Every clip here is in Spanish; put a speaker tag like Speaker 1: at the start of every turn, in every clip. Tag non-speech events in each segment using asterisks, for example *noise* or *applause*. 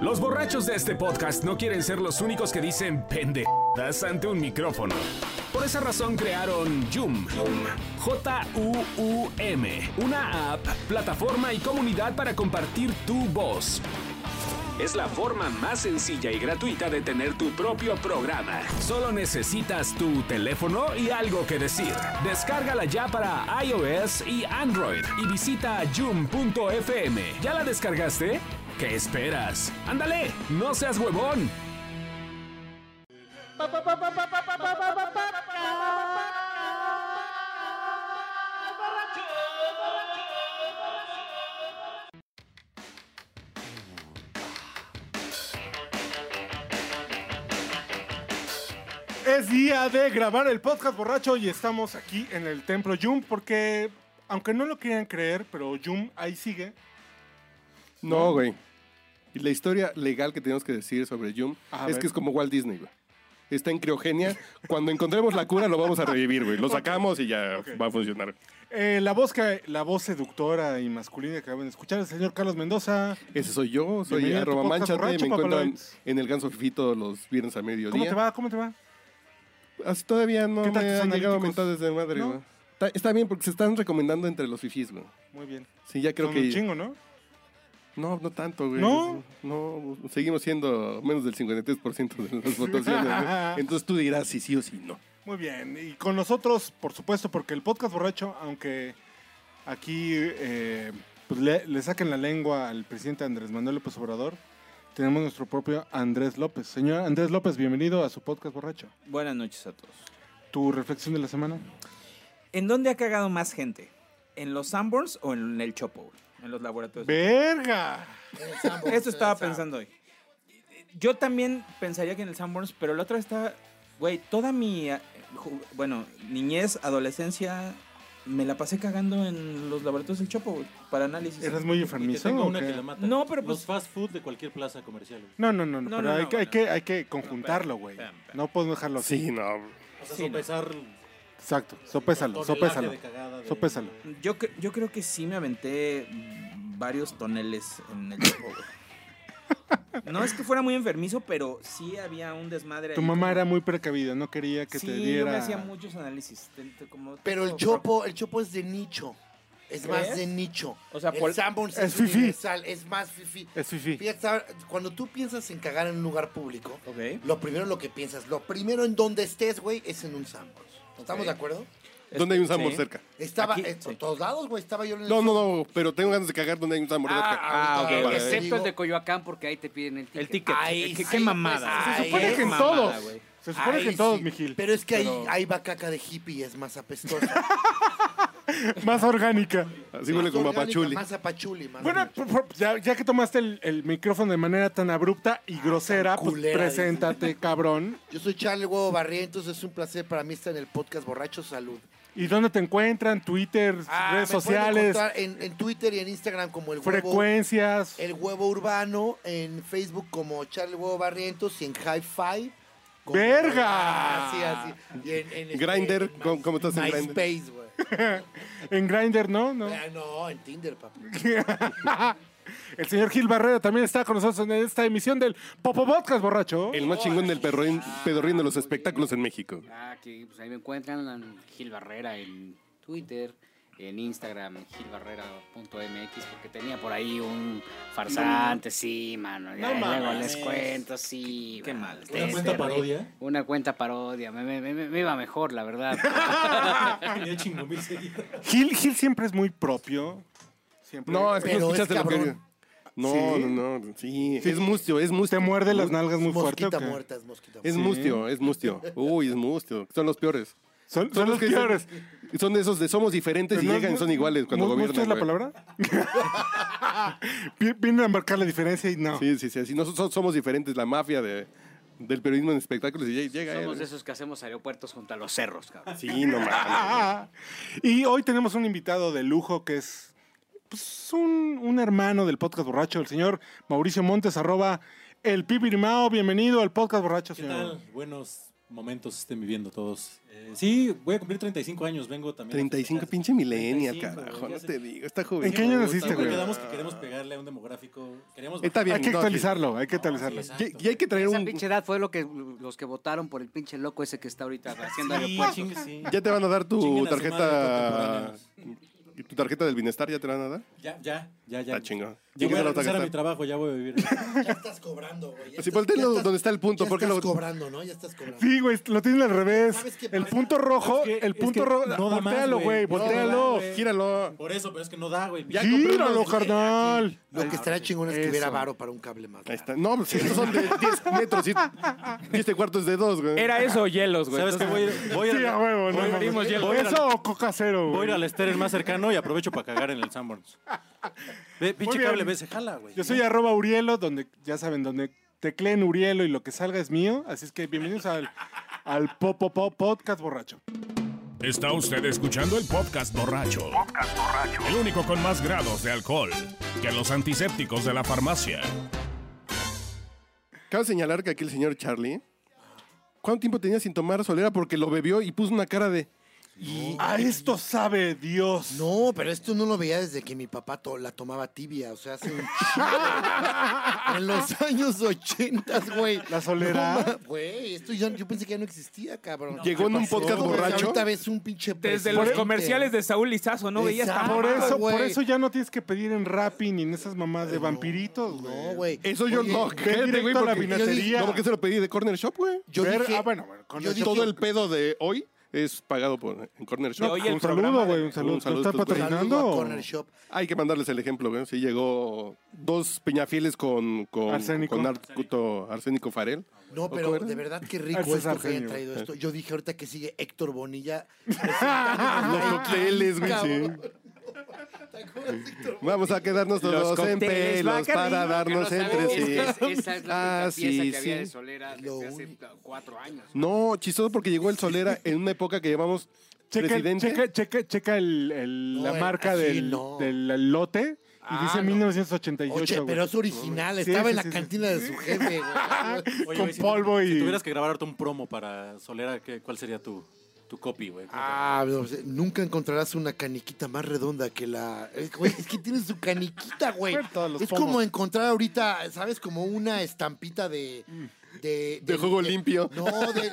Speaker 1: Los borrachos de este podcast no quieren ser los únicos que dicen pendejadas ante un micrófono. Por esa razón crearon Joom, J-U-U-M, una app, plataforma y comunidad para compartir tu voz. Es la forma más sencilla y gratuita de tener tu propio programa. Solo necesitas tu teléfono y algo que decir. Descárgala ya para iOS y Android y visita joom.fm. ¿Ya la descargaste? ¿Qué esperas? ¡Ándale! ¡No seas huevón!
Speaker 2: Es día de grabar el podcast borracho y estamos aquí en el templo Yum porque, aunque no lo quieran creer, pero Yum ahí sigue.
Speaker 3: No, güey. Y la historia legal que tenemos que decir sobre Yum
Speaker 2: A
Speaker 3: es
Speaker 2: ver.
Speaker 3: que es como Walt Disney, güey. Está en criogenia. Cuando encontremos la cura lo vamos a revivir, güey. Lo sacamos y ya va a funcionar.
Speaker 2: Eh, la, voz que, la voz seductora y masculina que acaban de escuchar es el señor Carlos Mendoza.
Speaker 3: Ese soy yo, soy
Speaker 2: Bienvenido a tu
Speaker 3: arroba
Speaker 2: podcast
Speaker 3: manchate.
Speaker 2: borracho,
Speaker 3: Me encuentran
Speaker 2: papalotes.
Speaker 3: en el Ganso Fifi todos los viernes a mediodía.
Speaker 2: ¿Cómo te va? ¿Cómo te va?
Speaker 3: Así todavía no
Speaker 2: ¿Qué tal
Speaker 3: me
Speaker 2: tus
Speaker 3: han llegado
Speaker 2: analíticos?
Speaker 3: mentadas de madre,
Speaker 2: ¿No?
Speaker 3: güey. Está, está bien porque se están recomendando entre los fifís, güey.
Speaker 2: Muy bien.
Speaker 3: Sí, ya creo
Speaker 2: Son
Speaker 3: que.
Speaker 2: un chingo, ¿no?
Speaker 3: No, no tanto, güey.
Speaker 2: ¿No?
Speaker 3: No, seguimos siendo menos del 53% de
Speaker 2: *laughs*
Speaker 3: las votaciones. güey. Entonces tú dirás si sí o si no.
Speaker 2: Muy bien. Y con nosotros, por supuesto, porque el podcast borracho, aunque aquí eh, pues le, le saquen la lengua al presidente Andrés Manuel López Obrador, tenemos nuestro propio Andrés López. Señor Andrés López, bienvenido a su podcast borracho.
Speaker 4: Buenas noches a todos.
Speaker 2: ¿Tu reflexión de la semana?
Speaker 4: ¿En dónde ha cagado más gente? ¿En los Sanborns o en el Chopo? güey? En los
Speaker 5: Pues,
Speaker 4: laboratorios.
Speaker 2: ¡Verga!
Speaker 4: Esto estaba pensando hoy. Yo también pensaría que en el Sanborns, pero la otra está. Güey, toda mi. eh, ju- Bueno, niñez, adolescencia. Me la pasé cagando en los laboratorios del Chopo, güey, para análisis.
Speaker 2: ¿Eres muy
Speaker 6: Y te
Speaker 2: enfermizo?
Speaker 6: tengo
Speaker 2: o
Speaker 6: una
Speaker 2: qué?
Speaker 6: que la mata.
Speaker 4: No, pero pues-
Speaker 6: Los fast food de cualquier plaza comercial. güey.
Speaker 2: No, no, no, no,
Speaker 4: No,
Speaker 2: pero
Speaker 4: no,
Speaker 2: hay,
Speaker 4: no,
Speaker 2: que, hay,
Speaker 4: bueno.
Speaker 2: que, hay que conjuntarlo, güey. No podemos dejarlo así.
Speaker 3: Sí, no. güey.
Speaker 6: O sea,
Speaker 4: Sí,
Speaker 6: *laughs* sopesar
Speaker 2: Exacto, sopésalo,
Speaker 6: tonelaje
Speaker 2: sopésalo.
Speaker 6: de cagada de-
Speaker 2: Sopésalo.
Speaker 4: Yo, cre- yo creo que sí me aventé varios toneles en el Chopo,
Speaker 2: *laughs*
Speaker 4: güey. No es que fuera muy enfermizo, pero sí había un desmadre.
Speaker 2: Tu
Speaker 4: ahí
Speaker 2: mamá
Speaker 4: como-
Speaker 2: era muy precavida, no quería que
Speaker 4: sí,
Speaker 2: te diera...
Speaker 4: yo me hacía muchos análisis. te- te- como-
Speaker 7: Pero el
Speaker 4: como-
Speaker 7: chopo, el chopo es de nicho. Es más
Speaker 4: ¿Crees?
Speaker 7: de nicho.
Speaker 4: O sea,
Speaker 7: el
Speaker 4: por-
Speaker 7: Sanborns
Speaker 2: Es
Speaker 7: es,
Speaker 2: fifí.
Speaker 7: universal, es más fifi.
Speaker 2: Es fifí.
Speaker 7: cuando tú piensas en cagar en un lugar público,
Speaker 4: Ok.
Speaker 7: lo primero en lo que piensas, lo primero en donde estés, güey, es en un Sanborns. ¿Estamos
Speaker 4: Ok.
Speaker 7: de acuerdo?
Speaker 3: ¿Dónde hay un
Speaker 4: Sí.
Speaker 3: Sambor cerca?
Speaker 7: Estaba
Speaker 4: Aquí,
Speaker 7: eh,
Speaker 4: sí.
Speaker 7: por todos lados, güey. Estaba yo en el
Speaker 3: No, no, no, pero tengo ganas de cagar donde hay un Sambor cerca.
Speaker 7: Ah,
Speaker 3: Ah,
Speaker 7: ok,
Speaker 3: vale.
Speaker 7: ese-
Speaker 8: Excepto
Speaker 7: digo-
Speaker 8: el de Coyoacán, porque ahí te piden el ticket.
Speaker 4: El ticket.
Speaker 7: Ahí
Speaker 4: qué,
Speaker 7: sí,
Speaker 4: qué mamada.
Speaker 7: pues,
Speaker 4: güey.
Speaker 7: se supone
Speaker 4: Qué
Speaker 7: que en
Speaker 4: mamada,
Speaker 2: todos.
Speaker 4: güey.
Speaker 2: Se supone
Speaker 7: Ahí
Speaker 2: que en todos,
Speaker 7: sí,
Speaker 2: Mijil.
Speaker 7: Pero es que ahí,
Speaker 4: Pero-
Speaker 7: ahí va caca de hippie y es más apestosa.
Speaker 2: Más orgánica.
Speaker 3: Así huele como
Speaker 7: Orgánica,
Speaker 3: apachuli.
Speaker 7: Más apachuli, más
Speaker 2: Bueno,
Speaker 7: apachuli.
Speaker 2: por- por- ya, ya que tomaste el, el micrófono de manera tan abrupta y grosera, pues
Speaker 7: culera,
Speaker 2: preséntate, cabrón.
Speaker 7: Yo soy Charlie Huevo Barrientos, es un placer para mí estar en el podcast Borracho Salud.
Speaker 2: ¿Y dónde te encuentran? Twitter,
Speaker 7: Ah,
Speaker 2: redes
Speaker 7: me pueden
Speaker 2: sociales,
Speaker 7: encontrar En, en Twitter y en Instagram como el huevo,
Speaker 2: frecuencias.
Speaker 7: el huevo urbano, en Facebook como Charlie Huevo Barrientos y en Hi-Fi. como-
Speaker 2: ¡Verga!
Speaker 7: Ah, sí, así. Y en, en este-
Speaker 3: Grindr,
Speaker 7: en
Speaker 3: ¿cómo- cómo estás en Grindr?
Speaker 7: MySpace, güey.
Speaker 2: En Grindr, ¿no? ¿no?
Speaker 7: Ah, no, en Tinder, papi.
Speaker 2: El señor Gil Barrera también está con nosotros en esta emisión del Popo Podcast, borracho.
Speaker 3: El más chingón del perroín- pedorrín de los espectáculos en México.
Speaker 8: Ah, que pues ahí me encuentran en Gil Barrera en Twitter, en Instagram, gilbarrera.mx, porque tenía por ahí un farsante, sí, mano. Ya, luego
Speaker 6: mames.
Speaker 8: les cuento, sí.
Speaker 4: Qué
Speaker 8: mano,
Speaker 4: mal.
Speaker 8: ustedes
Speaker 6: ¿Una cuenta
Speaker 8: se ríen.
Speaker 6: parodia?
Speaker 8: Una cuenta parodia. Me, me- me- me iba mejor, la verdad.
Speaker 6: Tenía chingo mil seguidores.
Speaker 2: Gil, Gil siempre es muy propio. Siempre.
Speaker 3: No, es que no
Speaker 7: Pero es
Speaker 3: escuchaste lo que
Speaker 7: cabrón.
Speaker 3: No,
Speaker 2: Sí.
Speaker 3: no, no. Sí. Es mustio, es mustio.
Speaker 2: ¿Te muerde las
Speaker 3: Pues Mu-
Speaker 2: nalgas muy fuerte?
Speaker 7: mosquita
Speaker 2: o qué?
Speaker 7: muerta, es mosquita
Speaker 3: Es
Speaker 7: muerta.
Speaker 3: mustio, es mustio. Uy, es mustio. Son los peores.
Speaker 2: Son, son los
Speaker 3: que dicen-
Speaker 2: peores.
Speaker 3: Son esos de somos diferentes y
Speaker 2: Pero no,
Speaker 3: llegan y
Speaker 2: no,
Speaker 3: son iguales cuando
Speaker 2: ¿no- no
Speaker 3: gobiernan.
Speaker 2: es la
Speaker 3: güey.
Speaker 2: palabra? *laughs* Vi- Vienen a marcar la diferencia y no.
Speaker 3: Sí, sí, sí. así Nosotros somos diferentes, la mafia de, del periodismo en espectáculos. Y llega
Speaker 8: Somos de
Speaker 3: él.
Speaker 8: esos que hacemos aeropuertos junto a los cerros, *laughs* cabrón.
Speaker 3: Sí, no mames.
Speaker 2: Ah, *laughs* y hoy tenemos un invitado de lujo que es pues, un, un hermano del podcast borracho, el señor Mauricio Montes, arroba el Pipirimao. Bienvenido al podcast borracho,
Speaker 6: ¿Qué
Speaker 2: señor.
Speaker 6: tal? Buenos momentos estén viviendo todos. Eh, sí, voy a cumplir 35 años, vengo también. a
Speaker 3: 35
Speaker 6: felicitar.
Speaker 3: pinche millennial,
Speaker 6: 35, güey,
Speaker 3: carajo.
Speaker 6: ya
Speaker 3: No
Speaker 6: sé.
Speaker 3: te digo, está joven.
Speaker 2: ¿En qué año naciste,
Speaker 6: Siempre
Speaker 2: güey?
Speaker 6: quedamos que queremos pegarle a un demográfico. Queremos
Speaker 3: Está bien.
Speaker 2: Hay que
Speaker 3: no,
Speaker 2: actualizarlo, hay que actualizarlo.
Speaker 6: sí,
Speaker 3: Y, y hay que traer
Speaker 8: Esa
Speaker 3: un.
Speaker 8: pinche edad fue lo que los que votaron por el pinche loco ese que está ahorita haciendo
Speaker 6: Sí,
Speaker 8: aeropuertos.
Speaker 6: chingue, sí.
Speaker 3: *laughs* Ya te van a dar tu
Speaker 6: Chinguen a su
Speaker 3: tarjeta.
Speaker 6: madre,
Speaker 3: Tu tarjeta del bienestar ya te la van a dar.
Speaker 6: Ya, ya, ya. ya.
Speaker 3: Está chingón.
Speaker 6: Ya
Speaker 3: ¿Y qué
Speaker 6: voy a
Speaker 3: te lo vas a
Speaker 6: regresar a mi
Speaker 3: gastar?
Speaker 6: trabajo, ya voy a
Speaker 2: *laughs*
Speaker 6: vivir.
Speaker 7: Ya estás cobrando, güey. ya
Speaker 3: Sí,
Speaker 7: estás-
Speaker 3: volteenlo
Speaker 7: ya estás-
Speaker 3: donde está el punto,
Speaker 7: Ya
Speaker 3: porque
Speaker 7: estás
Speaker 3: lo-
Speaker 7: cobrando, ¿no? Ya estás cobrando.
Speaker 2: Sí, güey, lo tienen al revés.
Speaker 7: ¿Sabes qué
Speaker 2: El
Speaker 7: pasa?
Speaker 2: punto rojo,
Speaker 6: Es que-
Speaker 2: el
Speaker 6: es
Speaker 2: punto
Speaker 6: que
Speaker 2: rojo.
Speaker 6: no da más,
Speaker 2: voltealo, güey,
Speaker 6: güey. No da más,
Speaker 2: voltealo.
Speaker 6: güey.
Speaker 3: Gíralo.
Speaker 6: Por eso, pero es que no da, güey.
Speaker 3: Ya compré
Speaker 2: Gíralo,
Speaker 3: unos-
Speaker 2: carnal.
Speaker 7: Lo que estaría chingón es que
Speaker 2: Eso.
Speaker 7: hubiera varo para un cable más.
Speaker 3: Ahí está. No, pues estos son de 10 *laughs* metros. Y, y este cuarto es de 2, güey.
Speaker 5: Era eso o hielos, güey.
Speaker 6: ¿Sabes qué? Voy a ir- voy a
Speaker 2: Sí,
Speaker 6: ir
Speaker 2: a
Speaker 6: a-
Speaker 2: huevo, no
Speaker 6: voy a ir-
Speaker 2: mames.
Speaker 6: voy a ir al-
Speaker 2: Eso o coca cero,
Speaker 6: Voy a
Speaker 2: güey.
Speaker 6: ir al estéreo más cercano y aprovecho para cagar en el Sanborns. Ve, pinche
Speaker 2: bien.
Speaker 6: cable, ve, se jala, güey.
Speaker 2: Yo soy arroba Urielo, donde ya saben, donde tecleen Urielo y lo que salga es mío. Así es que bienvenidos al, al Popo Pop Podcast Borracho.
Speaker 9: Está usted escuchando el podcast borracho. El único con más grados de alcohol que los antisépticos de la farmacia.
Speaker 3: Cabe señalar que aquí el señor Charlie. ¿Cuánto tiempo tenía sin tomar solera? Porque lo bebió y puso una cara de.
Speaker 2: A esto sabe Dios.
Speaker 7: No, pero esto no lo veía desde que mi papá to- la tomaba tibia, o sea, hace un chingo. En los años 80, güey.
Speaker 2: La soledad.
Speaker 7: No, ma- Güey, esto ya- yo pensé que ya no existía, cabrón.
Speaker 3: Llegó en un
Speaker 7: Pasó,
Speaker 3: podcast
Speaker 7: güey,
Speaker 3: borracho.
Speaker 7: Ahorita ves un pinche
Speaker 5: Desde
Speaker 7: presidente.
Speaker 5: los comerciales de Saúl Lizazo, ¿no? Veías
Speaker 7: Exacto.
Speaker 5: tan
Speaker 2: Por
Speaker 7: Ah,
Speaker 2: eso,
Speaker 7: güey.
Speaker 2: por eso ya no tienes que pedir en Rappi ni en esas mamás de vampiritos, güey.
Speaker 7: No, güey.
Speaker 3: Eso yo
Speaker 7: Oye,
Speaker 2: *laughs*
Speaker 3: no. Cállate,
Speaker 2: directo
Speaker 3: güey.
Speaker 2: a la
Speaker 3: porque-
Speaker 2: vinatería.
Speaker 3: No, porque se lo pedí de Corner Shop, güey.
Speaker 7: Yo
Speaker 2: Ver-
Speaker 7: dije,
Speaker 2: ah, bueno, bueno, con
Speaker 7: yo
Speaker 2: el-
Speaker 7: dije-
Speaker 3: Todo el pedo de hoy es pagado por en Corner Shop.
Speaker 5: oye, el
Speaker 2: un
Speaker 5: programa
Speaker 2: saludo,
Speaker 5: de-
Speaker 2: güey, un saludo.
Speaker 3: un saludo
Speaker 2: ¿Estás
Speaker 3: a estos güeyes.
Speaker 7: saludo a
Speaker 2: patrocinando?
Speaker 7: Corner Shop.
Speaker 3: Hay que mandarles el ejemplo, güey. Sí, llegó dos piñafieles con, con,
Speaker 2: Arsénico.
Speaker 3: con Arcuto Arsénico Farel.
Speaker 7: No,
Speaker 3: ¿Cómo
Speaker 7: pero
Speaker 3: era?
Speaker 7: de verdad qué rico
Speaker 2: Ese es
Speaker 7: esto que hayan
Speaker 2: Arsenio.
Speaker 3: eh.
Speaker 7: traído esto. Yo dije ahorita que sigue Héctor
Speaker 3: *laughs*
Speaker 7: Bonilla.
Speaker 3: Los cócteles, güey. sí.
Speaker 7: ¿Te acuerdas,
Speaker 3: *laughs*
Speaker 7: Héctor?
Speaker 3: Vamos a quedarnos
Speaker 5: Los
Speaker 3: todos en
Speaker 5: cócteles,
Speaker 3: pelos
Speaker 5: Bacardi.
Speaker 3: para
Speaker 8: Que no
Speaker 3: darnos
Speaker 8: saben,
Speaker 3: entre sí.
Speaker 8: es que esa es la
Speaker 3: Ah,
Speaker 8: única pieza
Speaker 3: sí,
Speaker 8: que había
Speaker 3: sí.
Speaker 8: de Solera
Speaker 7: Lo
Speaker 8: desde hace
Speaker 7: único.
Speaker 8: cuatro años.
Speaker 3: No, chistoso porque llegó el Solera en una época que llamamos
Speaker 2: Checa, el-
Speaker 3: presidente.
Speaker 2: checa, checa, checa el, el-
Speaker 7: No,
Speaker 2: la
Speaker 7: el-
Speaker 2: marca
Speaker 7: así
Speaker 2: del,
Speaker 7: no.
Speaker 2: del lote y dice 1988.
Speaker 7: Oye,
Speaker 2: güey.
Speaker 7: pero es original.
Speaker 2: Sí,
Speaker 7: Estaba
Speaker 2: sí,
Speaker 7: en la
Speaker 2: sí, sí.
Speaker 7: cantina de su jefe, güey.
Speaker 6: Oye,
Speaker 2: con
Speaker 6: güey, si-
Speaker 2: polvo y.
Speaker 6: Si tuvieras que grabar ahorita un promo para Solera, ¿qué- ¿cuál sería tu, tu copy, güey?
Speaker 7: *laughs* Ah, no sé, nunca encontrarás una caniquita más redonda que la. Es, güey, es que tiene su caniquita, güey.
Speaker 2: Bueno, todos los
Speaker 7: Es
Speaker 2: pomos.
Speaker 7: como encontrar ahorita, ¿sabes? Como una estampita de. De,
Speaker 3: De juego limpio.
Speaker 7: No, de.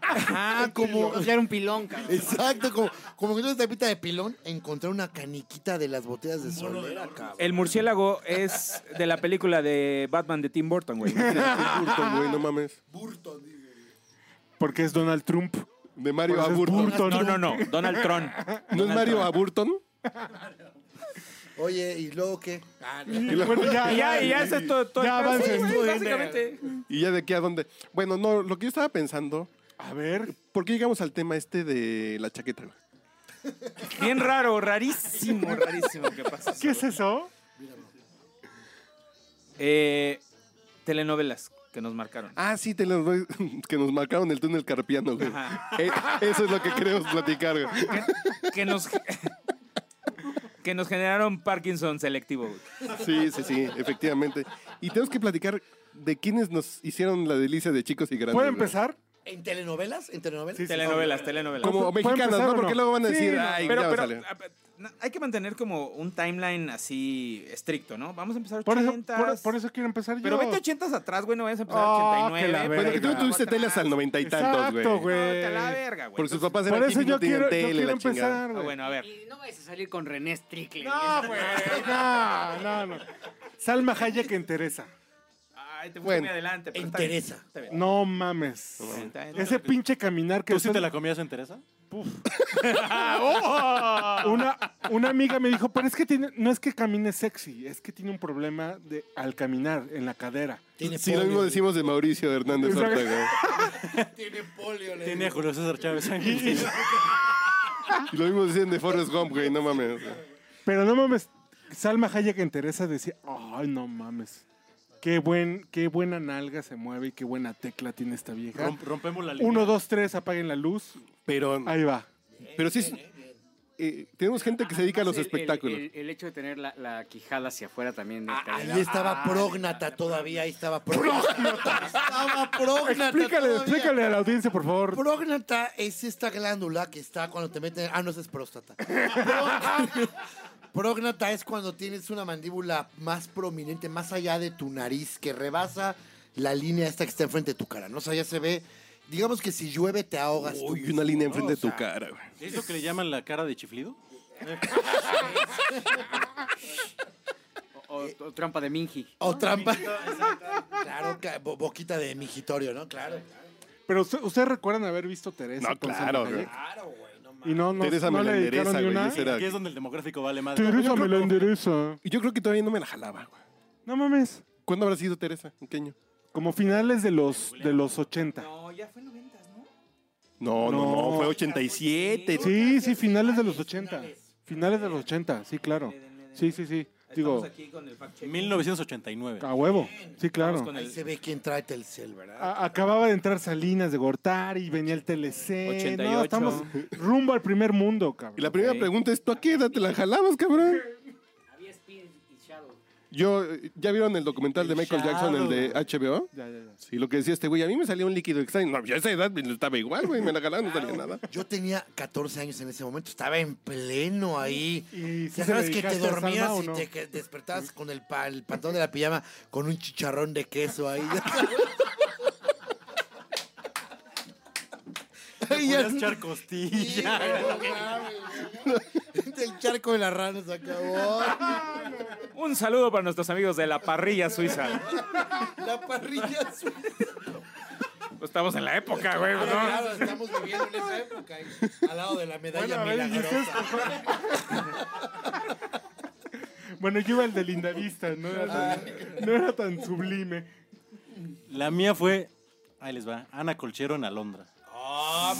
Speaker 7: Ajá, como.
Speaker 8: Como era un pilón, cabrón.
Speaker 7: Exacto, como, como que una estampita de pilón, encontrar una caniquita de las botellas de solera, cabrón.
Speaker 5: El murciélago es de la película de Batman de Tim Burton, güey.
Speaker 3: Burton, güey, no mames.
Speaker 2: Porque es Donald Trump.
Speaker 3: De Mario
Speaker 2: Pues es
Speaker 3: Aburton.
Speaker 2: Burton.
Speaker 5: No, no, no. Donald Trump.
Speaker 3: ¿No es Mario Aburton?
Speaker 7: Oye, ¿y luego qué?
Speaker 2: Bueno, ya,
Speaker 5: Y ya, y ya haces todo, todo
Speaker 2: Ya
Speaker 5: el pedo. Sí,
Speaker 2: avancen. Pues,
Speaker 5: güey, básicamente.
Speaker 3: ¿Y ya de aquí a dónde? Bueno, no, lo que yo estaba pensando,
Speaker 2: A ver,
Speaker 3: ¿por qué llegamos al tema este de la chaqueta? güey?
Speaker 5: Bien raro, rarísimo, rarísimo que pasa.
Speaker 2: ¿qué es eso?
Speaker 5: Eh, telenovelas que nos marcaron.
Speaker 3: Ah, sí, te los doy, *laughs* que nos marcaron el túnel carpiano, güey.
Speaker 5: Ajá.
Speaker 3: Eh, eso es lo que queremos platicar, güey.
Speaker 5: Que nos, *laughs* que nos generaron Parkinson selectivo, güey.
Speaker 3: Sí, sí, sí, efectivamente. Y tenemos que platicar de quienes nos hicieron la delicia de chicos y grandes.
Speaker 2: ¿Puedo
Speaker 3: güey.
Speaker 2: empezar?
Speaker 7: ¿En telenovelas? ¿En telenovelas?
Speaker 2: Sí, sí.
Speaker 5: Telenovelas, telenovelas.
Speaker 3: Como
Speaker 2: ¿Puedo
Speaker 3: mexicanas,
Speaker 2: empezar o
Speaker 3: ¿no?
Speaker 2: no?
Speaker 3: Porque luego van a
Speaker 2: Sí,
Speaker 3: decir,
Speaker 2: no,
Speaker 3: ay,
Speaker 5: pero,
Speaker 3: ya va a
Speaker 5: pero,
Speaker 3: salir.
Speaker 5: a- a- hay que mantener como un timeline así estricto, ¿no? Vamos a empezar
Speaker 2: Por eso,
Speaker 5: 80s.
Speaker 2: por, por eso quiero empezar
Speaker 5: Pero
Speaker 2: yo.
Speaker 5: vete 80 atrás, güey, no vayas a empezar
Speaker 2: Ah, que
Speaker 5: 89.
Speaker 2: la
Speaker 5: pero
Speaker 3: Bueno, que tú
Speaker 5: ahorita
Speaker 3: tuviste
Speaker 5: atrás.
Speaker 3: tele hasta el noventa y tantos, güey.
Speaker 2: Exacto,
Speaker 5: No, te la
Speaker 2: güey.
Speaker 5: verga, güey.
Speaker 3: Porque sus
Speaker 5: Entonces-
Speaker 3: papás eran
Speaker 2: Por eso
Speaker 3: hippies y
Speaker 2: yo
Speaker 3: no tenían
Speaker 2: quiero, yo
Speaker 3: tele,
Speaker 2: quiero
Speaker 3: la chingada.
Speaker 2: empezar,
Speaker 5: Ah,
Speaker 2: güey.
Speaker 5: bueno, a ver.
Speaker 8: Y no vayas a salir con René Strickland.
Speaker 2: No, güey, no, *laughs* no, no. Salma Hayek en Teresa.
Speaker 5: Ay, te fuiste
Speaker 3: Bueno,
Speaker 5: muy adelante. pero está bien,
Speaker 7: Interesa.
Speaker 5: está bien.
Speaker 2: No mames.
Speaker 5: Está bien.
Speaker 2: Ese pinche caminar que
Speaker 6: ¿Tú sí
Speaker 2: después-
Speaker 6: te la *laughs* comías en Teresa?
Speaker 2: una, una amiga me dijo, pero es que tiene, no es que camine sexy, es que tiene un problema de, al caminar en la cadera.
Speaker 7: Tiene
Speaker 3: Sí, lo mismo
Speaker 7: polio.
Speaker 3: decimos de Mauricio Hernández
Speaker 2: Exacto.
Speaker 3: Ortega.
Speaker 7: Tiene polio, le
Speaker 6: Tenía Julio César Chávez.
Speaker 3: Y lo mismo decían de Forrest Gump, güey, no
Speaker 8: *laughs*
Speaker 3: mames.
Speaker 2: Pero no mames, Salma Hayek en Teresa decía, ay, no mames. Qué, buen, qué buena nalga se mueve y qué buena tecla tiene esta vieja.
Speaker 6: Romp- rompemos la línea.
Speaker 2: Uno, dos, tres, apaguen la luz.
Speaker 3: Pero,
Speaker 2: Ahí va.
Speaker 3: pero sí, es- eh, tenemos gente que se dedica a los
Speaker 8: El- el-
Speaker 3: espectáculos. Ah,
Speaker 8: El, el hecho de tener la, la quijada hacia afuera también. de-
Speaker 7: Ahí estaba prógnata todavía, ahí estaba prógnata. estaba prógnata.
Speaker 2: Explícale,
Speaker 7: todavía.
Speaker 2: explícale a la audiencia, por favor.
Speaker 7: Prógnata es esta glándula que está cuando te meten. Ah, no, esa es próstata. Prógnata es cuando tienes una mandíbula más prominente, más allá de tu nariz, que rebasa la línea esta que está enfrente de tu cara. No, o sea, ya se ve. Digamos que si llueve te ahogas. tú
Speaker 3: Uy,
Speaker 7: mismo,
Speaker 3: una línea enfrente
Speaker 7: ¿no?
Speaker 3: de tu
Speaker 7: O sea,
Speaker 3: cara, güey.
Speaker 6: ¿Es lo que le llaman la cara de chiflido?
Speaker 8: o, o- o trampa de Minji.
Speaker 7: O trampa. claro, ca- bo- boquita de mijitorio, ¿no? Claro.
Speaker 2: Pero usted- ustedes recuerdan haber visto Teresa.
Speaker 3: No,
Speaker 2: con
Speaker 3: claro,
Speaker 2: Salma
Speaker 3: güey.
Speaker 2: Hayek? Y no, no,
Speaker 3: Teresa
Speaker 2: no
Speaker 3: me
Speaker 2: le
Speaker 3: la
Speaker 2: dedicaron
Speaker 3: endereza,
Speaker 2: ni
Speaker 3: güey.
Speaker 2: una.
Speaker 3: esa era-
Speaker 6: Aquí es donde el demográfico vale más.
Speaker 2: Teresa me la endereza.
Speaker 3: Yo creo que todavía no me la jalaba, güey.
Speaker 2: No mames.
Speaker 3: ¿Cuándo habrá sido Teresa? ¿En qué año?
Speaker 2: Como finales de los, de los 80.
Speaker 4: No, ya fue 90, ¿no?
Speaker 3: No, no, no,
Speaker 2: No.
Speaker 3: fue 87.
Speaker 2: Sí, sí, finales de los 80. Finales de los 80, sí, claro. Sí, sí, sí.
Speaker 4: Estamos
Speaker 2: Digo,
Speaker 4: aquí con el fact check.
Speaker 6: 1989.
Speaker 2: a huevo. Sí, claro.
Speaker 4: con
Speaker 7: Ahí
Speaker 4: el
Speaker 7: se ve quién trae Telcel, ¿verdad?
Speaker 2: A- acababa de entrar Salinas de Gortari, venía el TLC.
Speaker 4: 88.
Speaker 2: No, estamos rumbo al primer mundo,
Speaker 3: Y la
Speaker 2: cabrón.
Speaker 3: primera pregunta es, ¿tú a qué edad te la jalabas, cabrón?
Speaker 8: Había Speed y Shadow.
Speaker 3: Yo, eh, ¿ya vieron el documental de Michael Jackson, el de HBO?
Speaker 2: Ya, ya, ya.
Speaker 3: Sí, lo que decía este güey, a mí me salía un líquido extraño. No, yo a esa edad me- estaba igual, güey, me la jalaba, no salía nada. *laughs*
Speaker 7: Yo tenía 14 años en ese momento, estaba en pleno ahí.
Speaker 2: ¿Y si
Speaker 7: ya
Speaker 2: se
Speaker 7: sabes
Speaker 2: le
Speaker 7: que te
Speaker 2: dedicaste a
Speaker 7: dormías
Speaker 2: Salma o
Speaker 7: y
Speaker 2: no?
Speaker 7: te que- despertabas con el, pa- el pantón de la pijama con un chicharrón de queso
Speaker 2: *laughs*
Speaker 7: ahí. *laughs* Ahí ya-
Speaker 6: Podías echar
Speaker 7: Sí,
Speaker 6: costilla.
Speaker 7: no mames. Del charco de las ranas acabó.
Speaker 5: Un saludo para nuestros amigos de la
Speaker 7: *laughs*
Speaker 5: parrilla suiza.
Speaker 7: La
Speaker 2: *laughs*
Speaker 7: parrilla azul.
Speaker 5: Estamos en la época, güey. ¿no?
Speaker 7: Claro, estamos viviendo en esa época. ahí, Al lado de la medalla
Speaker 2: Bueno, a ver, ¿y
Speaker 7: milagrosa.
Speaker 2: Bueno, yo iba el de Lindavista, no era tan, no era tan sublime.
Speaker 6: La mía fue, ahí les va, Ana Colchero en Alondra.
Speaker 2: Ah,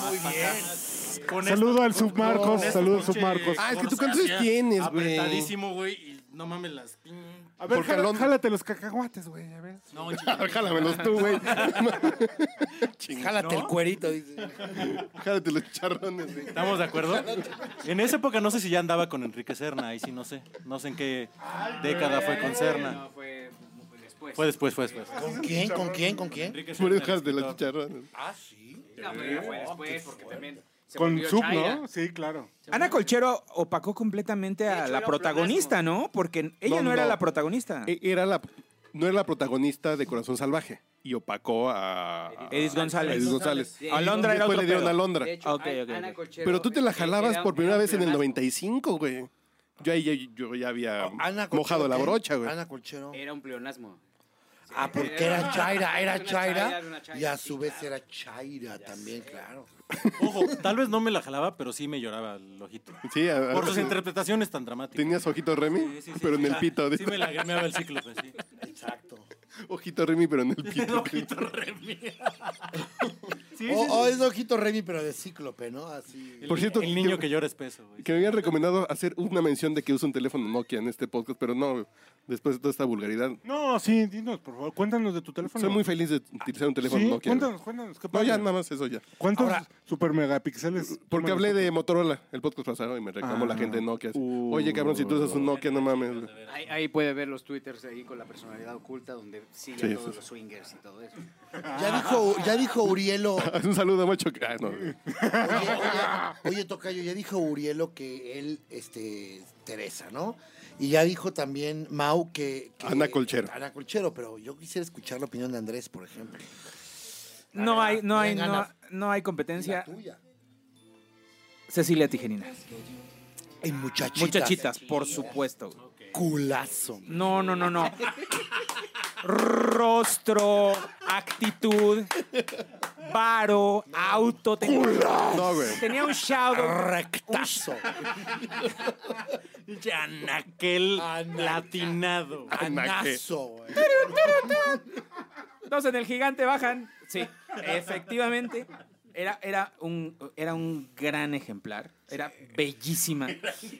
Speaker 6: Con
Speaker 2: Saludo al submarcos,
Speaker 6: esto,
Speaker 2: saludo al
Speaker 6: *laughs* pinche
Speaker 2: submarcos.
Speaker 3: Ah, es que tú
Speaker 6: Corsacia,
Speaker 3: cuántos años tienes, güey.
Speaker 6: Apretadísimo, güey. Y no mames las. pin-
Speaker 2: A ver,
Speaker 3: Porque
Speaker 2: jala-
Speaker 3: Alondra-
Speaker 2: jálate los cacahuates, güey, a ver.
Speaker 6: No, chiquito.
Speaker 3: Jálamelos tú, güey.
Speaker 7: Jálate el cuerito,
Speaker 2: *laughs*
Speaker 7: dice.
Speaker 3: Jálate los charrones, güey.
Speaker 6: ¿Estamos de acuerdo? *laughs* En esa época no sé si ya andaba con Enrique Serna, ahí sí no sé. No sé en qué década fue con Serna.
Speaker 8: No, fue, fue después.
Speaker 6: Fue después, fue después.
Speaker 7: ¿Con quién? ¿Con quién? ¿Con quién?
Speaker 6: Enrique
Speaker 3: Por
Speaker 6: Serna,
Speaker 3: eso jálate
Speaker 6: el
Speaker 3: los
Speaker 6: escritor.
Speaker 3: chicharrones.
Speaker 8: No, pero fue después porque
Speaker 3: pues,
Speaker 8: también se
Speaker 2: Con
Speaker 8: volvió
Speaker 2: sub,
Speaker 8: Chaira.
Speaker 2: ¿no? Sí, claro.
Speaker 4: Ana Colchero opacó completamente
Speaker 8: De
Speaker 4: a
Speaker 8: hecho,
Speaker 4: la
Speaker 8: era
Speaker 4: protagonista, ¿no? Porque ella
Speaker 3: No,
Speaker 4: no,
Speaker 3: no,
Speaker 4: era
Speaker 3: no.
Speaker 4: la protagonista.
Speaker 2: Eh,
Speaker 3: E- Era la, no era la protagonista de Corazón Salvaje y opacó a...
Speaker 4: Edith González.
Speaker 3: a Edith González.
Speaker 8: Sí,
Speaker 4: Alondra era
Speaker 3: Después
Speaker 4: otro
Speaker 3: le dieron
Speaker 4: pedo.
Speaker 3: a Londra.
Speaker 8: De hecho,
Speaker 4: Ah, ok,
Speaker 8: Ana-
Speaker 4: ok,
Speaker 8: Ana
Speaker 4: ok.
Speaker 8: Colchero,
Speaker 3: Pero tú te la jalabas
Speaker 8: era
Speaker 3: por
Speaker 8: un
Speaker 3: primera vez en el
Speaker 8: campeonato.
Speaker 3: 95, güey. Yo ahí ya, yo ya había
Speaker 7: Oh, Ana Colchero,
Speaker 3: mojado la
Speaker 7: ¿qué?
Speaker 3: brocha, güey.
Speaker 7: Ana Colchero.
Speaker 8: Era un pleonasmo.
Speaker 7: Ah, porque era Chaira, era
Speaker 8: Una Chaira,
Speaker 7: Chaira.
Speaker 8: era una Chaira,
Speaker 7: Y a
Speaker 8: sí,
Speaker 7: su vez era Chaira también, claro.
Speaker 6: Ojo, tal vez no me la jalaba, pero sí me lloraba el ojito.
Speaker 3: Sí, a-
Speaker 6: Por sus
Speaker 3: sí.
Speaker 6: interpretaciones tan dramáticas.
Speaker 3: Tenías ojito Remy,
Speaker 6: Sí, sí, sí,
Speaker 3: pero
Speaker 6: sí,
Speaker 3: en el
Speaker 6: la-
Speaker 3: pito.
Speaker 6: Sí, me la gameaba el cíclope, sí.
Speaker 7: Exacto.
Speaker 3: *laughs* Ojito Remy, pero en el pito.
Speaker 6: *laughs* El ojito Remy.
Speaker 7: o,
Speaker 2: oh,
Speaker 7: o Oh, es Ojito Remy, pero de cíclope, ¿no? Así.
Speaker 3: Por cierto,
Speaker 6: el niño
Speaker 3: que-
Speaker 6: que llora es peso, *laughs* güey.
Speaker 3: Que me habían recomendado hacer una mención de que uso un teléfono Nokia en este podcast, pero no, después de toda esta vulgaridad.
Speaker 2: No, sí, dinos, por favor, cuéntanos de tu teléfono.
Speaker 3: Soy muy feliz de utilizar un teléfono
Speaker 2: Sí,
Speaker 3: Nokia.
Speaker 2: cuéntanos, cuéntanos. ¿qué
Speaker 3: No,
Speaker 2: padre.
Speaker 3: ya nada más eso ya.
Speaker 2: ¿Cuántos super megapíxeles?
Speaker 3: Porque
Speaker 2: toman
Speaker 3: hablé
Speaker 2: los-
Speaker 3: de Motorola, el podcast pasado, y me reclamó
Speaker 2: Ah.
Speaker 3: la gente de Nokia. así,
Speaker 2: Uh.
Speaker 3: Oye, cabrón, si tú usas un Nokia, no mames.
Speaker 8: Ahí, ahí puede ver los twitters ahí con la personalidad oculta donde siguen
Speaker 3: Sí,
Speaker 8: todos
Speaker 3: sí,
Speaker 8: los swingers y todo eso.
Speaker 7: Ya dijo,
Speaker 3: ah.
Speaker 7: ya dijo Urielo. Oye,
Speaker 3: *laughs* un saludo mucho. Ah, no.
Speaker 7: oye, oye, Tocayo, ya dijo Urielo que él, este, Teresa, ¿no? Y ya dijo también Mau que. que-
Speaker 3: Ana Colchero.
Speaker 7: Ana Colchero, pero yo quisiera escuchar la opinión de Andrés, por ejemplo.
Speaker 4: No hay, no hay,
Speaker 7: Venga,
Speaker 4: no,
Speaker 7: Ana.
Speaker 4: no hay
Speaker 7: Y la
Speaker 4: competencia.
Speaker 7: tuya.
Speaker 4: Cecilia Tijerina.
Speaker 7: Y muchachitas.
Speaker 4: Muchachitas, por supuesto. güey.
Speaker 7: Culazo.
Speaker 4: No, no, no, no. Rostro, actitud, paro, auto. Tenía,
Speaker 3: No, güey.
Speaker 4: tenía un shadow.
Speaker 7: Rectazo.
Speaker 6: Yanaquel latinado.
Speaker 7: Anazo, güey.
Speaker 4: Dos en el gigante bajan. Sí, efectivamente. Era, era, un, era un gran ejemplar. Era bellísima.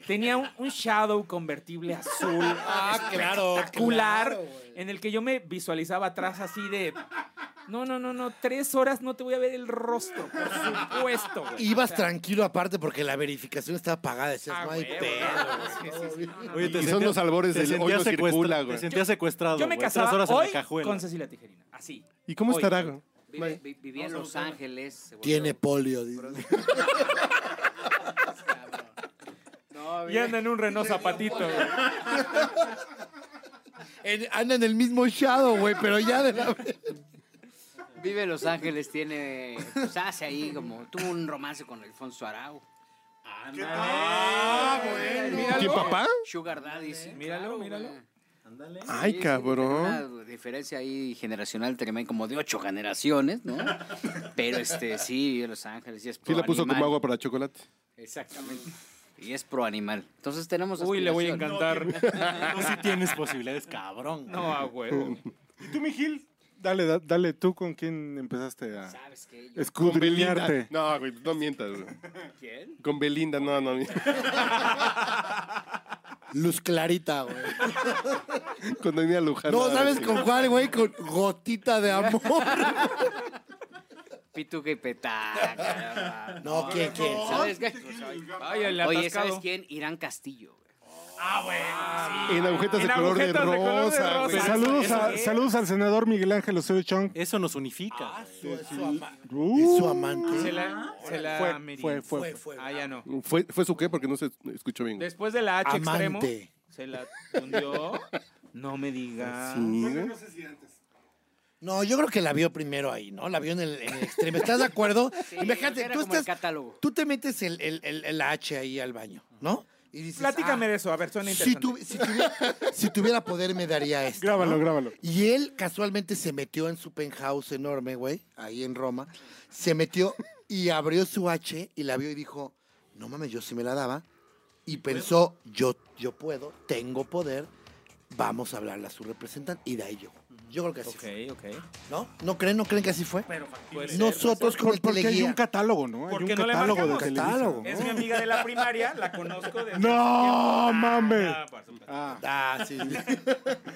Speaker 4: Tenía un, un shadow convertible azul.
Speaker 7: Ah, claro,
Speaker 4: espectacular.
Speaker 7: claro, güey.
Speaker 4: en el que yo me visualizaba atrás así de
Speaker 5: No, no, no, no. Tres horas no te voy a ver el rostro, por supuesto. güey.
Speaker 7: Ibas
Speaker 5: Pues, O sea,
Speaker 7: tranquilo aparte porque la verificación estaba pagada. Decías,
Speaker 5: Ah,
Speaker 7: no hay
Speaker 5: huevo,
Speaker 7: pedo.
Speaker 5: no, sí, sí, sí.
Speaker 7: güey".
Speaker 6: Oye,
Speaker 3: Y son los albores
Speaker 6: te
Speaker 3: del hoy
Speaker 6: sentías
Speaker 3: no
Speaker 6: secuestra-
Speaker 3: circula, güey.
Speaker 6: Te sentías secuestrado.
Speaker 5: Yo me
Speaker 6: güey, tres
Speaker 5: casaba
Speaker 6: horas en
Speaker 5: hoy
Speaker 6: la cajuela.
Speaker 5: con Cecilia Tijerina. Así.
Speaker 3: ¿Y cómo
Speaker 5: Hoy.
Speaker 3: estará? güey?
Speaker 8: Vive- vi- vivía en Los Ángeles. se volvió-
Speaker 7: Tiene polio. dice.
Speaker 8: No,
Speaker 5: Y
Speaker 8: vive-
Speaker 5: anda en un Renault zapatito. güey.
Speaker 7: En- anda en el mismo shadow, güey, pero ya de la vez.
Speaker 8: Vive en Los Ángeles, tiene. Pues hace ahí como. Tuvo un romance con Alfonso Arau. Ah, bueno.
Speaker 3: ¿Quién, papá?
Speaker 8: Sugar Daddy, sí.
Speaker 5: Míralo,
Speaker 8: claro,
Speaker 5: míralo.
Speaker 8: güey.
Speaker 3: Ay,
Speaker 8: Sí, sí,
Speaker 3: cabrón.
Speaker 8: Una diferencia ahí generacional tremenda, como de ocho generaciones, ¿no? Pero este, sí, vive en Los Ángeles y es pro
Speaker 3: Sí la puso
Speaker 8: animal.
Speaker 3: como agua para chocolate.
Speaker 8: Exactamente. Y es pro animal. Entonces tenemos.
Speaker 5: Uy, le voy a
Speaker 8: aspiraciones.
Speaker 5: encantar.
Speaker 6: Tú sí tienes posibilidades, cabrón.
Speaker 5: No, ah, a huevo.
Speaker 2: ¿Y tú, mi Gil? Dale, da- dale, tú con quién empezaste a
Speaker 8: ¿Sabes qué? Yo-
Speaker 3: Con Belinda.
Speaker 2: escudriñarte.
Speaker 3: No, güey, no mientas,
Speaker 5: *laughs*
Speaker 3: güey.
Speaker 8: ¿Quién?
Speaker 3: Con Belinda, no, no *laughs* mientas.
Speaker 7: Luz clarita, güey.
Speaker 3: Con Daniela Luján.
Speaker 7: No,
Speaker 3: nada,
Speaker 7: ¿sabes
Speaker 3: sí.
Speaker 7: con cuál, güey? Con gotita de amor.
Speaker 8: Pituca y petaca. caramba.
Speaker 7: No, ¿quién, quién?
Speaker 8: ¿Sabes qué?
Speaker 5: Ay, el
Speaker 8: Oye,
Speaker 5: atascado.
Speaker 8: ¿sabes quién? Irán Castillo. güey.
Speaker 3: En agujetas de
Speaker 5: En
Speaker 3: color de
Speaker 5: agujetas de color de
Speaker 3: rosa, güey.
Speaker 5: rosa.
Speaker 2: Saludos,
Speaker 5: Eso
Speaker 2: a-
Speaker 5: es.
Speaker 2: saludos al senador Miguel Ángel Osorio Chong.
Speaker 6: Eso nos unifica.
Speaker 5: Ah,
Speaker 6: güey.
Speaker 7: Es su ama-
Speaker 2: Uh,
Speaker 7: es su amante.
Speaker 5: Se la, se la
Speaker 2: fue,
Speaker 5: mirin.
Speaker 2: fue, fue.
Speaker 7: Fue, fue.
Speaker 5: Ah, ya no.
Speaker 3: ¿Fue, ¿Fue su qué? Porque no se escuchó bien. güey.
Speaker 5: Después de la H extremo,
Speaker 7: Amante.
Speaker 5: se la hundió. No me digas.
Speaker 7: No, yo creo que la vio primero ahí, ¿no? La vio en el, en el extremo. ¿Estás de acuerdo?
Speaker 8: Sí,
Speaker 7: Imagínate,
Speaker 8: era
Speaker 7: tú
Speaker 8: como el
Speaker 7: estás.
Speaker 8: catálogo.
Speaker 7: Tú te metes el, el, el- el H ahí al baño, ¿no? Y dices.
Speaker 5: Platícame
Speaker 7: ah,
Speaker 5: de eso, a ver, suena
Speaker 7: si,
Speaker 5: interesante.
Speaker 7: tuvi- si tuviera, si tuviera poder, me
Speaker 2: *laughs*
Speaker 7: daría esto.
Speaker 2: Grábalo,
Speaker 7: ¿no?
Speaker 2: grábalo.
Speaker 7: Y él casualmente se metió en su penthouse enorme, güey, ahí en Roma. Se metió y abrió su H y la vio y dijo, no mames, yo sí me la daba. Y pensó, yo, yo puedo, tengo poder, vamos a hablarle a su representante. Y de ahí llegó. Yo creo que así fue,
Speaker 5: Ok, ok.
Speaker 7: ¿no? ¿no creen, no creen que así fue.
Speaker 5: Puede ser.
Speaker 7: Nosotros con
Speaker 2: Por-
Speaker 7: el
Speaker 2: porque hay un
Speaker 7: teleguía.
Speaker 2: catálogo, ¿no? Hay
Speaker 5: Porque
Speaker 2: un
Speaker 5: no le
Speaker 2: catálogo de
Speaker 5: marcamos.
Speaker 2: Televisa.
Speaker 7: Catálogo.
Speaker 5: Es mi amiga de la primaria, la conozco desde
Speaker 2: ¡No, mames!
Speaker 5: Ah, por supuesto.
Speaker 2: Ah,
Speaker 7: Ah, sí. sí.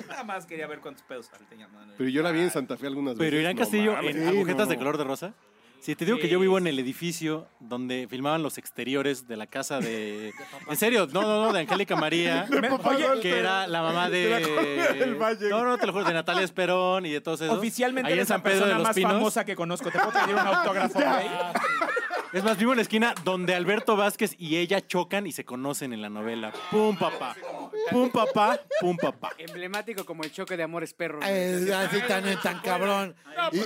Speaker 5: Nada más quería ver cuántos pedos salten. hermano.
Speaker 3: Pero yo la vi en Santa Fe algunas veces.
Speaker 6: Pero Irán
Speaker 3: no
Speaker 6: Castillo
Speaker 3: mames.
Speaker 6: en
Speaker 2: Sí,
Speaker 6: agujetas
Speaker 2: no.
Speaker 6: de color de rosa. Si te digo que yo vivo en el edificio donde filmaban los exteriores de la
Speaker 5: *laughs*
Speaker 6: casa de. en serio, no, no, no, de Angélica María.
Speaker 2: Dolce.
Speaker 6: que era la mamá de.
Speaker 2: De la Colonia del Valle.
Speaker 6: No, no, te lo juro, de Natalia Esperón y de todos esos.
Speaker 5: Oficialmente
Speaker 6: Ahí
Speaker 5: eres
Speaker 6: en San
Speaker 5: la
Speaker 6: Pedro de
Speaker 5: persona
Speaker 6: los
Speaker 5: más
Speaker 6: Pinos.
Speaker 5: famosa que conozco. ¿Te puedo pedir un autógrafo, güey?
Speaker 6: Es más, vivo en la esquina donde Alberto Vázquez y ella chocan y se conocen en la novela. Pum, papá. Pum, papá. Pum, papá.
Speaker 8: Emblemático como el choque de amores perros.
Speaker 3: Ah,
Speaker 7: Eh, así tan, tan cabrón.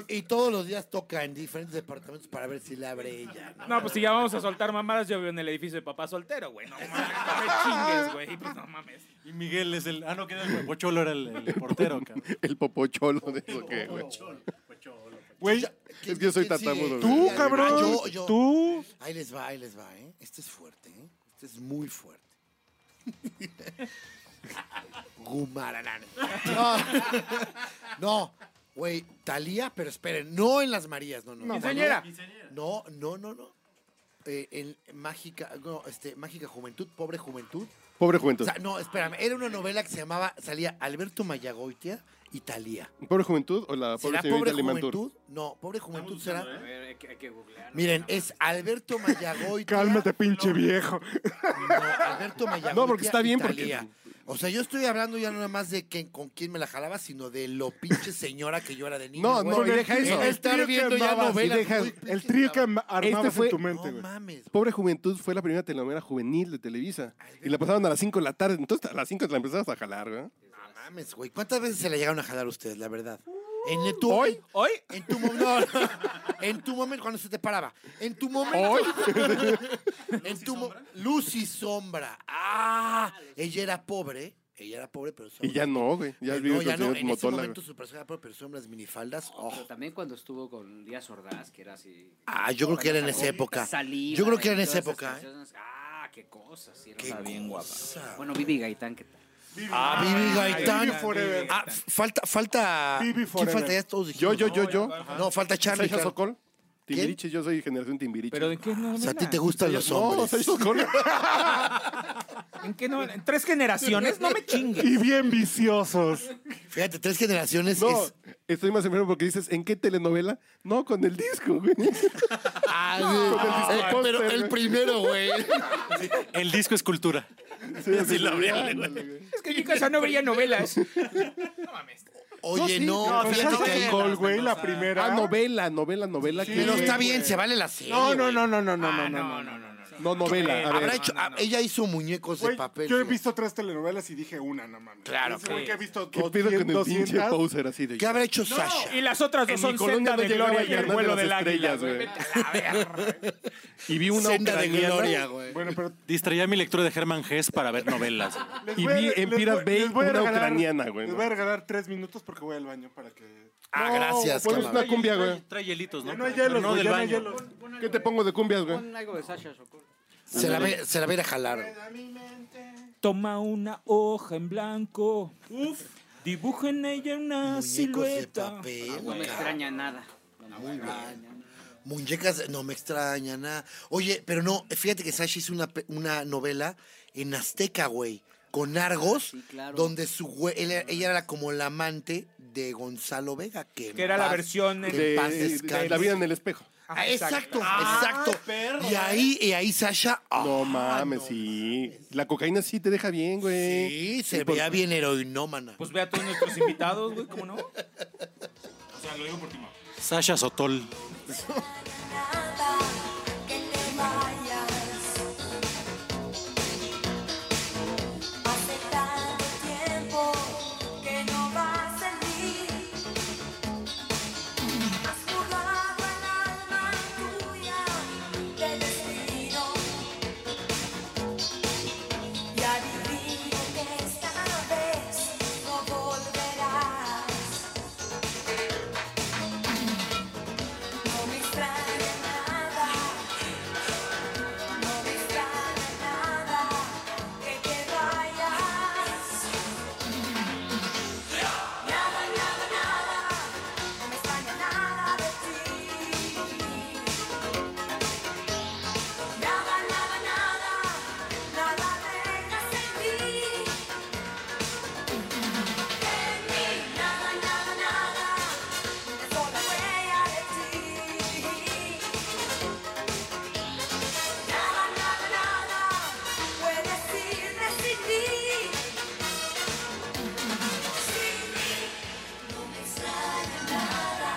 Speaker 7: Y, y todos los días toca en diferentes departamentos para ver si le abre ella. ¿no?
Speaker 5: No, pues si ya vamos a soltar mamadas, yo vivo en el edificio de papá soltero, güey. No mames, no me chingues, güey. Pues no mames.
Speaker 6: Y Miguel es el. Ah, no, que era el Pocholo, era el, el portero, cabrón.
Speaker 3: *laughs* El popocholo de eso que, güey.
Speaker 2: güey,
Speaker 3: Es que yo soy
Speaker 7: ¿Quién sigue?
Speaker 3: tartamudo,
Speaker 2: tú,
Speaker 3: güey.
Speaker 7: Ah,
Speaker 2: cabrón.
Speaker 7: yo, yo.
Speaker 2: Tú.
Speaker 7: Ahí les va, ahí les va, ¿eh? Este es fuerte, ¿eh? Este es muy fuerte. *laughs* Gumaranán. No, *laughs* No, güey, Talía, pero esperen, no en las Marías, no, no. No,
Speaker 5: Quinceañera.
Speaker 7: no, no, no. no. Eh, en Mágica, no, este, Mágica Juventud, Pobre Juventud.
Speaker 3: Pobre
Speaker 7: O
Speaker 3: juventud.
Speaker 7: sea, no, espérame, era una novela que se llamaba, salía Alberto Mayagoitia y Talía.
Speaker 3: ¿Pobre juventud o la pobre
Speaker 7: ¿Será
Speaker 3: señorita
Speaker 7: Pobre
Speaker 3: Limantur?
Speaker 7: Juventud? No, Pobre Juventud será...
Speaker 8: A ver, hay que, hay que googlearlo.
Speaker 7: Miren, es Alberto Mayagoitia.
Speaker 2: Cálmate, pinche viejo.
Speaker 7: No, Alberto Mayagoitia
Speaker 3: No, porque está bien,
Speaker 7: y
Speaker 3: porque-
Speaker 7: Thalía. O sea, yo estoy hablando ya no nada más de que, con quién me la jalaba, sino de lo pinche señora que yo era de niño.
Speaker 3: No,
Speaker 7: güey.
Speaker 3: no, y deja eso.
Speaker 7: El estar
Speaker 2: trío que
Speaker 7: viendo ya
Speaker 2: amabas y
Speaker 7: novelas.
Speaker 2: deja-
Speaker 7: muy
Speaker 2: el
Speaker 7: pinches
Speaker 2: trío que
Speaker 7: cabronas.
Speaker 2: am- armabas
Speaker 3: fue-
Speaker 2: en tu mente,
Speaker 7: No
Speaker 2: güey.
Speaker 7: mames.
Speaker 3: Pobre Juventud fue la primera telenovela juvenil de Televisa. Y la pasaban a las 5 de la tarde. Entonces a las 5 la empezabas a jalar, güey.
Speaker 7: No mames, güey. ¿Cuántas veces se la llegaron a jalar ustedes, la verdad? En tu,
Speaker 5: Hoy,
Speaker 7: En tu momento. en tu momento, cuando se te paraba. En tu momento. *laughs* en tu mo- Luz y sombra. Ah, ella era pobre. Ella era pobre, pero Eh,
Speaker 3: Y ya no, güey. Ya
Speaker 7: no,
Speaker 3: vives
Speaker 7: ya
Speaker 3: con
Speaker 7: no. En
Speaker 3: señor
Speaker 7: ese
Speaker 3: Motola,
Speaker 7: momento
Speaker 3: güey.
Speaker 7: su persona era pobre, pero son las minifaldas.
Speaker 8: Pero
Speaker 7: oh.
Speaker 8: también cuando estuvo con Díaz Ordaz, que era así.
Speaker 7: Ah, yo creo que era en esa época. Yo creo que era en esa época. ¿eh?
Speaker 8: Ah, qué cosas. Sí, era
Speaker 7: Qué
Speaker 8: una bien guapa.
Speaker 7: cosa, güey.
Speaker 8: Bueno, Vivi Gaitán, ¿qué tal?
Speaker 7: Ah, Vivi Gaitán.
Speaker 2: Vivi Forever.
Speaker 7: Ah, f- falta, falta.
Speaker 2: Vivi
Speaker 7: ¿Quién
Speaker 2: Forever.
Speaker 7: falta? Ya todos
Speaker 3: Yo,
Speaker 7: dijimos,
Speaker 3: yo,
Speaker 7: ¿no?
Speaker 3: yo, yo.
Speaker 7: No, falta Charlie.
Speaker 3: Sasha
Speaker 7: claro.
Speaker 3: Sokol. Timbiriche, yo soy generación Timbiriche.
Speaker 5: ¿pero en qué novela?
Speaker 7: O sea, a ti te gustan los
Speaker 3: no,
Speaker 7: hombres. *laughs*
Speaker 3: Sasha Sokol.
Speaker 5: ¿En qué novela? ¿En tres generaciones? No me chingues.
Speaker 2: Y bien viciosos.
Speaker 7: Fíjate, tres generaciones
Speaker 3: No,
Speaker 7: es
Speaker 3: estoy más enfermo porque dices, ¿en qué telenovela? No, con el disco,
Speaker 7: *laughs*
Speaker 3: güey.
Speaker 7: Ah, sí. Eh, pero el primero, güey.
Speaker 6: El disco es cultura.
Speaker 3: Sí, así,
Speaker 6: lo abrí,
Speaker 3: ándale,
Speaker 5: Es que en mi casa no veía novelas. No mames.
Speaker 7: Oye, no.
Speaker 6: no,
Speaker 2: Con
Speaker 6: sí,
Speaker 7: fíjate
Speaker 6: no,
Speaker 2: Sasha
Speaker 7: que-
Speaker 6: sí,
Speaker 2: Cole, güey,
Speaker 6: Mendoza.
Speaker 2: la primera.
Speaker 3: Ah, novela, novela, novela. que-
Speaker 7: Pero está bien, se vale la serie.
Speaker 2: No, no,
Speaker 7: güey.
Speaker 2: no, no, no, no, no, no,
Speaker 5: Ah,
Speaker 2: no.
Speaker 5: no, no.
Speaker 3: No, novela. A
Speaker 7: Habrá
Speaker 3: ver.
Speaker 7: hecho-
Speaker 5: no, no.
Speaker 7: Ella hizo muñecos
Speaker 2: Güey,
Speaker 7: de papel.
Speaker 2: yo he
Speaker 7: güey.
Speaker 2: visto tres telenovelas y dije una, no mames.
Speaker 7: Claro,
Speaker 2: Ese güey
Speaker 5: sí.
Speaker 2: que he visto
Speaker 3: ¿Qué pedo con el
Speaker 2: 200,
Speaker 3: pinche poser así de
Speaker 7: ¿Qué habrá hecho Sasha?
Speaker 5: Y las otras dos
Speaker 3: En mi
Speaker 5: son
Speaker 3: colonia
Speaker 5: Senda
Speaker 3: no
Speaker 5: de
Speaker 3: llegaba
Speaker 5: Gloria
Speaker 3: el
Speaker 5: y el
Speaker 3: canal de
Speaker 5: vuelo
Speaker 3: las
Speaker 5: del águila,
Speaker 3: estrellas,
Speaker 5: güey.
Speaker 3: güey.
Speaker 5: Vete a la verga.
Speaker 3: Y vi una
Speaker 7: Senda de
Speaker 3: ucraniana.
Speaker 7: Gloria, güey.
Speaker 2: Bueno, pero
Speaker 6: Distraía mi lectura de Germán Gess para ver novelas.
Speaker 2: les
Speaker 3: Y
Speaker 2: voy a-
Speaker 3: vi
Speaker 2: les
Speaker 3: Empire
Speaker 2: voy-
Speaker 3: Bay
Speaker 2: les voy a
Speaker 3: una
Speaker 2: regalar-
Speaker 3: ucraniana, güey,
Speaker 2: Les
Speaker 3: ¿no?
Speaker 2: voy a regalar tres minutos porque voy al baño para que...
Speaker 7: Ah, gracias,
Speaker 3: Pones
Speaker 7: cabrón.
Speaker 3: una cumbia, güey.
Speaker 6: Trae hielitos,
Speaker 2: Ya
Speaker 6: ¿no?
Speaker 2: no hay hielos,
Speaker 6: Pero
Speaker 2: güey,
Speaker 6: del
Speaker 2: ya no hay
Speaker 6: baño.
Speaker 2: hielos.
Speaker 3: ¿Qué te pongo de cumbias, güey?
Speaker 8: Pon algo de Sasha Sokol.
Speaker 7: Se la, ve- se la va a ir a jalar.
Speaker 5: Toma una hoja en blanco. Uf. Dibuja en ella una
Speaker 7: Muñecos de
Speaker 5: silueta.
Speaker 7: papel.
Speaker 8: No me
Speaker 7: güey.
Speaker 8: extraña nada. No me extraña nada.
Speaker 7: Muñecas, de- no me extraña nada. Oye, pero no, fíjate que Sasha hizo una, pe- una novela en Azteca, güey, con Argos,
Speaker 8: Sí, claro.
Speaker 7: donde su güey, él era- ella era como la amante de Gonzalo Vega, que, en
Speaker 5: Que era la versión
Speaker 7: que en
Speaker 5: de-
Speaker 7: paz
Speaker 3: este, De-
Speaker 7: descanse.
Speaker 3: de La vida en el espejo.
Speaker 7: Ah, exacto,
Speaker 5: Ah,
Speaker 7: exacto. y ahí, y ahí Sasha, ah,
Speaker 3: No mames, sí. La cocaína sí te deja bien, güey.
Speaker 7: sí,
Speaker 3: Y
Speaker 7: se
Speaker 3: por-
Speaker 7: veía bien heroinómana.
Speaker 5: Pues ve a todos nuestros invitados, güey, ¿cómo no?
Speaker 6: Sasha Sotol.
Speaker 10: que te vayas. Hace tanto tiempo que no vas en mí. Has jugado el alma tuya de destino. Y adivino que esta vez no volverás. No me extraña nada, no me extraña nada que te vayas. Nada, nada, nada, no me extraña nada de ti. Nada, nada, nada, nada tengas en mí. En mí, nada, nada, nada. Sola huella de ti. Nada, nada, nada puedes irme sin mí. Sin mí no me extraña nada.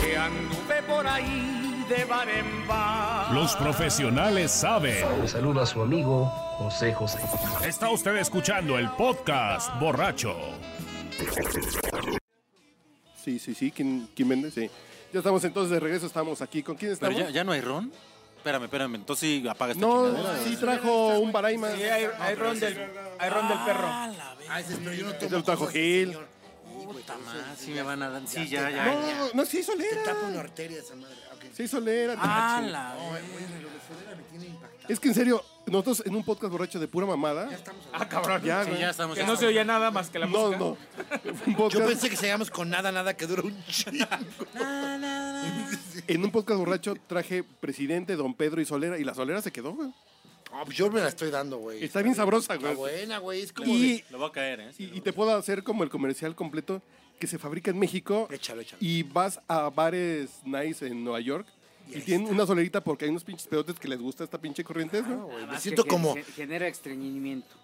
Speaker 5: Que anduve por ahí de bar en bar.
Speaker 9: Los profesionales saben.
Speaker 11: Le saluda a su amigo José José.
Speaker 9: Está usted escuchando el podcast borracho.
Speaker 3: Sí, sí, sí. ¿Quién, quién vende? Sí. Ya estamos entonces de regreso, estamos aquí. ¿Con quién
Speaker 6: Pero
Speaker 3: estamos?
Speaker 6: ya, ya no hay ron. Espérame, espérame. Entonces sí apaga esta
Speaker 3: No,
Speaker 6: chingadera. Ah,
Speaker 3: sí trajo un Baraima.
Speaker 5: Sí, hay, hay ron del, hay ron del perro.
Speaker 7: Ah, ese, pero yo no
Speaker 3: lo
Speaker 7: tomo
Speaker 3: trajo
Speaker 7: cosas,
Speaker 3: Gil.
Speaker 7: señor. Y, güey, entonces,
Speaker 6: Ah, sí me van a dar. Sí,
Speaker 7: Ya
Speaker 6: ya,
Speaker 7: te-
Speaker 6: ya.
Speaker 3: No, no, sí,
Speaker 7: Te tapa una
Speaker 3: solera.
Speaker 7: arteria esa madre. Ah, ok.
Speaker 3: Sí, solera.
Speaker 6: Ah,
Speaker 3: tache.
Speaker 6: la-
Speaker 7: No, güey, lo de Fodera me tiene impactado.
Speaker 3: Es que en serio, nosotros en un podcast borracho de pura mamada.
Speaker 5: Ah, cabrón.
Speaker 3: Ya,
Speaker 6: Sí,
Speaker 3: güey.
Speaker 6: ya estamos.
Speaker 5: que
Speaker 6: ya
Speaker 5: no se
Speaker 6: estamos.
Speaker 5: oía nada más que la
Speaker 3: No,
Speaker 6: *laughs*
Speaker 5: música.
Speaker 3: no. Un podcast-
Speaker 7: Yo pensé que seguíamos con nada, nada que dura un chingo.
Speaker 3: en un podcast borracho traje presidente, don Pedro y solera. Y la solera se quedó, güey.
Speaker 7: Ah, pues yo me la estoy dando, güey.
Speaker 3: Está bien sabrosa,
Speaker 7: Está
Speaker 3: güey.
Speaker 7: buena, güey. Es como.
Speaker 3: Y,
Speaker 6: Lo va a caer, ¿eh?
Speaker 3: y- y te puedo hacer como el comercial completo que se fabrica en México.
Speaker 7: de- Échalo, échalo.
Speaker 3: y vas a bares nice en Nueva York y,
Speaker 7: ahí
Speaker 3: tienen una solerita porque hay unos pinches pedotes que les gusta esta pinche corriente,
Speaker 5: Ah,
Speaker 3: ¿no?
Speaker 7: Güey, me
Speaker 8: Además
Speaker 7: siento
Speaker 8: que
Speaker 7: como.
Speaker 8: gen- Genera estreñimiento.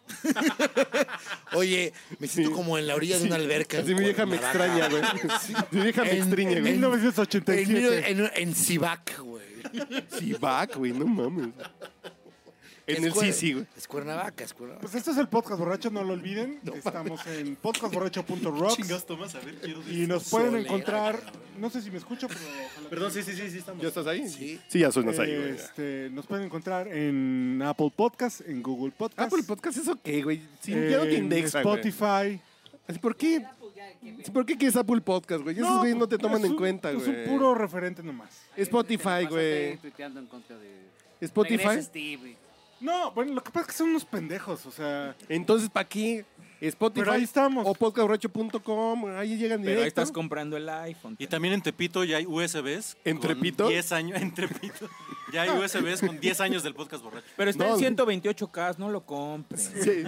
Speaker 7: Oye, me siento como en la orilla de una alberca.
Speaker 3: Así mi vieja me extraña, güey.
Speaker 7: *laughs*
Speaker 3: Mi vieja me
Speaker 7: En-
Speaker 3: extraña,
Speaker 7: en
Speaker 3: güey.
Speaker 2: 1987.
Speaker 7: En, en, en Cibac, güey.
Speaker 3: Sí, back, güey, no
Speaker 5: *laughs*
Speaker 3: mames. En el
Speaker 7: Escuer-
Speaker 3: Sisi, güey.
Speaker 7: Es Cuernavaca, es Cuernavaca.
Speaker 2: Pues este es el podcast borracho, no lo olviden. Estamos en podcastborracho.rocks
Speaker 6: tomas? A ver, quiero
Speaker 2: y nos pueden
Speaker 7: Solera,
Speaker 2: encontrar. No sé si me escucho, pero. ojalá
Speaker 6: Perdón, sí, sí, sí, sí, estamos.
Speaker 3: ¿Ya estás ahí?
Speaker 7: Sí.
Speaker 3: Sí, ya suenas ahí, güey.
Speaker 2: Este, nos pueden encontrar en Apple Podcast, en Google Podcast,
Speaker 3: Apple Podcast, ¿eso qué, güey? Sin
Speaker 2: en
Speaker 3: ya no te indexan, güey.
Speaker 2: Spotify.
Speaker 3: ¿Por qué? ¿Por qué quieres Apple Podcast, güey? Esos güeyes no te toman
Speaker 2: es
Speaker 3: en
Speaker 2: un-
Speaker 3: cuenta, güey.
Speaker 2: Es un puro referente nomás.
Speaker 3: Spotify, güey.
Speaker 8: tuiteando en contra de...
Speaker 3: Spotify.
Speaker 8: Regresa, Steve.
Speaker 2: No, bueno, lo que pasa es que son unos pendejos, o sea.
Speaker 3: Entonces, ¿para qué? Spotify
Speaker 2: Pero ahí estamos.
Speaker 3: o podcastborracho.com, ahí llegan directo.
Speaker 5: Pero ahí estás comprando el iPhone.
Speaker 6: Y también en Tepito ya hay USBs.
Speaker 3: ¿En
Speaker 6: con
Speaker 3: Trepito?
Speaker 6: 10 años. En Trepito. Ya hay USBs con 10 años del podcast borracho.
Speaker 5: Pero está
Speaker 3: No,
Speaker 5: en 128K, no lo compres.
Speaker 3: Sí.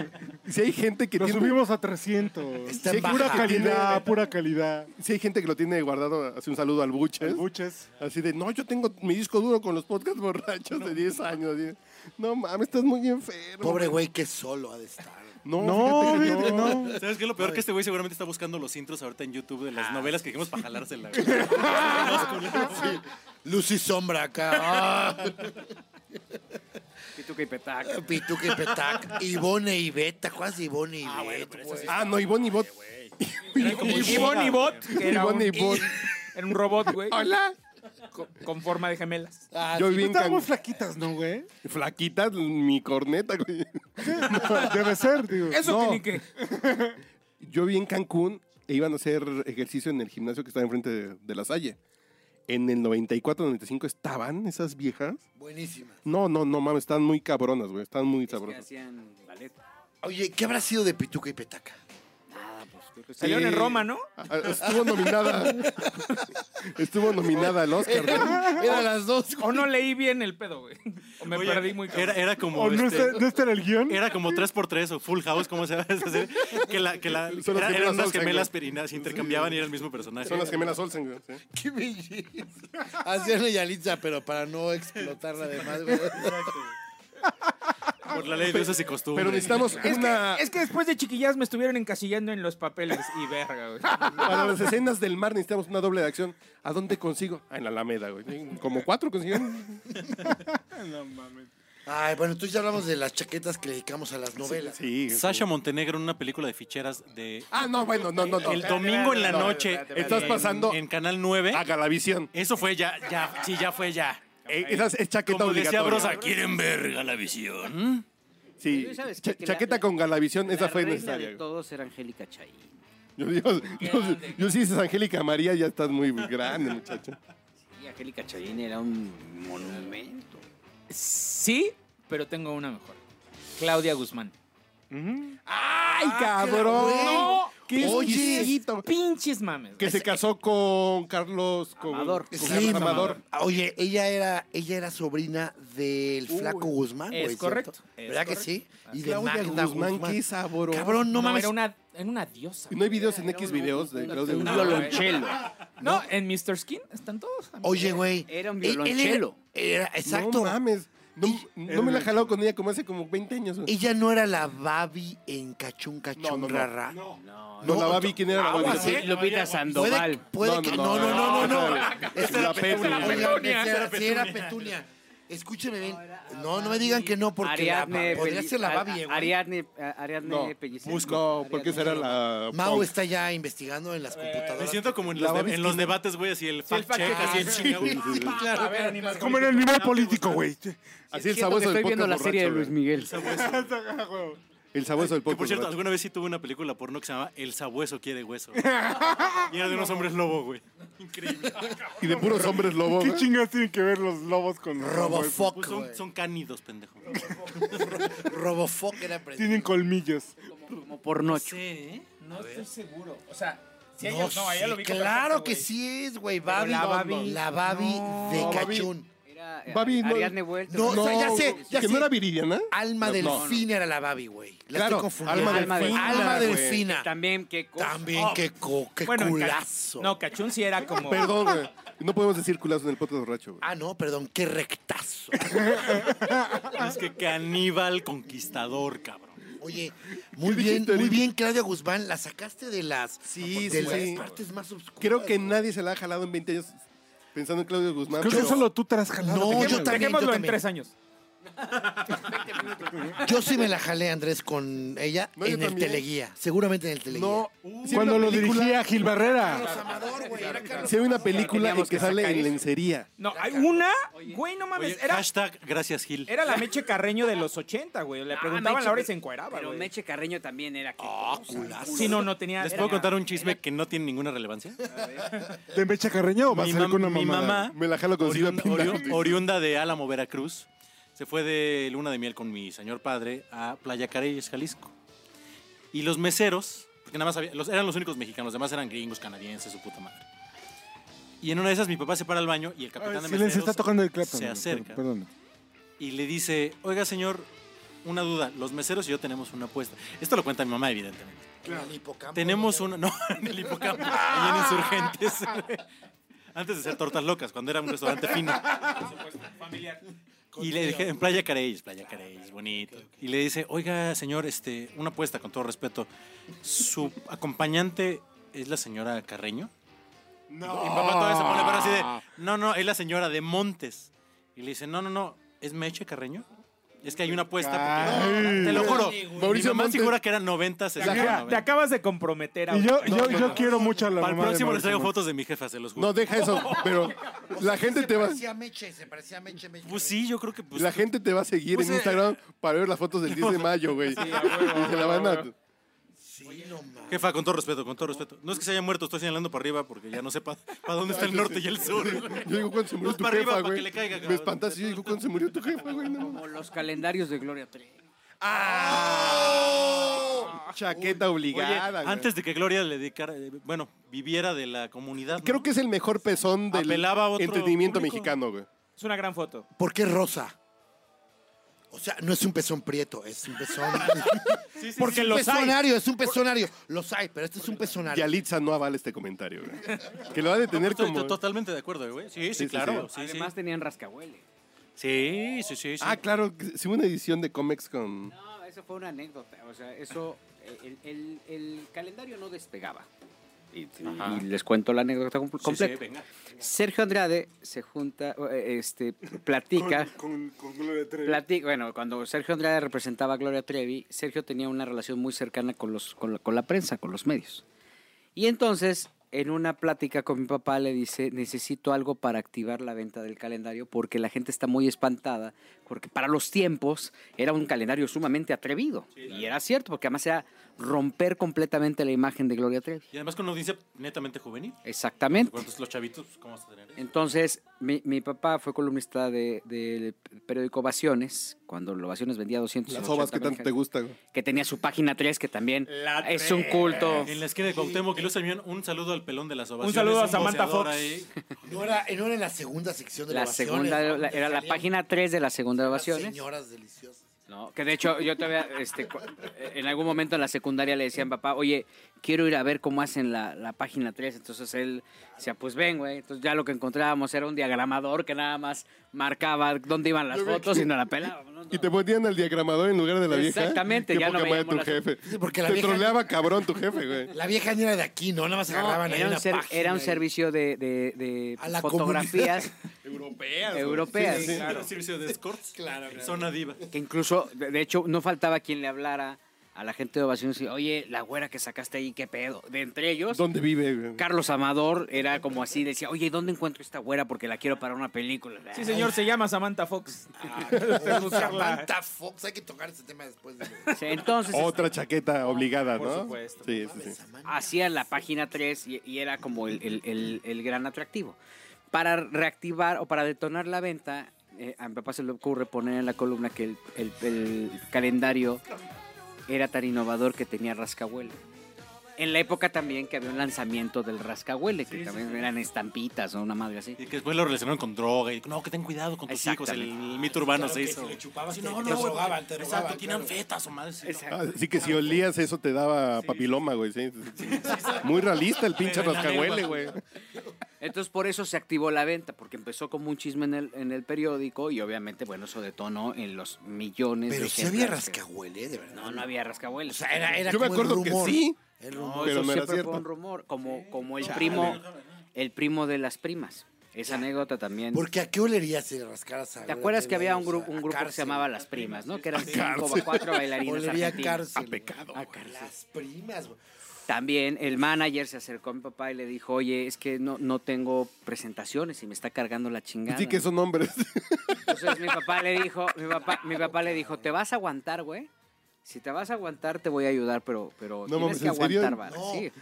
Speaker 3: Si hay gente que
Speaker 2: Lo
Speaker 3: tiene-
Speaker 2: subimos a
Speaker 6: Este
Speaker 2: 300.
Speaker 3: Está
Speaker 2: Sí,
Speaker 3: baja.
Speaker 2: pura calidad,
Speaker 3: Tiene-
Speaker 2: pura calidad.
Speaker 3: Si hay gente que lo tiene guardado, hace un saludo al Buches.
Speaker 2: Al Buches.
Speaker 3: Así de, no, yo tengo mi disco duro con los podcasts borrachos de 10 años. así. No mames, estás muy enfermo.
Speaker 7: Pobre güey que solo ha de estar.
Speaker 3: No,
Speaker 2: No,
Speaker 3: fíjate que
Speaker 2: fíjate
Speaker 3: no.
Speaker 2: que no.
Speaker 6: ¿Sabes qué? es Lo peor que este güey seguramente está buscando los intros ahorita en YouTube de las novelas que dijimos para jalársela. güey. Los culeros.
Speaker 7: Luz y sombra acá. Ah.
Speaker 8: Pituca y petaca.
Speaker 3: Eh,
Speaker 7: Pituca y Petac. Ivone y Beta. ¿Cuál es Ivone y Beta? güey?
Speaker 3: Ah, no, Ivonne y Bot.
Speaker 6: Era como
Speaker 5: Y
Speaker 6: Shiva,
Speaker 5: Bonnie
Speaker 6: güey.
Speaker 5: Bot, que era
Speaker 3: *laughs*
Speaker 5: un,
Speaker 3: Ivonne y Bot.
Speaker 5: *laughs* era un robot, güey.
Speaker 3: Hola.
Speaker 5: Con, con forma de gemelas.
Speaker 7: Ah,
Speaker 3: Yo
Speaker 7: sí.
Speaker 3: viví en
Speaker 2: Estamos
Speaker 3: Cancún.
Speaker 2: flaquitas, ¿no, güey?
Speaker 3: Flaquita mi corneta, güey.
Speaker 2: *laughs* Debe ser, digo.
Speaker 5: Eso
Speaker 3: Pues No.
Speaker 5: que ni que.
Speaker 3: Yo vi en Cancún e iban a hacer ejercicio en el gimnasio que estaba enfrente de, de la Salle. En el 94-95 estaban esas viejas.
Speaker 7: Buenísima.
Speaker 3: No, no, no mames, están muy cabronas, güey. Están muy
Speaker 8: Es que
Speaker 3: sabrosas.
Speaker 8: hacían ballet.
Speaker 7: Oye, ¿qué habrá sido de Pituca y
Speaker 3: *laughs*
Speaker 7: Petaca?
Speaker 8: Nada, pues creo que
Speaker 5: Salieron en Roma, ¿no?
Speaker 3: Ah, Estuvo nominada. Estuvo nominada al Oscar. güey.
Speaker 7: Eran las dos.
Speaker 5: O no leí bien el pedo, güey. O me
Speaker 6: Oye,
Speaker 5: perdí muy cabrón.
Speaker 6: era, era como.
Speaker 2: ¿O no,
Speaker 6: este-
Speaker 2: este, no este era el guión?
Speaker 6: Era como 3x3 o Full House, ¿cómo se llama esa serie? Que, la, que
Speaker 3: *laughs*
Speaker 6: la,
Speaker 3: Son las
Speaker 6: era-
Speaker 3: gemelas
Speaker 6: eran unas
Speaker 3: Olsen,
Speaker 6: gemelas
Speaker 3: güey.
Speaker 6: perinas, se intercambiaban y era el mismo personaje.
Speaker 3: Son las gemelas Olsen, güey. sí.
Speaker 7: *laughs* Qué belleza. Hacían Yalitza, pero para no explotarla de más, güey.
Speaker 6: Por la ley de usos y costumbres.
Speaker 3: Pero necesitamos
Speaker 5: Es
Speaker 3: una.
Speaker 5: que, es que después de chiquillas me estuvieron encasillando en los papeles y verga, güey.
Speaker 3: Para las escenas del mar necesitamos una doble de acción. ¿A dónde consigo? Ah, en la Alameda, güey. Como cuatro consiguieron.
Speaker 2: No mames.
Speaker 7: Ay, bueno, entonces ya hablamos de las chaquetas que le dedicamos a las novelas.
Speaker 3: Sí.
Speaker 6: Sasha Montenegro en una película de ficheras de.
Speaker 3: Ah, no, bueno, no, no, no.
Speaker 6: el ¿eh? domingo en la
Speaker 3: no,
Speaker 6: noche.
Speaker 3: espérate, espérate. Estás pasando- Ah.
Speaker 6: En, en Canal 9.
Speaker 3: A Galavisión.
Speaker 6: Eso fue ya, ya, sí, ya fue ya.
Speaker 3: Eh, esa es chaqueta
Speaker 6: Como decía
Speaker 3: obligatoria.
Speaker 6: Brosa, ¿quieren ver Galavisión?
Speaker 3: Sí.
Speaker 8: Oye, ¿sabes qué?
Speaker 3: Cha-
Speaker 8: Que la-
Speaker 3: chaqueta con Galavisión, esa
Speaker 8: la
Speaker 3: fue
Speaker 8: reina
Speaker 3: necesaria.
Speaker 8: de
Speaker 3: güey.
Speaker 8: todos era Angélica Chaín.
Speaker 3: Yo, digo, yo, yo sí, dices Angélica María, ya estás muy grande, muchacho.
Speaker 8: Ah, Y Angélica Chaín era un monumento.
Speaker 5: Sí, pero tengo una mejor. Claudia Guzmán.
Speaker 3: ¡Ay, cabrón!
Speaker 7: güey.
Speaker 5: No.
Speaker 3: ¡Qué
Speaker 7: Oye.
Speaker 3: exquisito!
Speaker 5: Pinches mames.
Speaker 3: Que
Speaker 5: güey.
Speaker 3: se casó con Carlos con,
Speaker 8: Amador.
Speaker 3: con
Speaker 7: Sí,
Speaker 3: Carlos
Speaker 7: mamá.
Speaker 3: Amador.
Speaker 7: Oye, ella era, ella era sobrina del flaco Guzmán, güey.
Speaker 5: es
Speaker 7: ¿cierto?
Speaker 5: correcto, es
Speaker 7: ¿Verdad que
Speaker 5: correcto.
Speaker 7: sí? Y de
Speaker 3: Claudia
Speaker 7: Magda
Speaker 3: Guzmán,
Speaker 7: Guzmán.
Speaker 3: qué sabor.
Speaker 7: Cabrón, no, mames.
Speaker 5: Era una, era una diosa.
Speaker 3: No hay videos en X videos de Claudia
Speaker 8: Un
Speaker 3: Guzmán.
Speaker 8: violonchelo.
Speaker 5: No, en Mr. Skin están todos. amigos.
Speaker 7: Oye, güey. E-,
Speaker 8: Era un
Speaker 7: él- él era-
Speaker 8: violonchelo.
Speaker 7: Era, exacto.
Speaker 3: No mames. No, no me la he jalado con ella como hace como 20 años. güey.
Speaker 7: Ella no era la Babi en Cachún
Speaker 3: No,
Speaker 7: Cachún
Speaker 3: no, no.
Speaker 7: Rarra.
Speaker 8: No, ¿eh?
Speaker 3: No, la
Speaker 7: no,
Speaker 3: Babi, ¿quién era la Babi?
Speaker 8: Agua, sí, Lupita
Speaker 7: Puede,
Speaker 8: Sandoval.
Speaker 7: Ah, puede
Speaker 3: No,
Speaker 7: que.
Speaker 3: no,
Speaker 7: No, no, no, no.
Speaker 3: no,
Speaker 7: no.
Speaker 3: no.
Speaker 7: Esta era
Speaker 3: La Petunia.
Speaker 7: Petunia.
Speaker 3: La
Speaker 5: Petunia,
Speaker 7: Oigan,
Speaker 5: esa
Speaker 7: esa- Sí, era Petunia. Escúcheme bien. No, no me digan que no, porque la,
Speaker 8: Ariadne,
Speaker 7: podría
Speaker 8: Pelli-
Speaker 7: ser la
Speaker 8: A-
Speaker 7: Babi, eh, güey.
Speaker 8: Ariadne, a- Ariadne
Speaker 3: No,
Speaker 8: Pellicer.
Speaker 3: Busco, porque esa era la.
Speaker 7: Mau
Speaker 3: punk.
Speaker 7: está ya investigando en las
Speaker 6: Me
Speaker 7: computadoras.
Speaker 6: siento como en
Speaker 3: La
Speaker 6: los, de-
Speaker 3: Babi
Speaker 6: en los debates, güey, así el fact
Speaker 5: fact
Speaker 6: check,
Speaker 5: check.
Speaker 6: así el chingado.
Speaker 7: Claro.
Speaker 2: Como en el nivel político, güey.
Speaker 3: Así el
Speaker 8: Siento que
Speaker 3: sabueso del
Speaker 8: estoy viendo
Speaker 3: podcast
Speaker 8: la serie de
Speaker 3: borracho,
Speaker 8: Luis
Speaker 3: güey.
Speaker 8: Miguel.
Speaker 3: El sabueso del
Speaker 6: Que por
Speaker 3: podcast
Speaker 6: cierto,
Speaker 3: borracho.
Speaker 6: alguna vez sí tuve una película porno que se llamaba El sabueso quiere hueso. güey. Y era de unos hombres lobo, güey. Increíble.
Speaker 3: Y de puros hombres lobo.
Speaker 2: ¿Qué
Speaker 3: güey.
Speaker 2: chingas tienen que ver los lobos con güey?
Speaker 6: Pues
Speaker 7: Robofoc,
Speaker 6: son,
Speaker 7: güey.
Speaker 6: son cánidos, pendejo.
Speaker 7: Robofoc era precioso.
Speaker 2: Tienen colmillos.
Speaker 8: Como pornocho.
Speaker 6: Sí,
Speaker 5: No estoy seguro. O sea, si
Speaker 7: No, sí, claro que sí es, güey. Babi,
Speaker 5: la
Speaker 7: la
Speaker 5: Babi-
Speaker 7: Babi,
Speaker 5: no,
Speaker 7: de
Speaker 3: Babi-
Speaker 7: Cachún.
Speaker 8: Era eh,
Speaker 3: Babi, no-
Speaker 8: Ariadne Huerta.
Speaker 7: No, o sea, ya sé, ya
Speaker 3: ¿Que
Speaker 7: sé.
Speaker 3: no era Viridiana?
Speaker 7: Alma
Speaker 3: No,
Speaker 7: delfín era la Babi, güey. La
Speaker 3: Claro,
Speaker 7: estoy confundiendo.
Speaker 3: Alma
Speaker 8: Alma Delfina,
Speaker 7: Alma
Speaker 3: güey. Oh.
Speaker 7: delfina.
Speaker 8: También que
Speaker 7: También, qué, co- qué culazo.
Speaker 5: No, Cachún sí era como.
Speaker 3: Perdón, güey. No podemos decir culazo en el podcast borracho, güey.
Speaker 7: Ah, no, perdón, qué rectazo.
Speaker 6: es que caníbal conquistador, cabrón.
Speaker 7: *laughs* Oye, muy
Speaker 3: ¿Qué
Speaker 7: bien,
Speaker 3: dijiste
Speaker 7: muy
Speaker 3: ahorita?
Speaker 7: bien, Claudia Guzmán, la sacaste de las,
Speaker 3: Sí,
Speaker 7: de
Speaker 3: sí,
Speaker 7: las
Speaker 3: sí.
Speaker 7: partes más oscuras.
Speaker 3: Creo que
Speaker 7: güey.
Speaker 3: nadie se la ha jalado en 20 años pensando en Claudio Guzmán.
Speaker 2: Creo que
Speaker 3: pero-
Speaker 2: solo tú te has jalado.
Speaker 7: No,
Speaker 2: ¿Qué
Speaker 7: yo
Speaker 2: mames?
Speaker 7: también,
Speaker 5: Dejémoslo
Speaker 7: yo
Speaker 5: en
Speaker 7: también.
Speaker 5: tres años.
Speaker 7: Yo sí *laughs* me la jalé, Andrés, con ella
Speaker 3: No, yo
Speaker 7: en el
Speaker 3: también.
Speaker 7: teleguía. Seguramente en el teleguía.
Speaker 3: No.
Speaker 6: Uh,
Speaker 3: Sí,
Speaker 2: Cuando
Speaker 3: una
Speaker 2: lo
Speaker 3: película-
Speaker 2: dirigía Gil Barrera.
Speaker 7: Amador, güey, era Carlos
Speaker 3: Sí, hay una película en
Speaker 8: Teníamos
Speaker 3: que
Speaker 8: que
Speaker 3: sale
Speaker 8: sacar
Speaker 3: en
Speaker 8: eso.
Speaker 3: lencería.
Speaker 5: No, hay una. Güey, no mames.
Speaker 6: Oye,
Speaker 5: era,
Speaker 6: Hashtag gracias Gil.
Speaker 5: era la Meche Carreño de los 80, güey. Le preguntaban la hora y se encueraba,
Speaker 8: Ah, Pero
Speaker 5: güey.
Speaker 8: Meche Carreño también era que.
Speaker 5: Sí, no, no tenía.
Speaker 6: ¿Les
Speaker 5: era-
Speaker 6: puedo contar un chisme que no tiene ninguna relevancia?
Speaker 2: ¿De Mecha Carreño o va a
Speaker 6: Mi
Speaker 2: salir
Speaker 6: mam-
Speaker 2: con una
Speaker 6: mi
Speaker 2: mamada?
Speaker 6: mamá-
Speaker 3: Me la jalo con Silvia
Speaker 6: Oriunda,
Speaker 3: Pinal.
Speaker 6: oriun- oriunda de Álamo, Veracruz, se fue de luna de miel con mi señor padre a Playa Careyes, Jalisco. Y los meseros, porque nada más había- los, eran los únicos mexicanos, los demás eran gringos, canadienses, su puta madre. Y en una de esas mi papá se para al baño y el capitán
Speaker 2: Ay,
Speaker 6: de
Speaker 2: silencio,
Speaker 6: meseros
Speaker 2: está tocando el clap.
Speaker 6: se acerca
Speaker 2: Perdón.
Speaker 6: y le dice, oiga señor, una duda. Los meseros y yo tenemos una apuesta. Esto lo cuenta mi mamá, evidentemente.
Speaker 7: En el hipocampo.
Speaker 6: Tenemos una. No, *laughs* en el
Speaker 5: *laughs*
Speaker 6: hipocampo. ahí en Insurgentes. *laughs* Antes de ser tortas locas, cuando era un restaurante fino.
Speaker 5: Por supuesto, familiar.
Speaker 6: Y le dije, en Playa Careyes, Playa Careyes, bonito. Y le dice, oiga, señor, este, una apuesta, con todo respeto. ¿Su acompañante es la señora Carreño? Y mi papá todavía se pone a ver así de, no, no, es la señora de Montes. Y le dice, no, no, no, ¿es Meche Carreño? Es que hay una apuesta. porque-
Speaker 2: Ay.
Speaker 6: te lo juro.
Speaker 3: Mauricio
Speaker 6: mi mamá
Speaker 3: Montes.
Speaker 6: segura que era 90, 60,
Speaker 5: Mira, te
Speaker 6: 90.
Speaker 5: acabas de comprometer a
Speaker 2: Y yo, yo, yo quiero mucho a la
Speaker 6: Para el
Speaker 2: mamá de
Speaker 6: próximo les traigo
Speaker 2: Mauricio
Speaker 6: fotos de mi jefa, se los juro.
Speaker 3: No, deja
Speaker 6: *laughs*
Speaker 3: eso, pero la gente
Speaker 7: se
Speaker 3: te va,
Speaker 7: parecía a Meche, se parecía a Meche, Meche.
Speaker 6: Pues sí, yo creo que... Pues,
Speaker 3: la gente te va a seguir
Speaker 6: Pues,
Speaker 3: en
Speaker 6: eh,
Speaker 3: Instagram para ver las fotos del
Speaker 6: *laughs*
Speaker 3: 10 de mayo, güey. y se la van a...
Speaker 7: Sí, no mames.
Speaker 6: Jefa, con todo respeto, con todo respeto. No es que se haya muerto, estoy señalando para arriba porque ya no sé para dónde está el norte y el
Speaker 3: *laughs*
Speaker 6: sur. güey.
Speaker 3: Yo digo cuándo se
Speaker 6: No
Speaker 3: murió
Speaker 6: es
Speaker 3: tu
Speaker 6: para arriba,
Speaker 3: jefa,
Speaker 6: para que
Speaker 3: güey.
Speaker 6: le caiga,
Speaker 3: Me
Speaker 6: cabrón.
Speaker 3: espantaste, yo digo cuándo se murió tu jefa, güey. No, mames.
Speaker 8: Como los calendarios de Gloria Trevi.
Speaker 3: Chaqueta
Speaker 6: Oye,
Speaker 3: obligada, güey.
Speaker 6: antes de que Gloria le dedicara, eh, bueno, viviera de la comunidad. ¿no?
Speaker 3: Creo que es el mejor pezón del
Speaker 6: Apelaba a otro
Speaker 3: entretenimiento
Speaker 6: público.
Speaker 3: mexicano, güey.
Speaker 5: Es una gran foto.
Speaker 7: ¿Por qué rosa? O sea, no es un pezón prieto, es un *laughs* pezón.
Speaker 5: Porque
Speaker 7: es un
Speaker 5: los hay.
Speaker 7: pezonario, es un pezonario. Los hay, pero este es un pezonario.
Speaker 3: Yalitza no avala este comentario, güey. Que lo va a detener
Speaker 6: Estoy
Speaker 3: como...
Speaker 6: to- totalmente de acuerdo, güey. Sí, sí,
Speaker 3: sí,
Speaker 6: claro. Sí, sí.
Speaker 8: Además tenían rascahuele.
Speaker 6: Sí, sí, sí, sí.
Speaker 3: Ah, claro, que hicimos una edición de cómics con...
Speaker 8: No, eso fue una anécdota. O sea, eso, eh, el, el- el calendario no despegaba. Y, y les cuento la anécdota com-
Speaker 6: Sí, sí,
Speaker 8: completa.
Speaker 6: venga.
Speaker 8: Sergio Andrade se junta, eh, este, platica.
Speaker 2: *laughs* Con, con Gloria Trevi.
Speaker 8: Plati- bueno, cuando Sergio Andrade representaba a Gloria Trevi, Sergio tenía una relación muy cercana con, los, con, la, con la prensa, con los medios. Y entonces, en una plática con mi papá, le dice, necesito algo para activar la venta del calendario, porque la gente está muy espantada, porque para los tiempos era un calendario sumamente atrevido. Y era cierto, porque además era romper completamente la imagen de Gloria Trevi.
Speaker 6: Y además con una audiencia netamente juvenil.
Speaker 8: Exactamente.
Speaker 6: ¿Cuántos los chavitos? pues, ¿Cómo vas a tener eso?
Speaker 8: Entonces, mi, mi papá fue columnista de- del periódico Ovaciones, cuando el Ovaciones vendía 200
Speaker 3: Las ovas que tanto te gustan, güey.
Speaker 8: que tenía su página 3, que también es un culto.
Speaker 6: En la esquina de Cuauhtémoc y Luz Almión, un saludo al pelón de las ovaciones.
Speaker 5: saludo a Samantha
Speaker 6: boceador
Speaker 5: Fox.
Speaker 6: ahí.
Speaker 7: No era, no era en la segunda sección de
Speaker 8: La
Speaker 7: ovaciones,
Speaker 8: segunda,
Speaker 7: ¿no?
Speaker 8: la- era la
Speaker 7: Salían
Speaker 8: página 3 de la segunda
Speaker 7: unas
Speaker 8: Ovaciones.
Speaker 7: Señoras deliciosas.
Speaker 8: No, que de hecho yo todavía, este, cu- en algún momento en la secundaria le decían, papá, oye, quiero ir a ver cómo hacen la, la página 3. Entonces él decía, pues ven, güey. Entonces ya lo que encontrábamos era un diagramador que nada más marcaba dónde iban las fotos y no la pelábamos. ¿no?
Speaker 3: Y te ponían al diagramador en lugar de la vieja.
Speaker 8: Exactamente,
Speaker 3: Qué
Speaker 8: ya
Speaker 3: poca
Speaker 8: no
Speaker 3: madre
Speaker 8: veíamos
Speaker 3: tu
Speaker 8: las-
Speaker 3: jefe.
Speaker 7: Sí, porque la
Speaker 3: te
Speaker 7: vieja-
Speaker 3: troleaba cabrón tu jefe,
Speaker 7: *laughs*
Speaker 3: güey.
Speaker 7: La vieja ni era de aquí, ¿no? Nada más
Speaker 8: No,
Speaker 7: agarraban ahí
Speaker 8: era, un
Speaker 7: una
Speaker 8: ser-
Speaker 7: página *laughs*
Speaker 8: era un
Speaker 7: y-
Speaker 8: servicio de, de- de
Speaker 7: A la
Speaker 8: fotografías
Speaker 7: *laughs*
Speaker 8: europeas,
Speaker 6: Claro. Servicio de escorts. Claro, Zona diva.
Speaker 8: que incluso, de de hecho, no faltaba quien le hablara a la gente de Ovación y decía, oye, la güera que sacaste ahí, qué pedo. De entre ellos,
Speaker 3: ¿Dónde vive, güey?
Speaker 8: Carlos Amador era como así, decía, oye, ¿dónde encuentro esta güera? Porque la quiero para una película.
Speaker 5: Sí, señor, se llama Samantha Fox.
Speaker 6: Ah,
Speaker 5: *laughs*
Speaker 7: Oh,
Speaker 5: buscarla.
Speaker 7: Samantha Fox, hay que tocar ese tema después. De...
Speaker 8: Sí, Entonces,
Speaker 3: Otra chaqueta obligada,
Speaker 5: Por
Speaker 3: ¿no?
Speaker 5: supuesto.
Speaker 3: Sí, sí, sí.
Speaker 8: *laughs* hacía la página 3 y, y era como el, el- el- el gran atractivo. Para reactivar o para detonar la venta, eh, a mi papá se le ocurre poner en la columna que el, el- el calendario era tan innovador que tenía rascahuele. En la época también que había un lanzamiento del rascahuele, que también eran estampitas o una madre así.
Speaker 6: Y que después lo relacionaron con droga. Y no, que ten cuidado con tus hijos. El, el mito urbano se hizo.
Speaker 7: chupabas,
Speaker 6: Sí,
Speaker 7: te-
Speaker 6: no,
Speaker 7: te
Speaker 6: no, güey,
Speaker 7: drogaban,
Speaker 6: porque-
Speaker 7: te drogaban,
Speaker 6: Exacto, tienen
Speaker 7: claro.
Speaker 6: fetas o madres. sí, no.
Speaker 8: Exacto.
Speaker 3: Así que si olías eso te daba papiloma, güey. sí, sí, sí. Muy realista el pinche
Speaker 6: Pero en la
Speaker 3: rascahuele,
Speaker 6: lengua.
Speaker 3: güey.
Speaker 8: Entonces por eso se activó la venta, porque empezó como un chisme en el, en el periódico y obviamente, bueno, eso detonó en los millones de
Speaker 7: Pero si
Speaker 8: ejemplares
Speaker 7: había
Speaker 8: que-
Speaker 7: rascahuele, de verdad.
Speaker 8: No, no había rascahuele.
Speaker 7: O sea, era, era
Speaker 3: Yo me
Speaker 7: como el
Speaker 3: acuerdo que
Speaker 7: rumor.
Speaker 3: sí.
Speaker 7: El
Speaker 8: No,
Speaker 7: rumor.
Speaker 3: pero
Speaker 8: eso
Speaker 3: no era
Speaker 8: siempre
Speaker 3: cierto.
Speaker 8: fue un rumor, como, como el primo, el primo de las primas. Esa anécdota también.
Speaker 7: Porque a qué olería si le rascaras a
Speaker 8: ¿Te acuerdas que había un, grupo
Speaker 7: grupo
Speaker 8: un grupo que se llamaba Las Primas, no? Que eran cinco o
Speaker 3: cárcel.
Speaker 8: cuatro bailarinas
Speaker 7: Olería a
Speaker 8: argentinas.
Speaker 7: cárcel.
Speaker 3: A pecado,
Speaker 7: güey.
Speaker 8: A cárcel.
Speaker 7: Las primas, güey.
Speaker 8: También el manager se acercó a mi papá y le dijo, oye, es que no, no tengo presentaciones y me está cargando la chingada.
Speaker 3: Sí, que son hombres. *laughs*
Speaker 8: Entonces mi papá le dijo, mi papá, mi papá le dijo, te vas a aguantar, güey. Si te vas a aguantar, te voy a ayudar, pero, pero tienes
Speaker 3: mames,
Speaker 8: que
Speaker 3: ¿en serio?
Speaker 8: aguantar, vara,
Speaker 7: No.
Speaker 8: sí.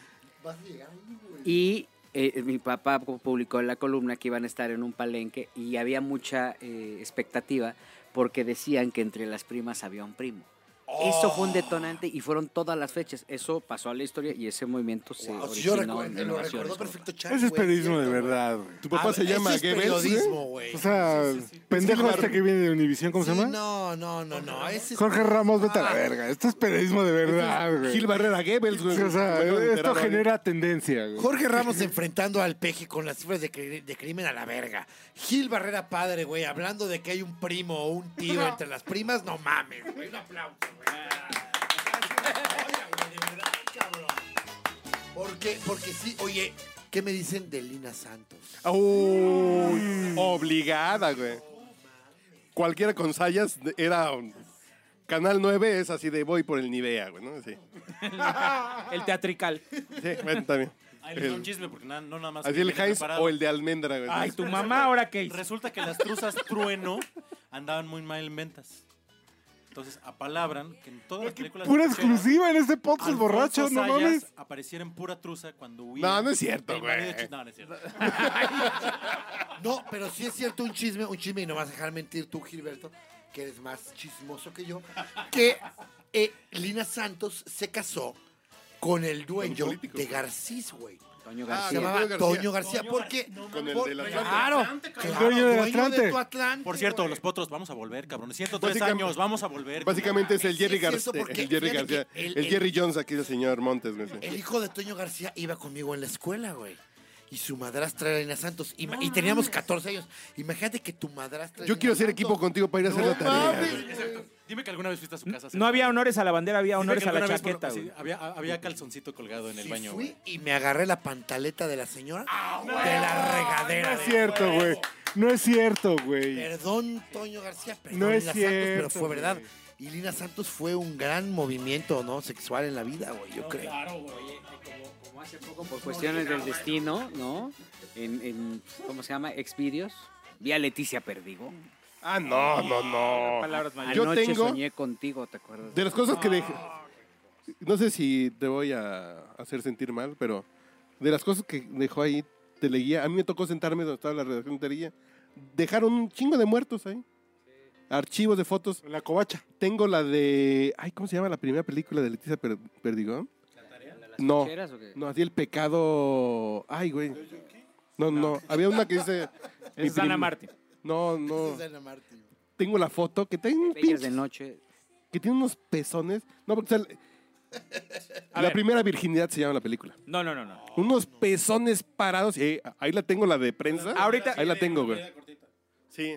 Speaker 7: Vas a llegar ahí, güey.
Speaker 8: Y eh, mi papá publicó en la columna que iban a estar en un palenque y había mucha eh, expectativa porque decían que entre las primas había un primo. Eso fue
Speaker 7: Oh.
Speaker 8: un detonante y fueron todas las fechas. Eso pasó a la historia y ese movimiento se
Speaker 7: Wow, sí,
Speaker 8: originó
Speaker 7: yo
Speaker 8: en
Speaker 7: recuerdo, lo
Speaker 8: Innovaciones
Speaker 7: recuerdo
Speaker 8: Globales.
Speaker 7: perfecto, Charlie.
Speaker 2: Ese es periodismo de verdad, güey.
Speaker 3: Tu papá se llama
Speaker 7: ese es
Speaker 3: Goebbels, güey.
Speaker 7: periodismo, güey.
Speaker 2: O sea, pendejo este que viene de Univisión, ¿cómo se
Speaker 7: Sí,
Speaker 2: llama?
Speaker 7: No, no, no, no. ese es- Ah,
Speaker 2: Jorge Ramos, vete a la verga. Esto es periodismo de verdad, güey.
Speaker 3: Este Gil Barrera Goebbels, güey.
Speaker 2: O sea,
Speaker 3: Bueno,
Speaker 2: esto
Speaker 3: enterado,
Speaker 2: genera tendencia, güey.
Speaker 7: Jorge Ramos enfrentando al peje con las cifras de, cri- de crimen a la verga. Gil Barrera padre, güey, hablando de que hay un primo o un tío entre las primas, no mames, güey. Un aplauso, güey. Oiga, güey, de verdad, cabrón. Porque, porque sí, oye, ¿qué me dicen de Lina Santos?
Speaker 3: Uy, obligada, güey. Cualquiera con sayas de- era. un- Canal 9 es así de voy por el Nivea, güey, ¿no? Sí.
Speaker 5: El teatrical.
Speaker 3: Sí, bueno, también.
Speaker 6: Ahí les doy un
Speaker 3: El-
Speaker 6: chisme porque na- no nada más.
Speaker 3: así el
Speaker 6: viene
Speaker 3: Heinz
Speaker 6: preparado.
Speaker 3: o el de almendra, güey.
Speaker 5: Ay, tu mamá ahora qué hizo.
Speaker 6: Resulta que las truzas trueno andaban muy mal en ventas. Entonces apalabran que en todas las películas.
Speaker 2: Pura
Speaker 6: rancheras,
Speaker 2: exclusiva en este podcast
Speaker 6: Alfonso
Speaker 2: borracho, no
Speaker 6: Sayas
Speaker 2: mames.
Speaker 6: Apareciera en pura truza cuando huía.
Speaker 3: No, no es cierto,
Speaker 6: el
Speaker 3: güey.
Speaker 6: marido de Ch- No, no es cierto.
Speaker 7: No, pero sí es cierto un chisme, un chisme, y no vas a dejar mentir tú, Gilberto, que eres más chismoso que yo, que eh, Lina Santos se casó con el dueño
Speaker 3: político.
Speaker 7: de Garcís, güey.
Speaker 8: Toño
Speaker 3: Ah,
Speaker 7: Se
Speaker 8: García.
Speaker 7: llamaba
Speaker 3: García.
Speaker 7: Toño García, porque...
Speaker 3: Con el
Speaker 7: por-
Speaker 3: del Atlante.
Speaker 7: Claro, claro,
Speaker 2: dueño del
Speaker 7: de
Speaker 2: Atlante.
Speaker 7: tu Atlante,
Speaker 6: Por cierto,
Speaker 7: güey.
Speaker 6: los potros, vamos a volver, cabrón. 103
Speaker 3: Básicamente-
Speaker 6: años, vamos a volver.
Speaker 3: Básicamente es el
Speaker 7: Sí, es
Speaker 3: Jerry
Speaker 7: cierto,
Speaker 3: García.
Speaker 7: porque
Speaker 3: El Jerry
Speaker 7: fíjate que
Speaker 3: García.
Speaker 7: el-
Speaker 3: El
Speaker 7: el-
Speaker 3: Jerry Jones aquí del señor Montes, güey. sí.
Speaker 7: El hijo de Toño García iba conmigo en la escuela, güey. Y su madrastra era Lina Santos. Ima- y teníamos 14 años. Imagínate que tu madrastra...
Speaker 3: Yo quiero hacer equipo contigo para ir a hacer la tarea. güey.
Speaker 6: Exacto. Dime que alguna vez fuiste a su casa.
Speaker 5: No había honores a la bandera, había
Speaker 6: Dime
Speaker 5: honores
Speaker 6: que
Speaker 5: a la
Speaker 6: alguna vez por-
Speaker 12: pues
Speaker 5: chaqueta,
Speaker 6: así,
Speaker 5: güey.
Speaker 6: había, había calzoncito colgado en el baño.
Speaker 7: fui
Speaker 6: güey.
Speaker 7: y me agarré la pantaleta de la señora de la regadera.
Speaker 2: No es
Speaker 7: de-
Speaker 2: cierto, güey. No es cierto, güey.
Speaker 7: Perdón, Toño García, perdón,
Speaker 2: No es
Speaker 7: Lina Santos, pero
Speaker 2: cierto,
Speaker 7: fue verdad. Y
Speaker 2: güey.
Speaker 7: Lina Santos fue un gran movimiento ¿no? sexual en la vida, güey, yo creo.
Speaker 8: Como hace poco, por cuestiones del destino, ¿no? En, en, ¿cómo se llama? Exvideos. Vi a Leticia Perdigo.
Speaker 3: Ah, no, no, no.
Speaker 5: Palabras mayores.
Speaker 3: Yo
Speaker 8: Anoche
Speaker 3: tengo-
Speaker 8: soñé contigo, ¿te acuerdas?
Speaker 3: De las cosas que dejé.
Speaker 2: Ah.
Speaker 3: No sé si te voy a hacer sentir mal, pero de las cosas que dejó ahí Teleguía, a mí me tocó sentarme donde estaba la redacción de Teleguía. Dejaron un chingo de muertos ahí. Archivos de fotos.
Speaker 2: La covacha.
Speaker 3: Tengo la de. Ay, ¿cómo se llama la primera película de Leticia Per- Perdigón?
Speaker 8: ¿Las
Speaker 3: No.
Speaker 8: ficheras o qué?
Speaker 3: No, así el pecado. Ay, güey. No, no. Había una que
Speaker 8: *laughs*
Speaker 3: dice. mi
Speaker 5: Es Ana
Speaker 3: prim-
Speaker 5: Martín.
Speaker 3: *laughs* No, no.
Speaker 7: Susana Martín.
Speaker 3: Tengo la foto que tengo un
Speaker 8: Bellas
Speaker 3: pinche
Speaker 8: de noche.
Speaker 3: que tiene unos pezones. No, porque o sea,
Speaker 5: *laughs* A
Speaker 3: la
Speaker 5: ver.
Speaker 3: primera virginidad se llama la película.
Speaker 5: No, no, no, no.
Speaker 3: Unos pezones parados. Eh, ahí la tengo la de prensa.
Speaker 5: Ahorita-
Speaker 3: Ahí la tengo, güey. Sí.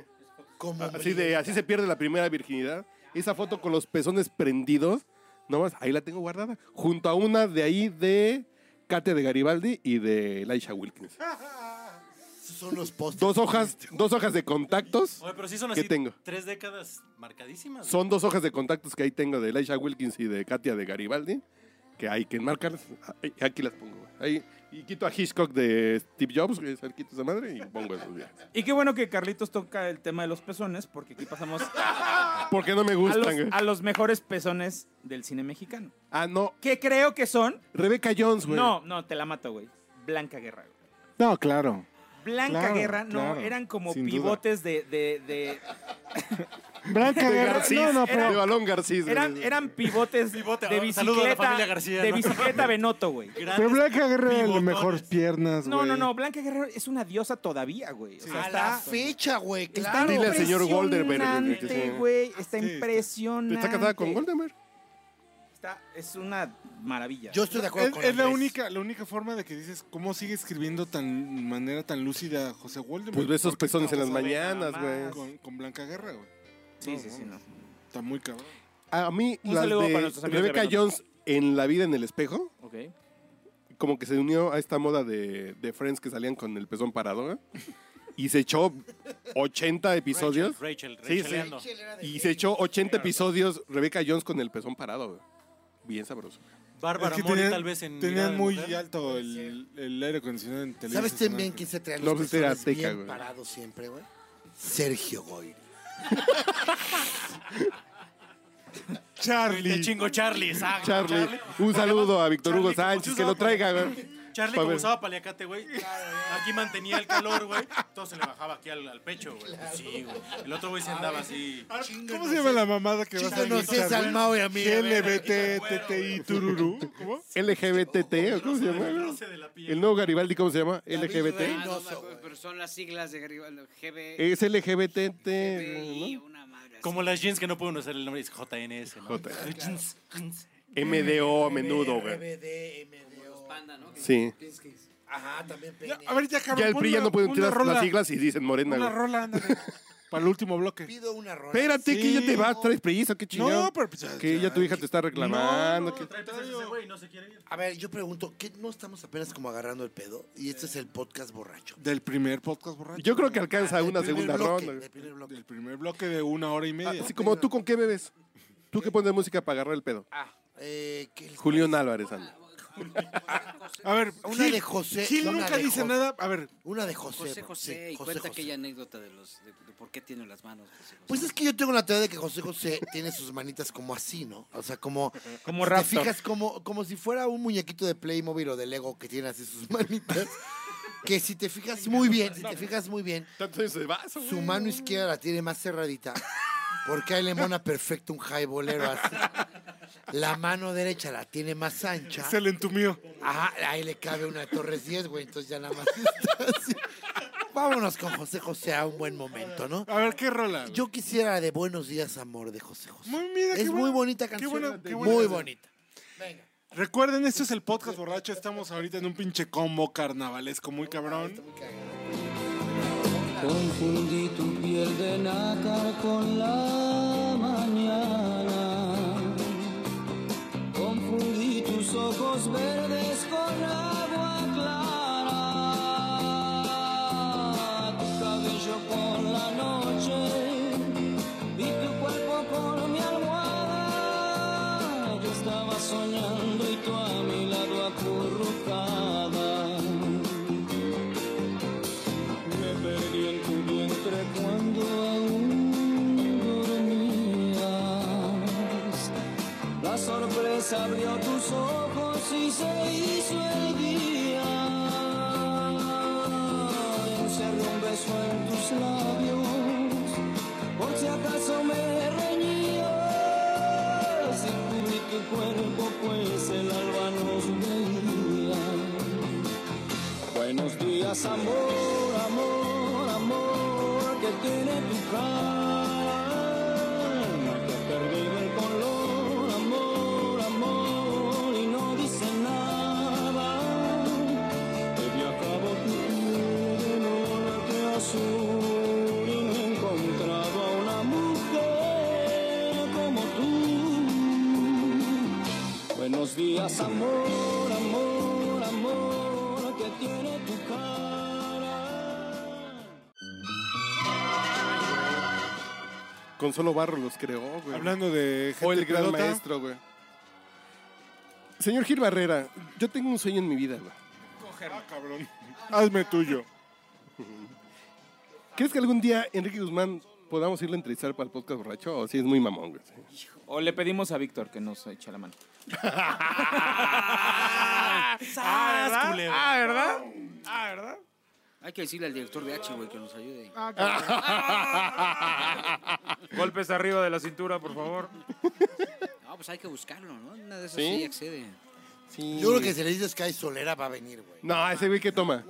Speaker 7: Como
Speaker 3: Así de, así se pierde la primera virginidad. Esa foto con los pezones prendidos. Nomás, ahí la tengo guardada. Junto a una de ahí de Kate de Garibaldi y de Laisha Wilkins.
Speaker 7: son los postes.
Speaker 3: Dos hojas, dos hojas de contactos.
Speaker 6: Oye, pero sí son
Speaker 3: ¿Qué
Speaker 6: así
Speaker 3: tengo?
Speaker 6: tres décadas marcadísimas.
Speaker 3: Son dos hojas de contactos que ahí tengo de Elisha Wilkins y de Katia de Garibaldi, que hay que enmarcarlas. Ay, Aquí las pongo, güey. Ahí, y quito a Hitchcock de Steve Jobs, que es el quito esa madre, y pongo esos güey.
Speaker 5: Y qué bueno que Carlitos toca el tema de los pezones, porque aquí
Speaker 6: *laughs*
Speaker 5: pasamos
Speaker 3: Porque no me
Speaker 5: a los,
Speaker 3: gustan, güey.
Speaker 5: a los mejores pezones del cine mexicano.
Speaker 3: Ah, no.
Speaker 5: Que creo que son.
Speaker 3: Rebeca Jones, güey.
Speaker 5: No, no, te la mato, güey. Blanca Guerra. güey.
Speaker 2: No, claro.
Speaker 5: Blanca
Speaker 2: Claro,
Speaker 5: Guerra, no,
Speaker 2: claro,
Speaker 5: eran como
Speaker 2: sin
Speaker 5: pivotes de, de- de-
Speaker 2: Blanca
Speaker 3: *laughs* De
Speaker 2: Guerra.
Speaker 3: Garcís.
Speaker 2: No, no, pero.
Speaker 3: De balón Garcís. güey.
Speaker 5: Eran, eran pivotes
Speaker 6: Pivote,
Speaker 5: de
Speaker 6: oh, saludo a la familia
Speaker 5: bicicleta.
Speaker 6: García,
Speaker 5: de
Speaker 6: ¿no?
Speaker 5: bicicleta Benoto, güey.
Speaker 6: Grandes
Speaker 2: Pero Blanca Guerra era de
Speaker 6: pivotones.
Speaker 2: mejores piernas, güey.
Speaker 5: No, no, no. Blanca Guerra es una diosa todavía, güey. O sea,
Speaker 7: A
Speaker 5: está-
Speaker 7: la fecha, güey,
Speaker 5: Está
Speaker 7: Ah, claro.
Speaker 3: Dile al señor Goldenberg, güey, que
Speaker 5: impresionante,
Speaker 3: sí.
Speaker 5: güey. Está
Speaker 2: Sí, está-
Speaker 5: impresionante.
Speaker 3: ¿Está casada con Goldemar?
Speaker 5: Está- es una maravilla.
Speaker 7: Yo estoy de acuerdo
Speaker 2: Es,
Speaker 7: con
Speaker 2: es la
Speaker 7: Andrés.
Speaker 2: única, la única forma de que dices cómo sigue escribiendo tan manera tan lúcida José Waldemar.
Speaker 3: Pues ve esos pezones en las
Speaker 5: vamos a ver nada
Speaker 3: mañanas, güey.
Speaker 5: más.
Speaker 2: con, con Blanca Guerra, güey.
Speaker 5: sí,
Speaker 2: No,
Speaker 5: sí, sí,
Speaker 2: no,
Speaker 5: no.
Speaker 2: Está muy cabrón.
Speaker 3: A mí,
Speaker 5: Un
Speaker 3: las
Speaker 5: saludo
Speaker 3: de
Speaker 5: para nuestros amigos de
Speaker 3: Rebeca
Speaker 5: Benoto.
Speaker 3: Jones en La vida en el espejo,
Speaker 5: Ok.
Speaker 3: como que se unió a esta moda de, de Friends que salían con el pezón parado, güey. Y se echó 80 episodios.
Speaker 6: Rachel, Rachel,
Speaker 3: Sí, sí.
Speaker 6: Racheleando.
Speaker 3: Y se echó 80 episodios Rebeca Jones con el pezón parado. güey. Bien sabroso.
Speaker 6: Bárbara
Speaker 2: Es que
Speaker 6: Mori,
Speaker 2: tenían-
Speaker 6: tal vez en. Mirada
Speaker 2: Tenían
Speaker 6: de
Speaker 2: muy
Speaker 6: Mujer.
Speaker 2: alto el, el aire acondicionado en televisión.
Speaker 7: ¿Sabes también quién se trae a los
Speaker 3: No, pues, era
Speaker 7: pezones
Speaker 3: Azteca,
Speaker 7: bien
Speaker 3: güey.
Speaker 7: parados siempre, güey? Sergio Goyri.
Speaker 6: Te
Speaker 2: Charlie.
Speaker 6: chingo Charlie, exacto.
Speaker 3: Charlie, un saludo a Víctor
Speaker 2: Ah,
Speaker 6: Charlie,
Speaker 3: Hugo
Speaker 6: como
Speaker 3: Sánchez,
Speaker 6: se
Speaker 3: que
Speaker 6: usa
Speaker 3: lo
Speaker 6: para-
Speaker 3: traiga, güey.
Speaker 12: Charlie,
Speaker 3: Pa'
Speaker 12: como
Speaker 3: ver.
Speaker 12: usaba paliacate, güey, aquí mantenía el calor, güey. Todo se le bajaba aquí al, al pecho, güey. Pues Sí, güey. El otro güey se andaba así.
Speaker 2: ¿Cómo se llama la mamada que vas a
Speaker 7: Chínganos
Speaker 2: imitar,
Speaker 7: esa
Speaker 2: güey?
Speaker 7: al Mao y a mí, a ver.
Speaker 2: GLBT, TTI, tururú. ¿Cómo?
Speaker 3: LGBTT, ¿o ¿cómo se llama? El nuevo Garibaldi, ¿cómo se llama? LGBT.
Speaker 8: Ah, no me acuerdo, pero son las siglas de Garibaldi, GB.
Speaker 3: Es LGBT,
Speaker 8: GBI,
Speaker 3: Eh, ¿no?
Speaker 8: una madre así.
Speaker 12: Como las jeans que no pueden usar el nombre, es JNS, ¿no?
Speaker 3: J.
Speaker 12: Jeans, jeans.
Speaker 3: MDO a menudo, güey.
Speaker 7: RBD, MDO.
Speaker 8: Panda, ¿no? Que-
Speaker 3: Sí.
Speaker 8: tienes que-
Speaker 7: Ajá, también
Speaker 2: Ya,
Speaker 7: pene.
Speaker 2: a ver, ya cabrón.
Speaker 3: Ya el
Speaker 2: pon
Speaker 3: PRI ya
Speaker 2: una-
Speaker 3: no pueden
Speaker 2: una
Speaker 3: tirar
Speaker 2: rola,
Speaker 3: las siglas y dicen morena,
Speaker 2: Una
Speaker 3: güey.
Speaker 2: rola,
Speaker 3: *laughs*
Speaker 2: ándale. Para el último bloque.
Speaker 7: Pido una rola.
Speaker 3: Espérate, que ya te vas, traes prisa, qué chingado.
Speaker 2: No, pero pues ya-
Speaker 3: Que ya tu hija te está reclamando. que-
Speaker 12: Trae pesas ese güey, no se quiere ir.
Speaker 7: A ver, yo pregunto, ¿qué no estamos apenas como agarrando el pedo? Y este es el podcast borracho.
Speaker 2: Del primer podcast borracho.
Speaker 3: Yo creo que alcanza
Speaker 7: Del
Speaker 3: una
Speaker 7: primer
Speaker 3: segunda
Speaker 7: bloque,
Speaker 3: ronda. güey.
Speaker 7: del primer bloque.
Speaker 2: Del primer bloque de una hora y media.
Speaker 3: Así como tú, ¿con qué bebes? ¿Tú qué pones música para agarrar el pedo?
Speaker 2: Ah,
Speaker 7: Eh, ¿qué les
Speaker 3: Julián
Speaker 2: pues.
Speaker 3: Álvarez, anda.
Speaker 2: A ver,
Speaker 7: Una de José,
Speaker 2: Gil
Speaker 7: una
Speaker 2: nunca
Speaker 7: de
Speaker 2: dice
Speaker 7: José.
Speaker 2: nada. A ver,
Speaker 7: Una de José.
Speaker 8: José
Speaker 7: bro.
Speaker 8: José,
Speaker 7: Sí,
Speaker 8: y cuenta aquella anécdota de los de, de por qué tiene las manos. José José.
Speaker 7: Pues es que yo tengo la teoría de que José José *laughs* tiene sus manitas como así, ¿no? O sea, como...
Speaker 5: *laughs* Como
Speaker 7: si
Speaker 5: Raptor.
Speaker 7: Te fijas como, como si fuera un muñequito de Playmobil o de Lego que tiene así sus *laughs* manitas. que si te fijas muy bien, si te fijas muy bien,
Speaker 3: Tanto eso de vaso,
Speaker 7: su mano izquierda la tiene más cerradita. Porque ahí le mona perfecto un highballero así. La mano derecha la tiene más ancha.
Speaker 2: se le entumió.
Speaker 7: Ajá, ahí le cabe una Torres 10, güey, entonces ya nada más *laughs* está así. Vámonos con José José a un buen momento, ¿no?
Speaker 2: A ver, ¿qué rola? güey?
Speaker 7: Yo quisiera de Buenos Días, Amor de José José.
Speaker 2: Muy- mira, qué
Speaker 7: es muy
Speaker 2: buena-
Speaker 7: bonita
Speaker 2: qué
Speaker 7: canción.
Speaker 2: buena- qué buena
Speaker 7: muy
Speaker 2: canción.
Speaker 7: bonita.
Speaker 2: Recuerden, esto es el podcast borracho. Estamos ahorita en un pinche combo carnavalesco muy cabrón.
Speaker 6: Confundí tu piel de nácar con la mañana. Confundí tus ojos verdes con agua clara. Tu cabello con la noche y tu cuerpo con mi almohada. Yo estaba soñando y tú a mi lado acurrucada. Me perdí en tu vientre cuando aún dormías. La sorpresa abrió tus ojos y se hizo el día. Encerré un beso en tus labios, por si acaso me reñías. Y cubrí tu cuerpo, pues el alba nos veía. Buenos días, amor, amor, amor, que tiene tu cara, que ha perdido el color, amor, amor, y no dice nada. Te vio a cabo tu norte azul y no he encontrado a una mujer como tú. Buenos días, amor, amor, amor, que tiene tu cara.
Speaker 3: Consuelo Barro los creó, güey.
Speaker 2: Hablando de gente
Speaker 3: o el gran
Speaker 2: pelota,
Speaker 3: maestro, güey. Señor Gil Barrera, yo tengo un sueño en mi vida, güey.
Speaker 2: Ah, cabrón. Hazme tuyo.
Speaker 3: ¿Crees que algún día Enrique Guzmán podamos irle a entrevistar para el podcast borracho? O si es muy mamón, güey. sí?
Speaker 5: O le pedimos a Víctor que nos eche la mano.
Speaker 12: ¡Sas, culebra!
Speaker 8: Hay que decirle al director de H, güey, que nos ayude.
Speaker 3: Ah.
Speaker 5: Golpes arriba de la cintura, por favor.
Speaker 8: No, pues hay que buscarlo, ¿no? Una de esas
Speaker 3: ¿Sí?
Speaker 8: sí, accede.
Speaker 3: Sí.
Speaker 7: Yo creo que si le dices que hay solera va a venir, güey.
Speaker 3: No, ese güey que toma.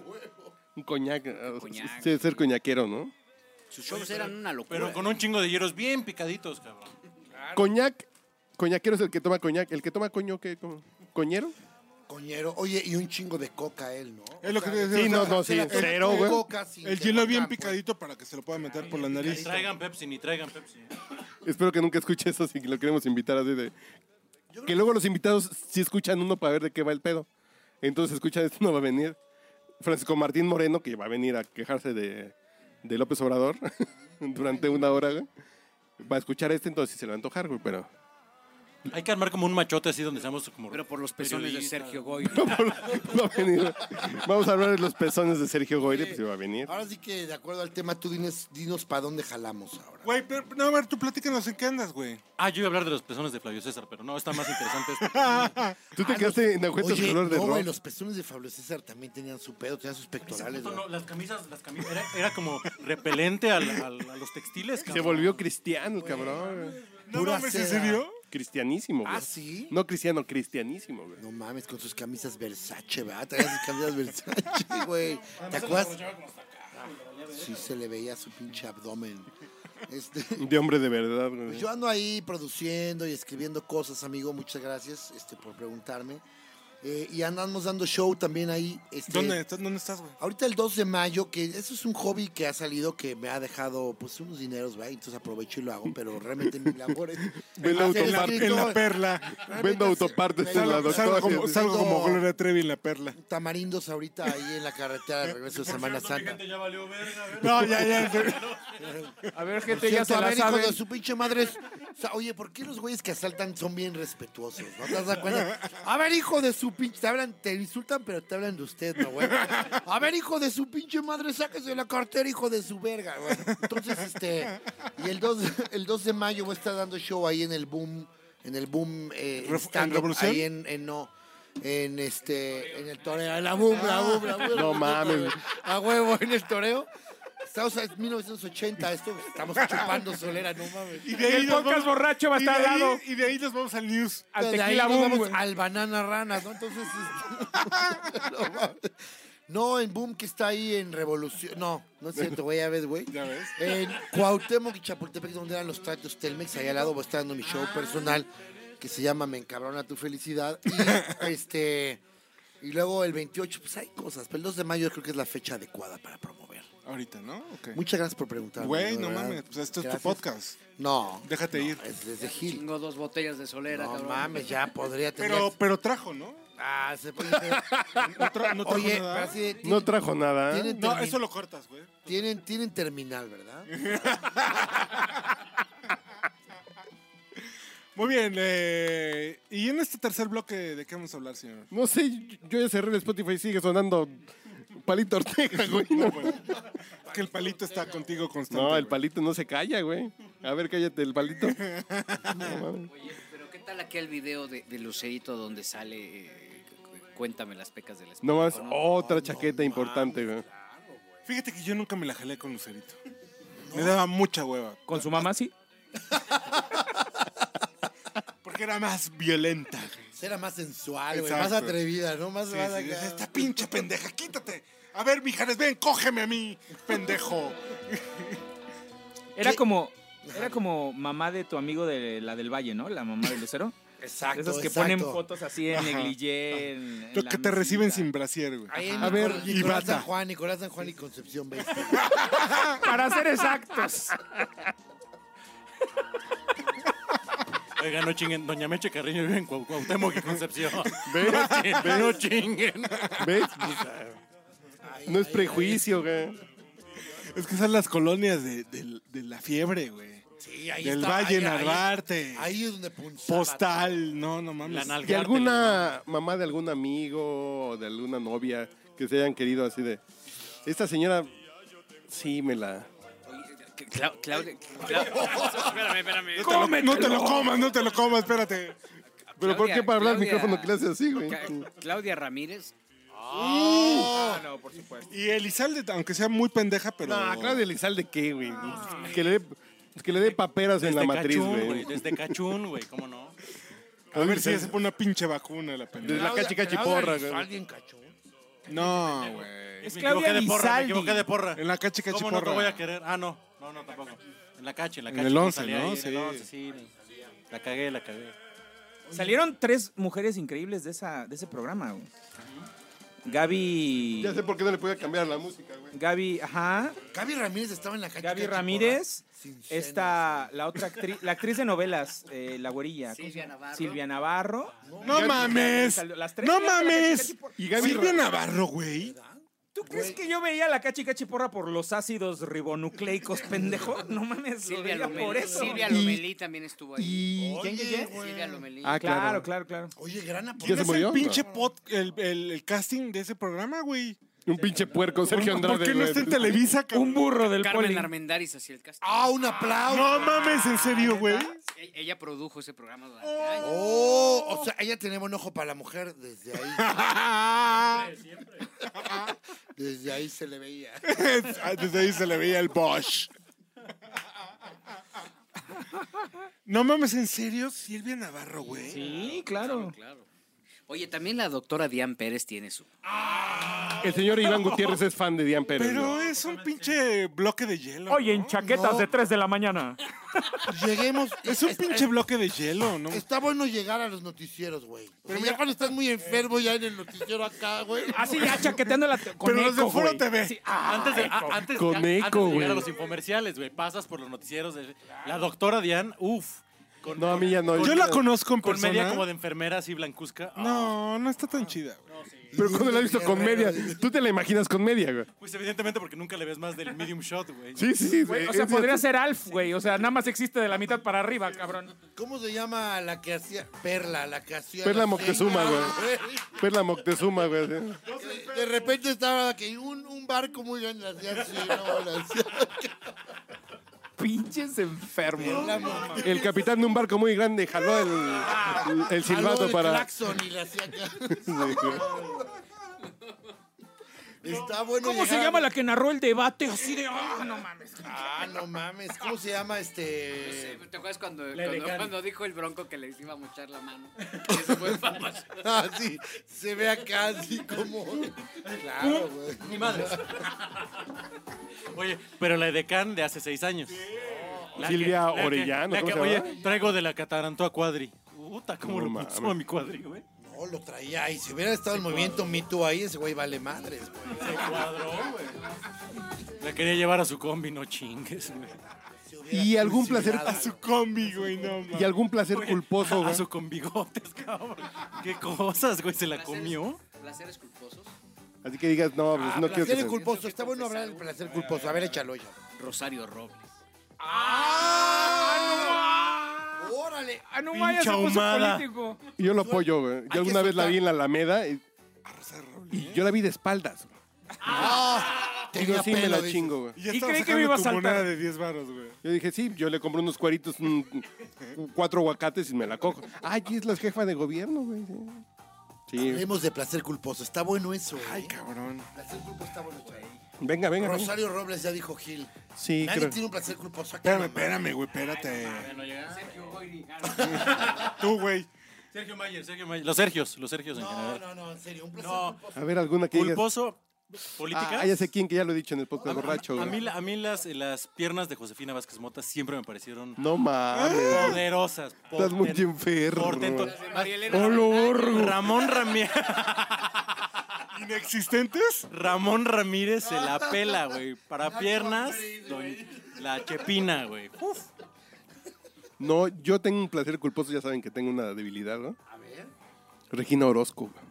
Speaker 3: Un coñac. eh,
Speaker 8: coñac.
Speaker 3: sí, ser coñaquero, ¿no?
Speaker 8: Sus shows eran una locura.
Speaker 12: Pero con un chingo de hieros bien picaditos, cabrón.
Speaker 3: Coñac. Coñaquero es el que toma coñac. El que toma coño, ¿qué? ¿Cómo? ¿Coñero?
Speaker 7: Coñero, oye, y un chingo de coca él, ¿no?
Speaker 2: Es lo que te decía.
Speaker 3: Sí, no, no,
Speaker 7: se
Speaker 3: sí.
Speaker 7: la toma
Speaker 3: Cero,
Speaker 7: con
Speaker 3: güey.
Speaker 7: coca sin
Speaker 2: El
Speaker 7: que
Speaker 2: hielo
Speaker 7: lo
Speaker 2: bien
Speaker 7: rompan, pues.
Speaker 2: picadito para que se lo pueda meter por la
Speaker 12: Ni
Speaker 2: nariz.
Speaker 12: traigan Pepsi, ni traigan Pepsi.
Speaker 3: Espero que nunca escuche eso si lo queremos invitar así de. Que luego los invitados sí escuchan uno para ver de qué va el pedo. Entonces escuchan esto, no va a venir. Francisco Martín Moreno, que va a venir a quejarse de, de López Obrador *laughs* durante una hora, güey, va a escuchar este, entonces sí se le va a antojar, güey, pero. *laughs*
Speaker 6: Hay que armar como un machote así donde seamos como. Pero
Speaker 8: por los pezones de Sergio Goy.
Speaker 3: Va a venir. Vamos a hablar de los pezones de Sergio Goyre, pues iba a venir.
Speaker 7: Ahora sí que, de acuerdo al tema, tú dinos, dinos para dónde jalamos ahora.
Speaker 2: Güey, pero no, a ver, tú platícanos en qué andas, güey.
Speaker 6: Ah, yo iba a hablar de los pezones de Flavio César, pero no, está más interesante este *laughs* esto.
Speaker 3: Tú te quedaste en
Speaker 2: este
Speaker 3: agüitas
Speaker 7: Ah, Oye,
Speaker 3: color de
Speaker 7: no, güey,
Speaker 3: rojo.
Speaker 7: los pezones de Fabio César también tenían su pedo, tenían sus pectorales,
Speaker 6: Justo
Speaker 7: güey.
Speaker 6: no, las camisas, las camisas. Era, era como repelente al- al- a los textiles,
Speaker 3: Se
Speaker 6: cabrón.
Speaker 3: volvió cristiano, el cabrón.
Speaker 2: No
Speaker 7: Pura
Speaker 2: mames, ¿en
Speaker 7: seda.
Speaker 2: serio?
Speaker 3: Cristianísimo, güey.
Speaker 7: ¿Ah, sí?
Speaker 3: No cristiano, cristianísimo, güey.
Speaker 7: No mames, con sus camisas Versace, ¿verdad? Traía sus camisas Versace, güey. ¿Te acuerdas? Sí, se le veía su pinche abdomen. Este, *laughs*
Speaker 3: De hombre de verdad, güey.
Speaker 7: pues yo ando ahí produciendo y escribiendo cosas, amigo. Muchas gracias este, por preguntarme. Eh, y andamos dando show también ahí. Este,
Speaker 2: ¿Dónde, estás- ¿Dónde estás, güey?
Speaker 7: Ahorita el 2 de mayo, que eso es un hobby que ha salido que me ha dejado pues unos dineros, ¿verdad? Entonces aprovecho y lo hago, pero realmente mi labor
Speaker 2: *laughs*
Speaker 7: es...
Speaker 3: Vendo
Speaker 7: hacer
Speaker 2: En la,
Speaker 3: autopartes.
Speaker 7: escritor,
Speaker 2: en la perla.
Speaker 7: realmente
Speaker 3: Vendo
Speaker 7: hacer-
Speaker 3: autopartes este en la
Speaker 2: Salgo, salgo
Speaker 3: doctora.
Speaker 2: como, salgo como
Speaker 7: Vendo-
Speaker 2: Gloria Trevi en la perla.
Speaker 7: tamarindos ahorita ahí en la carretera de regreso de Semana Santa.
Speaker 6: Ya valió verga, verga.
Speaker 2: No, ya, ya.
Speaker 5: A ver, gente,
Speaker 7: Siento,
Speaker 5: ya se
Speaker 7: a
Speaker 5: la
Speaker 7: ver, hijo
Speaker 5: saben.
Speaker 7: de su pinche madre. es- o sea, oye, ¿por qué los güeyes que asaltan son bien respetuosos? ¿No te das cuenta? A ver, hijo de su pinche. Te hablan, te insultan, pero te hablan de usted, ¿no, güey? A ver, hijo de su pinche madre, sáquese la cartera, hijo de su verga, güey. Entonces, este. Y el 2, el 2 de mayo voy a estar dando show ahí en el boom. En el boom. eh,
Speaker 2: ¿Ref- en
Speaker 7: stand-up,
Speaker 2: Revolución?
Speaker 7: Ahí en. en no. En este. En el toreo. En la boom, la boom, la boom.
Speaker 3: No mames, güey.
Speaker 7: A huevo, en el toreo. Estamos en 1980, esto estamos chupando solera, no mames.
Speaker 2: Y de
Speaker 5: Y el
Speaker 2: nos vamos-
Speaker 5: podcast borracho va a
Speaker 2: y de
Speaker 5: estar al
Speaker 2: ahí-
Speaker 5: lado.
Speaker 2: Y de ahí nos vamos al news.
Speaker 5: Al
Speaker 7: De ahí
Speaker 5: tequila
Speaker 7: nos
Speaker 5: boom,
Speaker 7: vamos
Speaker 5: güey.
Speaker 7: al banana ranas, ¿no? Entonces, este, *laughs* no, mames. no, en Boom que está ahí en Revolución. No, no es cierto, güey, ya ves, güey.
Speaker 2: Ya ves.
Speaker 7: En Cuauhtémoc y Chapultepec, donde eran los tratos Telmex, ahí al lado voy a estar dando mi
Speaker 2: Ah.
Speaker 7: show personal que se llama Me encabrona tu felicidad.
Speaker 2: *laughs*
Speaker 7: Y este. Y luego el 28, pues hay cosas, pero el 2 de mayo creo que es la fecha adecuada para promover.
Speaker 2: Ahorita, ¿no? Ok.
Speaker 7: Muchas gracias por preguntarme.
Speaker 2: Eh. Güey,
Speaker 7: de
Speaker 2: no
Speaker 7: verdad.
Speaker 2: mames, pues esto es
Speaker 7: Gracias.
Speaker 2: tu podcast.
Speaker 7: No.
Speaker 2: Déjate ir.
Speaker 7: Es desde Gil.
Speaker 8: Tengo dos botellas de solera,
Speaker 7: No
Speaker 8: cabrón.
Speaker 7: mames, ya podría tener.
Speaker 2: Pero, pero trajo, ¿no?
Speaker 7: Ah, se
Speaker 2: *laughs*
Speaker 7: puede hacer.
Speaker 2: No, tra- no trajo
Speaker 7: Oye,
Speaker 2: nada.
Speaker 7: pero así de-
Speaker 3: No
Speaker 7: tienen-
Speaker 3: trajo nada. ¿eh?
Speaker 7: tienen,
Speaker 2: No,
Speaker 7: termi-
Speaker 2: eso lo cortas, güey.
Speaker 7: tienen, tienen terminal, ¿verdad?
Speaker 2: Muy bien, eh, y en este tercer bloque, ¿de qué vamos a hablar, señor?
Speaker 3: No sé, yo ya cerré el Spotify y sigue sonando Palito Ortega, güey. No,
Speaker 2: Es que el palito está contigo constante.
Speaker 3: No, el
Speaker 2: güey.
Speaker 3: palito no se calla, güey. A ver, cállate el palito. No mames.
Speaker 8: Oye, pero ¿qué tal aquel video de, de Lucerito donde sale eh, cu- Cuéntame las pecas del espejo?
Speaker 2: *laughs*
Speaker 3: No más, otra chaqueta importante, güey.
Speaker 2: Fíjate que yo nunca me la jalé con Lucerito. Me daba mucha hueva.
Speaker 5: Con su mamá, sí.
Speaker 2: Porque era más violenta. güey.
Speaker 7: Será más sensual, güey,
Speaker 2: Exacto.
Speaker 7: más atrevida, ¿no? Más,
Speaker 2: Sí,
Speaker 7: más
Speaker 2: sí,
Speaker 7: acá.
Speaker 2: Esta pinche pendeja, quítate. A ver, mijares, ven, cógeme a mí, pendejo.
Speaker 5: Era
Speaker 7: ¿Qué?
Speaker 5: como, era como mamá de tu amigo de la del Valle, ¿no? La mamá de Lucero.
Speaker 7: Exacto,
Speaker 5: Esas que
Speaker 7: exacto.
Speaker 5: ponen fotos así en negligé. en- en
Speaker 2: Lo
Speaker 5: la
Speaker 2: que te reciben
Speaker 5: mesita.
Speaker 2: sin brasier, güey.
Speaker 7: Ahí en
Speaker 2: A ver,
Speaker 7: Nicolás,
Speaker 2: y
Speaker 7: Nicolás
Speaker 2: bata.
Speaker 7: San Juan, Nicolás San Juan y Concepción este, Base.
Speaker 5: Para ser exactos.
Speaker 6: Oiga, no chinguen. Doña Meche Carreño vive en Cuau- Cuauhtémoc y Concepción. *laughs* No chinguen, No chinguen.
Speaker 3: *laughs* ¿Ves? Pues, ah, No es prejuicio, güey.
Speaker 2: Es que son las colonias de, de- de la fiebre, güey.
Speaker 7: Sí, ahí
Speaker 2: Del
Speaker 7: está,
Speaker 2: Valle
Speaker 7: ahí-
Speaker 2: Narvarte.
Speaker 7: Ahí, ahí es donde punzaba.
Speaker 2: Postal, no, no
Speaker 6: La
Speaker 2: mames.
Speaker 6: nalga.
Speaker 3: ¿Y alguna mamá de algún amigo o de alguna novia que se hayan querido así de... Esta señora, sí, me la...
Speaker 8: Cla- Claudia- Cla- espérame, espérame.
Speaker 2: No te lo- no te lo comas, no te lo comas, espérate.
Speaker 3: ¿Pero por qué para hablar al
Speaker 8: Claudia-
Speaker 3: micrófono que le hace así, güey?
Speaker 8: Ca- Claudia Ramírez.
Speaker 5: Ah, no, por supuesto.
Speaker 2: Y Elizalde, aunque sea muy pendeja, pero.
Speaker 3: No, Claudia Elizalde, ¿qué, güey? Que le dé... Que le dé paperas en la
Speaker 6: Desde
Speaker 3: matriz,
Speaker 6: Cachún,
Speaker 3: güey.
Speaker 6: güey. Desde Cachún, güey. ¿Cómo no?
Speaker 2: A ver si ya se pone una pinche vacuna la
Speaker 3: Desde
Speaker 2: pendeja.
Speaker 3: la cachica chiporra, güey.
Speaker 7: Alguien cachón.
Speaker 2: No, güey.
Speaker 5: Es
Speaker 6: Me
Speaker 5: Claudia
Speaker 6: equivoqué de porra, me
Speaker 5: Lizaldi.
Speaker 6: equivoqué de porra.
Speaker 2: En la cachica
Speaker 6: ¿Cómo
Speaker 2: chiporra.
Speaker 6: no te voy a querer? Ah, no. No, no, tampoco. En la cache, en la
Speaker 2: En
Speaker 6: cache.
Speaker 2: el
Speaker 6: sí,
Speaker 2: 11,
Speaker 6: salí
Speaker 2: ¿no?
Speaker 6: ahí, En
Speaker 2: Sí.
Speaker 6: el 11, sí. me- La cagué, la cagué.
Speaker 5: Salieron tres mujeres increíbles de, esa, de ese programa. güey. Gaby.
Speaker 3: Ya sé por qué no le podía cambiar la música, güey.
Speaker 5: Gaby, ajá.
Speaker 7: Gaby Ramírez estaba en la calle.
Speaker 5: Gaby Ramírez.
Speaker 7: Sin senos.
Speaker 5: Esta, la otra actriz, la actriz de novelas, eh, la güerilla. ¿cómo se
Speaker 8: Silvia
Speaker 5: llama?
Speaker 8: Navarro.
Speaker 5: Silvia Navarro.
Speaker 2: No mames.
Speaker 5: Las tres
Speaker 2: No
Speaker 5: eran de la
Speaker 2: mames.
Speaker 5: cachica chiporra.
Speaker 2: Y Gaby Silvia Navarro, güey.
Speaker 5: ¿Tú crees que yo veía la cachi cachi porra por los ácidos ribonucleicos, pendejo? *laughs* No mames, lo
Speaker 8: Silvia
Speaker 5: veía por
Speaker 8: Lomelí.
Speaker 5: eso.
Speaker 8: Silvia Lomelí también estuvo ahí.
Speaker 5: y- ¿Quién, quién, quién?
Speaker 8: Silvia Lomelí.
Speaker 3: Ah, claro.
Speaker 5: claro, claro, claro.
Speaker 7: Oye, gran aporte.
Speaker 3: ¿Ya se
Speaker 2: Es el
Speaker 3: murió?
Speaker 2: pinche pod- el, el- el casting de ese programa, güey.
Speaker 3: Un pinche puerco, Sergio
Speaker 2: ¿Por,
Speaker 3: Andrade.
Speaker 2: por qué no
Speaker 3: güey.
Speaker 2: está en Televisa, cabrón?
Speaker 5: Un burro del poli.
Speaker 8: Carmen Armendáriz hacía el casting.
Speaker 7: ¡Ah, un aplauso!
Speaker 2: No mames, en serio,
Speaker 8: *laughs*
Speaker 2: güey.
Speaker 8: E- Ella produjo ese programa durante años.
Speaker 7: Oh, o sea, ella tenía buen ojo para la mujer desde ahí.
Speaker 2: *laughs*
Speaker 7: Desde ahí se le veía.
Speaker 2: Desde ahí se le veía el Bosch. No mames, en serio, Silvia Navarro, güey.
Speaker 5: Sí, claro.
Speaker 8: Oye, también la doctora Diane Pérez tiene su.
Speaker 3: El señor Iván Gutiérrez es fan de Dian Pérez.
Speaker 2: Pero
Speaker 3: güey.
Speaker 2: es un pinche bloque de hielo.
Speaker 5: Oye, en
Speaker 2: ¿no?
Speaker 5: chaquetas
Speaker 7: No.
Speaker 5: de 3 de la mañana. *laughs*
Speaker 7: Lleguemos.
Speaker 2: Es un
Speaker 7: es-
Speaker 2: pinche bloque de hielo, ¿no?
Speaker 7: Está bueno llegar a los noticieros, güey. Pero ya cuando estás muy enfermo ya en el noticiero acá, güey.
Speaker 5: eh, Así ya chaqueteando la con
Speaker 2: Pero los de
Speaker 5: eco,
Speaker 2: Foro
Speaker 5: güey.
Speaker 2: TV.
Speaker 5: Sí, ah,
Speaker 6: Antes de, a- antes,
Speaker 3: con
Speaker 6: a- antes
Speaker 3: eco,
Speaker 6: de llegar
Speaker 3: güey.
Speaker 6: a los infomerciales, güey. Pasas por los noticieros. de- La doctora Diane, uff. Con,
Speaker 3: No, a mí ya no.
Speaker 2: Yo la conozco en
Speaker 6: con
Speaker 2: persona.
Speaker 6: media como de enfermera así blancuzca. Ah,
Speaker 2: No, no está tan chida, güey.
Speaker 3: Pero cuando la he visto con media. Tú te la imaginas con media, güey.
Speaker 6: Pues evidentemente porque nunca le ves más del medium shot, güey.
Speaker 3: Sí, sí, sí.
Speaker 5: güey, o sea,
Speaker 3: es-
Speaker 5: podría ser Alf, güey. O sea, nada más existe de la mitad para arriba, cabrón.
Speaker 7: ¿Cómo se llama la que hacía? Perla, la que hacía.
Speaker 3: Perla
Speaker 7: la
Speaker 3: Moctezuma,
Speaker 7: seña,
Speaker 3: Perla Moctezuma, güey. así.
Speaker 7: güey. Eh, De repente estaba aquí un, un barco muy grande, la hacía así, no, la
Speaker 3: *laughs*
Speaker 7: hacía.
Speaker 5: Pinches enfermos.
Speaker 7: Perla Moctezuma.
Speaker 3: El capitán de un barco muy grande jaló el, el
Speaker 7: Jaló
Speaker 3: silbato
Speaker 7: el
Speaker 3: para.
Speaker 7: claxon y la hacía
Speaker 5: *laughs*
Speaker 7: acá.
Speaker 3: Sí, güey.
Speaker 7: Está bueno
Speaker 5: ¿Cómo
Speaker 3: ah.
Speaker 5: se
Speaker 7: llegar a-
Speaker 5: llama la que narró el debate? Así de, ah, no mames.
Speaker 7: Ah, no mames. ¿Cómo se llama
Speaker 5: Eh, *laughs*
Speaker 7: este...?
Speaker 8: ¿Te acuerdas cuando, cuando, cuando dijo el bronco que les iba a mochar la mano? Eso fue
Speaker 7: *laughs*
Speaker 8: famoso.
Speaker 7: Ah, sí. Se ve acá así
Speaker 5: *laughs*
Speaker 7: como... Claro, güey.
Speaker 6: Ni madres. Oye, pero la edecán de hace seis años. La
Speaker 3: Silvia
Speaker 6: la
Speaker 3: Orellano,
Speaker 6: la
Speaker 3: ¿cómo se
Speaker 6: oye,
Speaker 3: llama?
Speaker 6: traigo de la Cataranto a Cuadri. Puta, cómo
Speaker 3: No
Speaker 6: lo
Speaker 3: mames.
Speaker 6: puso a mi Cuadri, güey.
Speaker 7: No, Oh, lo traía. Y si hubiera estado el movimiento Me Too ahí, ese güey vale madres, güey.
Speaker 6: Se cuadró, güey. La quería llevar a su combi, no chingues, güey.
Speaker 7: Se hubiera
Speaker 3: Y algún placer.
Speaker 7: fusilado.
Speaker 2: Su combi, güey, no mames.
Speaker 3: Y algún placer
Speaker 7: ah,
Speaker 3: culposo,
Speaker 6: A
Speaker 3: güey.
Speaker 6: su con bigotes, cabrón. Qué cosas, güey, se la comió.
Speaker 8: Placeres culposos.
Speaker 3: Así que digas, no, pues no quiero que.
Speaker 7: Ah, Placer
Speaker 3: se-
Speaker 7: culposo. Está bueno hablar del placer culposo. A ver, échalo ya.
Speaker 8: Rosario Robles.
Speaker 7: ¡Órale!
Speaker 5: Ah, no vaya, se puso
Speaker 6: ahumada.
Speaker 5: político.
Speaker 3: Yo lo apoyo, güey. Yo
Speaker 7: que
Speaker 3: alguna vez la
Speaker 7: soltar.
Speaker 3: vi en la Alameda y, y yo la vi de espaldas. güey. Y yo
Speaker 7: ¿eh? Tenía
Speaker 3: sí me
Speaker 7: pelo,
Speaker 3: la
Speaker 7: dices.
Speaker 3: chingo, güey.
Speaker 2: Y ya
Speaker 5: Y
Speaker 2: estaba
Speaker 5: creí que
Speaker 2: sacando
Speaker 5: me iba a
Speaker 2: tu
Speaker 5: saltar.
Speaker 2: moneda de 10 varos, güey.
Speaker 3: Yo dije, sí, yo le compré unos cuaritos, un- un- cuatro aguacates y me la cojo. Ay, es la jefa de gobierno, güey. Sí. Sí.
Speaker 7: Hablemos de placer culposo. Está bueno eso,
Speaker 2: Ay,
Speaker 7: güey.
Speaker 2: cabrón.
Speaker 7: Placer culposo está bueno, chaval.
Speaker 3: Venga, venga. venga.
Speaker 7: Rosario Robles ya dijo Gil.
Speaker 3: Sí,
Speaker 7: Nadie
Speaker 3: creo.
Speaker 7: tiene un placer culposo acá.
Speaker 2: Espérame,
Speaker 7: no mames.
Speaker 2: espérame, güey, espérate.
Speaker 8: Ah, Sergio *laughs* Goyri.
Speaker 2: Tú, güey.
Speaker 6: Sergio Mayer, Sergio Mayer. Los Sergios, los Sergios en
Speaker 7: No,
Speaker 6: general.
Speaker 7: no, no, en serio, un placer
Speaker 6: No,
Speaker 7: culposo.
Speaker 3: A ver, alguna que digas.
Speaker 6: culposo, política.
Speaker 3: Ah, ya sé quién, que ya lo he dicho en el podcast borracho,
Speaker 6: A
Speaker 3: güey.
Speaker 6: mí, la- a mí las, las piernas de Josefina Vázquez Mota siempre me parecieron
Speaker 3: No
Speaker 7: Ah.
Speaker 3: mames.
Speaker 6: poderosas.
Speaker 3: Estás muy
Speaker 6: porten-
Speaker 3: enfermo.
Speaker 6: portento- Ramón Ramírez.
Speaker 2: ¿Inexistentes?
Speaker 6: Ramón Ramírez se la pela, güey. Para piernas, don- la chepina, güey. Uf.
Speaker 3: No, yo tengo un placer culposo, ya saben que tengo una debilidad, ¿no? A ver. Regina Orozco, güey.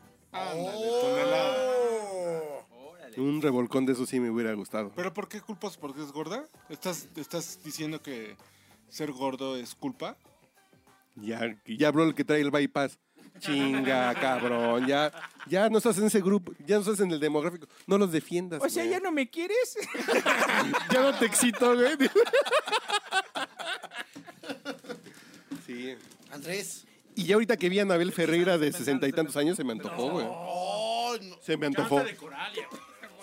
Speaker 3: Un revolcón de eso sí me hubiera gustado.
Speaker 2: ¿Pero por qué culpas? ¿Porque es gorda? ¿Estás, ¿Estás diciendo que ser gordo es culpa?
Speaker 3: Ya, ya habló el que trae el bypass.
Speaker 5: *laughs*
Speaker 3: Chinga, cabrón. Ya, ya no estás en ese grupo, ya no estás en el demográfico. No los defiendas.
Speaker 5: O sea,
Speaker 3: güey.
Speaker 5: ¿ya no me quieres?
Speaker 3: *laughs* Ya no te excito, güey.
Speaker 5: *laughs*
Speaker 3: Sí.
Speaker 7: Andrés.
Speaker 3: Y ya ahorita que vi a Anabel Ferreira de sesenta y tantos años, se me antojó, güey.
Speaker 7: Oh, no.
Speaker 3: Se me antojó.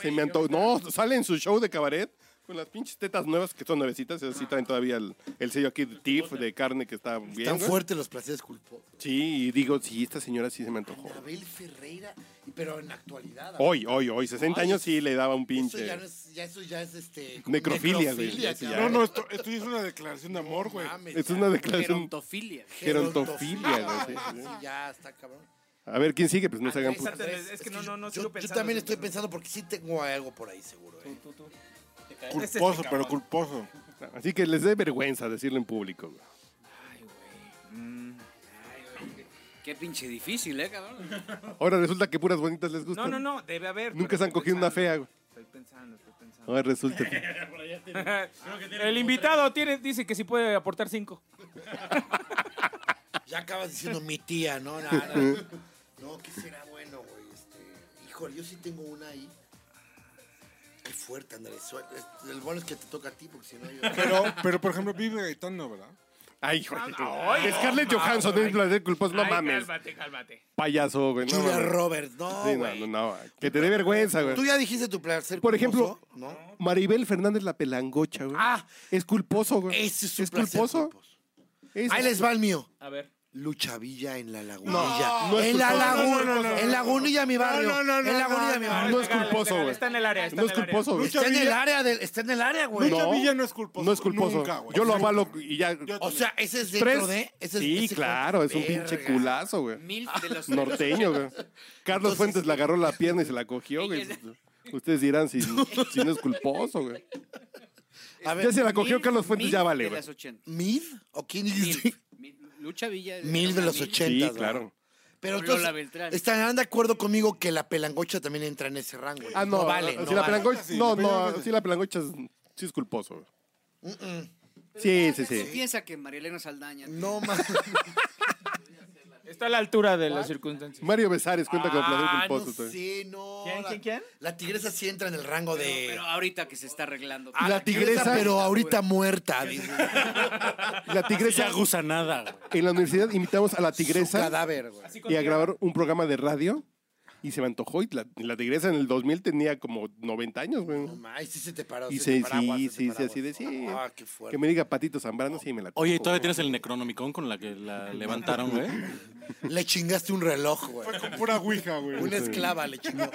Speaker 3: Se me antojó. No, sale en su show de cabaret con las pinches tetas nuevas que son nuevecitas. Esas sí traen todavía el, el sello aquí de TIF, de carne que está bien.
Speaker 7: Tan
Speaker 3: güey.
Speaker 7: fuertes los placeres culposos.
Speaker 3: Sí, y digo, sí, esta señora sí se me antojó.
Speaker 7: Abel Ferreira, pero en actualidad.
Speaker 3: Hoy, hoy, hoy, 60 años sí le daba
Speaker 7: Eso
Speaker 3: un Oh, pinche.
Speaker 7: ya, no es, ya, eso ya es este. como
Speaker 3: Necrofilia, güey.
Speaker 7: necrofilia,
Speaker 3: Eso ya
Speaker 2: No,
Speaker 7: cabrón.
Speaker 2: no, esto, esto ya es una declaración de amor, güey.
Speaker 7: Mames,
Speaker 3: Es
Speaker 7: ya.
Speaker 3: una declaración.
Speaker 8: Gerontofilia.
Speaker 3: Gerontofilia, güey. sí, sí.
Speaker 7: Sí, ya está, cabrón.
Speaker 3: A ver, ¿quién sigue? Pues no se hagan putos.
Speaker 5: Exacto, es que no, no, no,
Speaker 7: yo,
Speaker 5: sigo
Speaker 7: yo
Speaker 5: pensando.
Speaker 7: también estoy pensando porque sí tengo algo por ahí, seguro. eh.
Speaker 5: *laughs* este
Speaker 2: Culposo, pero culposo.
Speaker 3: Así que les dé vergüenza decirlo en público. güey.
Speaker 8: Qué pinche difícil, ¿eh, cabrón?
Speaker 3: Ahora resulta que puras bonitas les
Speaker 4: No,
Speaker 3: gustan.
Speaker 4: no, no, debe haber.
Speaker 3: Nunca
Speaker 4: pero
Speaker 3: se han
Speaker 4: estoy
Speaker 3: cogido una
Speaker 4: pensando.
Speaker 3: fea, güey.
Speaker 4: Estoy pensando, estoy pensando.
Speaker 3: Ahora resulta.
Speaker 5: *laughs* El invitado tiene, dice que sí puede aportar cinco.
Speaker 7: Ya acabas diciendo mi tía, ¿no? No, no, no, que será bueno, güey. Este, híjole, yo sí tengo una ahí. Qué fuerte, Andrés. Su- es- El bueno es que te toca a ti, porque si
Speaker 3: *laughs*
Speaker 7: no yo...
Speaker 2: Pero, pero por ejemplo, vive Gaetano, ¿verdad?
Speaker 3: Ay, hijo.
Speaker 5: Ay, no,
Speaker 3: Scarlett Johansson
Speaker 5: ay.
Speaker 3: es la de culpas, no
Speaker 5: Ay,
Speaker 3: mames.
Speaker 5: Cálmate, cálmate.
Speaker 3: Payaso, güey. No,
Speaker 7: Julia
Speaker 3: mames.
Speaker 7: Roberts, no,
Speaker 3: Sí,
Speaker 7: güey.
Speaker 3: no, no, no, Que te dé vergüenza, güey.
Speaker 7: Tú ya dijiste tu placer
Speaker 3: Por ejemplo,
Speaker 7: culposo, ¿no?
Speaker 3: Maribel Fernández la pelangocha, güey.
Speaker 7: Ah,
Speaker 3: Es culposo, güey.
Speaker 7: ese es su placer
Speaker 3: culposo?
Speaker 7: culposo.
Speaker 3: Es-
Speaker 7: Ahí les va el mío.
Speaker 5: A ver.
Speaker 7: Lucha Villa en la lagunilla.
Speaker 3: no es
Speaker 7: en la
Speaker 3: culposo.
Speaker 7: laguna,
Speaker 3: No, no, no, no,
Speaker 7: en lagunilla mi barrio.
Speaker 3: No, no, no,
Speaker 7: en lagunilla
Speaker 3: no,
Speaker 7: mi
Speaker 3: no,
Speaker 7: barrio.
Speaker 3: no es
Speaker 5: Legal,
Speaker 3: culposo,
Speaker 5: legal,
Speaker 3: güey.
Speaker 5: Está en el área. está
Speaker 3: No es
Speaker 5: en el área.
Speaker 3: culposo, güey.
Speaker 7: Está en el área del, está en el área, güey.
Speaker 2: Lucha
Speaker 3: No.
Speaker 2: Villa no es culposo.
Speaker 3: No es culposo.
Speaker 2: Nunca, güey.
Speaker 3: Yo lo avalo y ya.
Speaker 7: O sea, ese es dentro
Speaker 3: Tres.
Speaker 7: de. Ese es-
Speaker 3: sí,
Speaker 7: ese-
Speaker 3: claro, es un
Speaker 7: Verga.
Speaker 3: pinche culazo, güey.
Speaker 8: Mil de los
Speaker 3: Norteño, güey. Carlos Fuentes le agarró la pierna y se la cogió, güey. Ustedes dirán si, si no es culposo, güey.
Speaker 7: A ver,
Speaker 3: Ya se la cogió Carlos Fuentes,
Speaker 8: Mil
Speaker 3: ya vale,
Speaker 8: de
Speaker 3: güey.
Speaker 8: las 80.
Speaker 7: *laughs* ¿Mil? ¿O quién dijiste?
Speaker 8: Mil. Mil. Lucha Villa. es
Speaker 7: Mil de
Speaker 8: una
Speaker 7: los
Speaker 3: Sí,
Speaker 7: ochentas. ¿verdad?
Speaker 3: claro.
Speaker 7: Pero
Speaker 8: Lola
Speaker 7: entonces,
Speaker 8: Beltrán.
Speaker 7: estarán de acuerdo conmigo que la pelangocha también entra en ese rango.
Speaker 3: Ah, no,
Speaker 7: vale.
Speaker 3: Si
Speaker 7: no
Speaker 3: la
Speaker 7: vale.
Speaker 3: pelangocha,
Speaker 2: Sí,
Speaker 3: no,
Speaker 2: la
Speaker 3: no,
Speaker 2: pelangocha.
Speaker 3: si la pelangocha es, sí es culposo, güey. Sí, sí,
Speaker 8: Tú
Speaker 3: sí.
Speaker 8: Piensa que Marielena
Speaker 3: *laughs*
Speaker 8: Saldaña.
Speaker 7: No más.
Speaker 5: Está a la altura de las circunstancias.
Speaker 3: Mario Besares cuenta con placer
Speaker 7: Ah, no
Speaker 3: culposo. también.
Speaker 7: sé, no.
Speaker 5: ¿Quién,
Speaker 7: La-
Speaker 5: quién, quién?
Speaker 7: La tigresa sí entra en el rango de.
Speaker 8: Pero ahorita que se está arreglando.
Speaker 7: eh. Ah,
Speaker 3: la tigresa-
Speaker 7: pero ahorita muerta. dice.
Speaker 3: La tigresa,
Speaker 6: Ya gusanada, güey.
Speaker 3: en la universidad invitamos a la
Speaker 7: Su
Speaker 3: tigresa
Speaker 7: cadáver, güey.
Speaker 3: y a grabar un programa de radio y se me antojó y la, la tigresa en el 2000 tenía como 90 años, güey.
Speaker 7: Ay, sí se te paró.
Speaker 3: Y
Speaker 7: se
Speaker 3: se-
Speaker 7: te paraguas, se te
Speaker 3: sí, sí, sí,
Speaker 7: paraguas.
Speaker 3: así de, sí.
Speaker 7: Ah, qué fuerte.
Speaker 3: Que me diga Patito Zambrano, sí me la
Speaker 6: Oye, ¿y
Speaker 3: cojo,
Speaker 6: todavía tienes el Necronomicon con la que *laughs* la levantaron, güey?
Speaker 7: Le chingaste un reloj, güey.
Speaker 2: Fue con pura ouija, güey.
Speaker 7: Una esclava le chingó.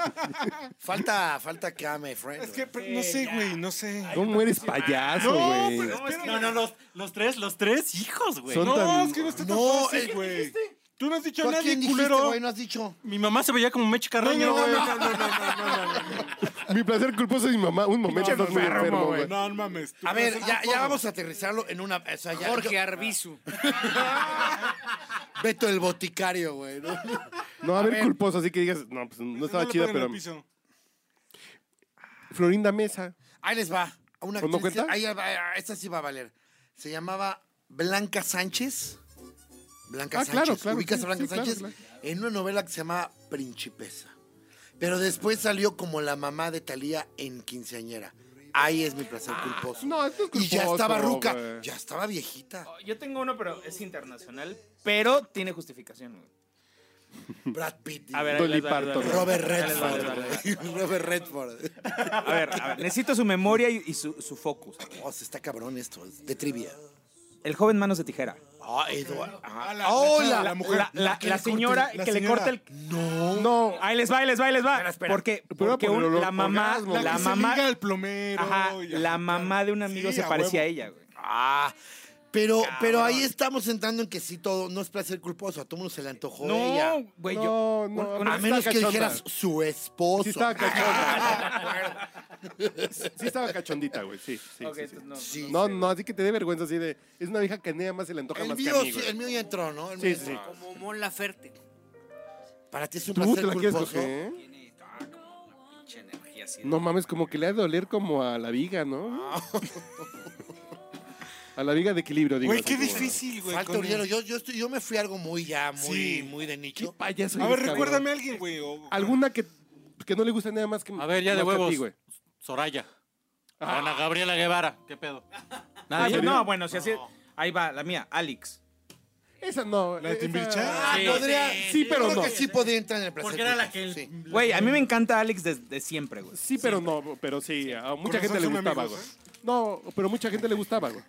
Speaker 7: Falta, falta que ame, friend.
Speaker 2: Es que, pero no sé, güey, no sé.
Speaker 3: güey. ¿Cómo eres payaso,
Speaker 2: No,
Speaker 3: güey?
Speaker 2: pero
Speaker 5: No, es que
Speaker 6: No, no, los, los tres, los tres hijos, güey.
Speaker 3: Son
Speaker 6: No,
Speaker 2: No,
Speaker 3: tan-
Speaker 2: es que no está tan
Speaker 7: No,
Speaker 2: fácil,
Speaker 7: eh,
Speaker 2: güey. Tú no has dicho
Speaker 7: ¿Tú
Speaker 2: a
Speaker 7: a
Speaker 2: nadie,
Speaker 7: quién dijiste,
Speaker 2: culero.
Speaker 7: güey? No has dicho.
Speaker 6: Mi mamá se veía como Meche
Speaker 2: No,
Speaker 6: Carreño,
Speaker 2: no, no,
Speaker 6: güey.
Speaker 2: no, no, no, no, no, no, no.
Speaker 3: Mi placer culposo es mi mamá. Un momento, estás muy enfermo, güey.
Speaker 2: No, no mames. tú
Speaker 7: A ver,
Speaker 2: puedes ser
Speaker 7: ya,
Speaker 2: culposo.
Speaker 7: ya vamos a aterrizarlo en una. O sea, ya,
Speaker 8: Jorge Arbizu.
Speaker 7: yo- Beto el boticario, güey. ¿no?
Speaker 3: No, a ver, culposo, así que digas, no, pues no estaba
Speaker 2: le
Speaker 3: chida,
Speaker 2: peguen al
Speaker 3: pero.
Speaker 2: piso.
Speaker 3: Florinda Mesa.
Speaker 7: Ahí les va. A Una
Speaker 3: ¿O no
Speaker 7: actriz-
Speaker 3: cuenta?
Speaker 7: ahí va- ahí va, esta sí va a valer. Se llamaba Blanca Sánchez. Blanca
Speaker 3: Ah,
Speaker 7: Sánchez.
Speaker 3: claro, claro,
Speaker 7: Ubicas
Speaker 3: sí,
Speaker 7: a Blanca
Speaker 3: sí, claro,
Speaker 7: Sánchez
Speaker 3: claro.
Speaker 7: en una novela que se llamaba Principesa. Pero después salió como la mamá de Talía en Quinceañera. Ahí es mi placer culposo.
Speaker 3: Ah, no, esto es
Speaker 7: Y ya
Speaker 3: culposo,
Speaker 7: estaba ruca.
Speaker 3: güey.
Speaker 7: Ya estaba viejita.
Speaker 5: Yo tengo uno, pero es internacional. Pero tiene justificación. güey.
Speaker 7: Brad Pitt.
Speaker 5: A ver, ahí
Speaker 3: Dolly
Speaker 5: les va, ahí les va,
Speaker 3: Parton.
Speaker 5: ahí les va.
Speaker 7: Robert
Speaker 5: Ahí les va, ahí les va, ahí les va.
Speaker 7: Redford. güey. *laughs* Robert Redford.
Speaker 5: A ver, a ver, necesito su memoria y, y su, su focus.
Speaker 7: Oh, se está cabrón esto. es De trivia.
Speaker 5: El joven manos de tijera.
Speaker 7: Ah, Eduardo. Ah,
Speaker 2: la-
Speaker 7: hola.
Speaker 2: la mujer.
Speaker 5: La, la-
Speaker 2: que
Speaker 5: la
Speaker 2: le corte-
Speaker 5: señora
Speaker 2: la
Speaker 5: que le
Speaker 2: señora.
Speaker 5: corta el...
Speaker 7: No.
Speaker 3: No,
Speaker 5: Ahí les va, ahí les va, ahí les va. Porque,
Speaker 3: voy a
Speaker 5: porque
Speaker 3: poner
Speaker 5: un-
Speaker 3: olor-
Speaker 5: la mamá,
Speaker 3: orgasmo,
Speaker 5: la,
Speaker 2: Que se
Speaker 5: mamá,
Speaker 2: liga al plomero.
Speaker 5: ajá,
Speaker 2: y-
Speaker 5: la mamá de un amigo
Speaker 2: Sí,
Speaker 5: se
Speaker 2: a
Speaker 5: parecía a
Speaker 2: huevo.
Speaker 5: ella, güey.
Speaker 7: Ah, pero, pero ahí estamos entrando en que sí todo no es placer culposo, a todo mundo se le antojó ella.
Speaker 5: No, güey, yo.
Speaker 3: No, no,
Speaker 5: un-
Speaker 3: no.
Speaker 7: A
Speaker 3: Está
Speaker 5: una-
Speaker 7: menos que
Speaker 3: cachonda.
Speaker 7: dijeras su esposo. Ah,
Speaker 3: sí estaba cachonda. sí estaba cachondita, güey. Sí, sí,
Speaker 5: Ok,
Speaker 3: sí, sí.
Speaker 5: entonces no.
Speaker 7: Sí.
Speaker 3: No, no, así que te dé vergüenza así de. Es una vieja que nada más se le antoja
Speaker 7: el,
Speaker 3: más que
Speaker 7: mío,
Speaker 3: a mí,
Speaker 7: sí,
Speaker 3: güey.
Speaker 7: el mío ya entró, ¿no? El
Speaker 3: Sí,
Speaker 7: mío
Speaker 3: sí,
Speaker 7: ya
Speaker 3: sí.
Speaker 7: entró.
Speaker 8: Como Mon Laferte.
Speaker 7: Para ti es un
Speaker 3: ¿Tú te
Speaker 7: placer
Speaker 3: la quieres
Speaker 7: culposo.
Speaker 3: coger?
Speaker 8: Tiene ah, como una pinche energía así. de-
Speaker 3: No mames, como que le ha de doler como a la viga, ¿no? a la viga de equilibrio, digo.
Speaker 2: Güey,
Speaker 3: así
Speaker 2: qué
Speaker 3: como-
Speaker 2: difícil, güey.
Speaker 7: Falta
Speaker 2: con-
Speaker 7: Urielo. Yo, yo, estoy, yo me fui a algo muy ya, muy,
Speaker 2: Sí.
Speaker 7: muy de
Speaker 3: Qué
Speaker 7: nicho.
Speaker 3: payaso.
Speaker 2: A
Speaker 3: eres,
Speaker 2: ver,
Speaker 3: cabrón.
Speaker 2: recuérdame a alguien, güey. o-
Speaker 3: Alguna que, que no le gusta nada más que.
Speaker 6: A ver, ya de
Speaker 3: más que a
Speaker 6: huevos.
Speaker 3: ti, güey.
Speaker 6: Soraya. Ana Gabriela Guevara. ¿Qué pedo?
Speaker 5: Ah,
Speaker 6: ¿Nadie?
Speaker 5: no, bueno, si así. Ahí va, la mía, Alex.
Speaker 3: Esa no.
Speaker 2: ¿La de
Speaker 3: esa-
Speaker 2: Timbiriche?
Speaker 7: Ah,
Speaker 6: Sí,
Speaker 7: podría.
Speaker 6: sí,
Speaker 3: sí, pero
Speaker 7: yo creo
Speaker 3: no.
Speaker 7: que sí podía entrar en el placer
Speaker 6: Porque era la que.
Speaker 7: culposo,
Speaker 6: el-
Speaker 7: sí.
Speaker 5: Güey, a mí me encanta Alex desde siempre, güey.
Speaker 3: Sí, pero no, pero sí, a
Speaker 2: Con
Speaker 3: mucha gente
Speaker 2: razón
Speaker 3: le
Speaker 2: son
Speaker 3: gustaba, güey.
Speaker 2: amigos, ¿eh?
Speaker 3: No, pero mucha gente le gustaba, güey.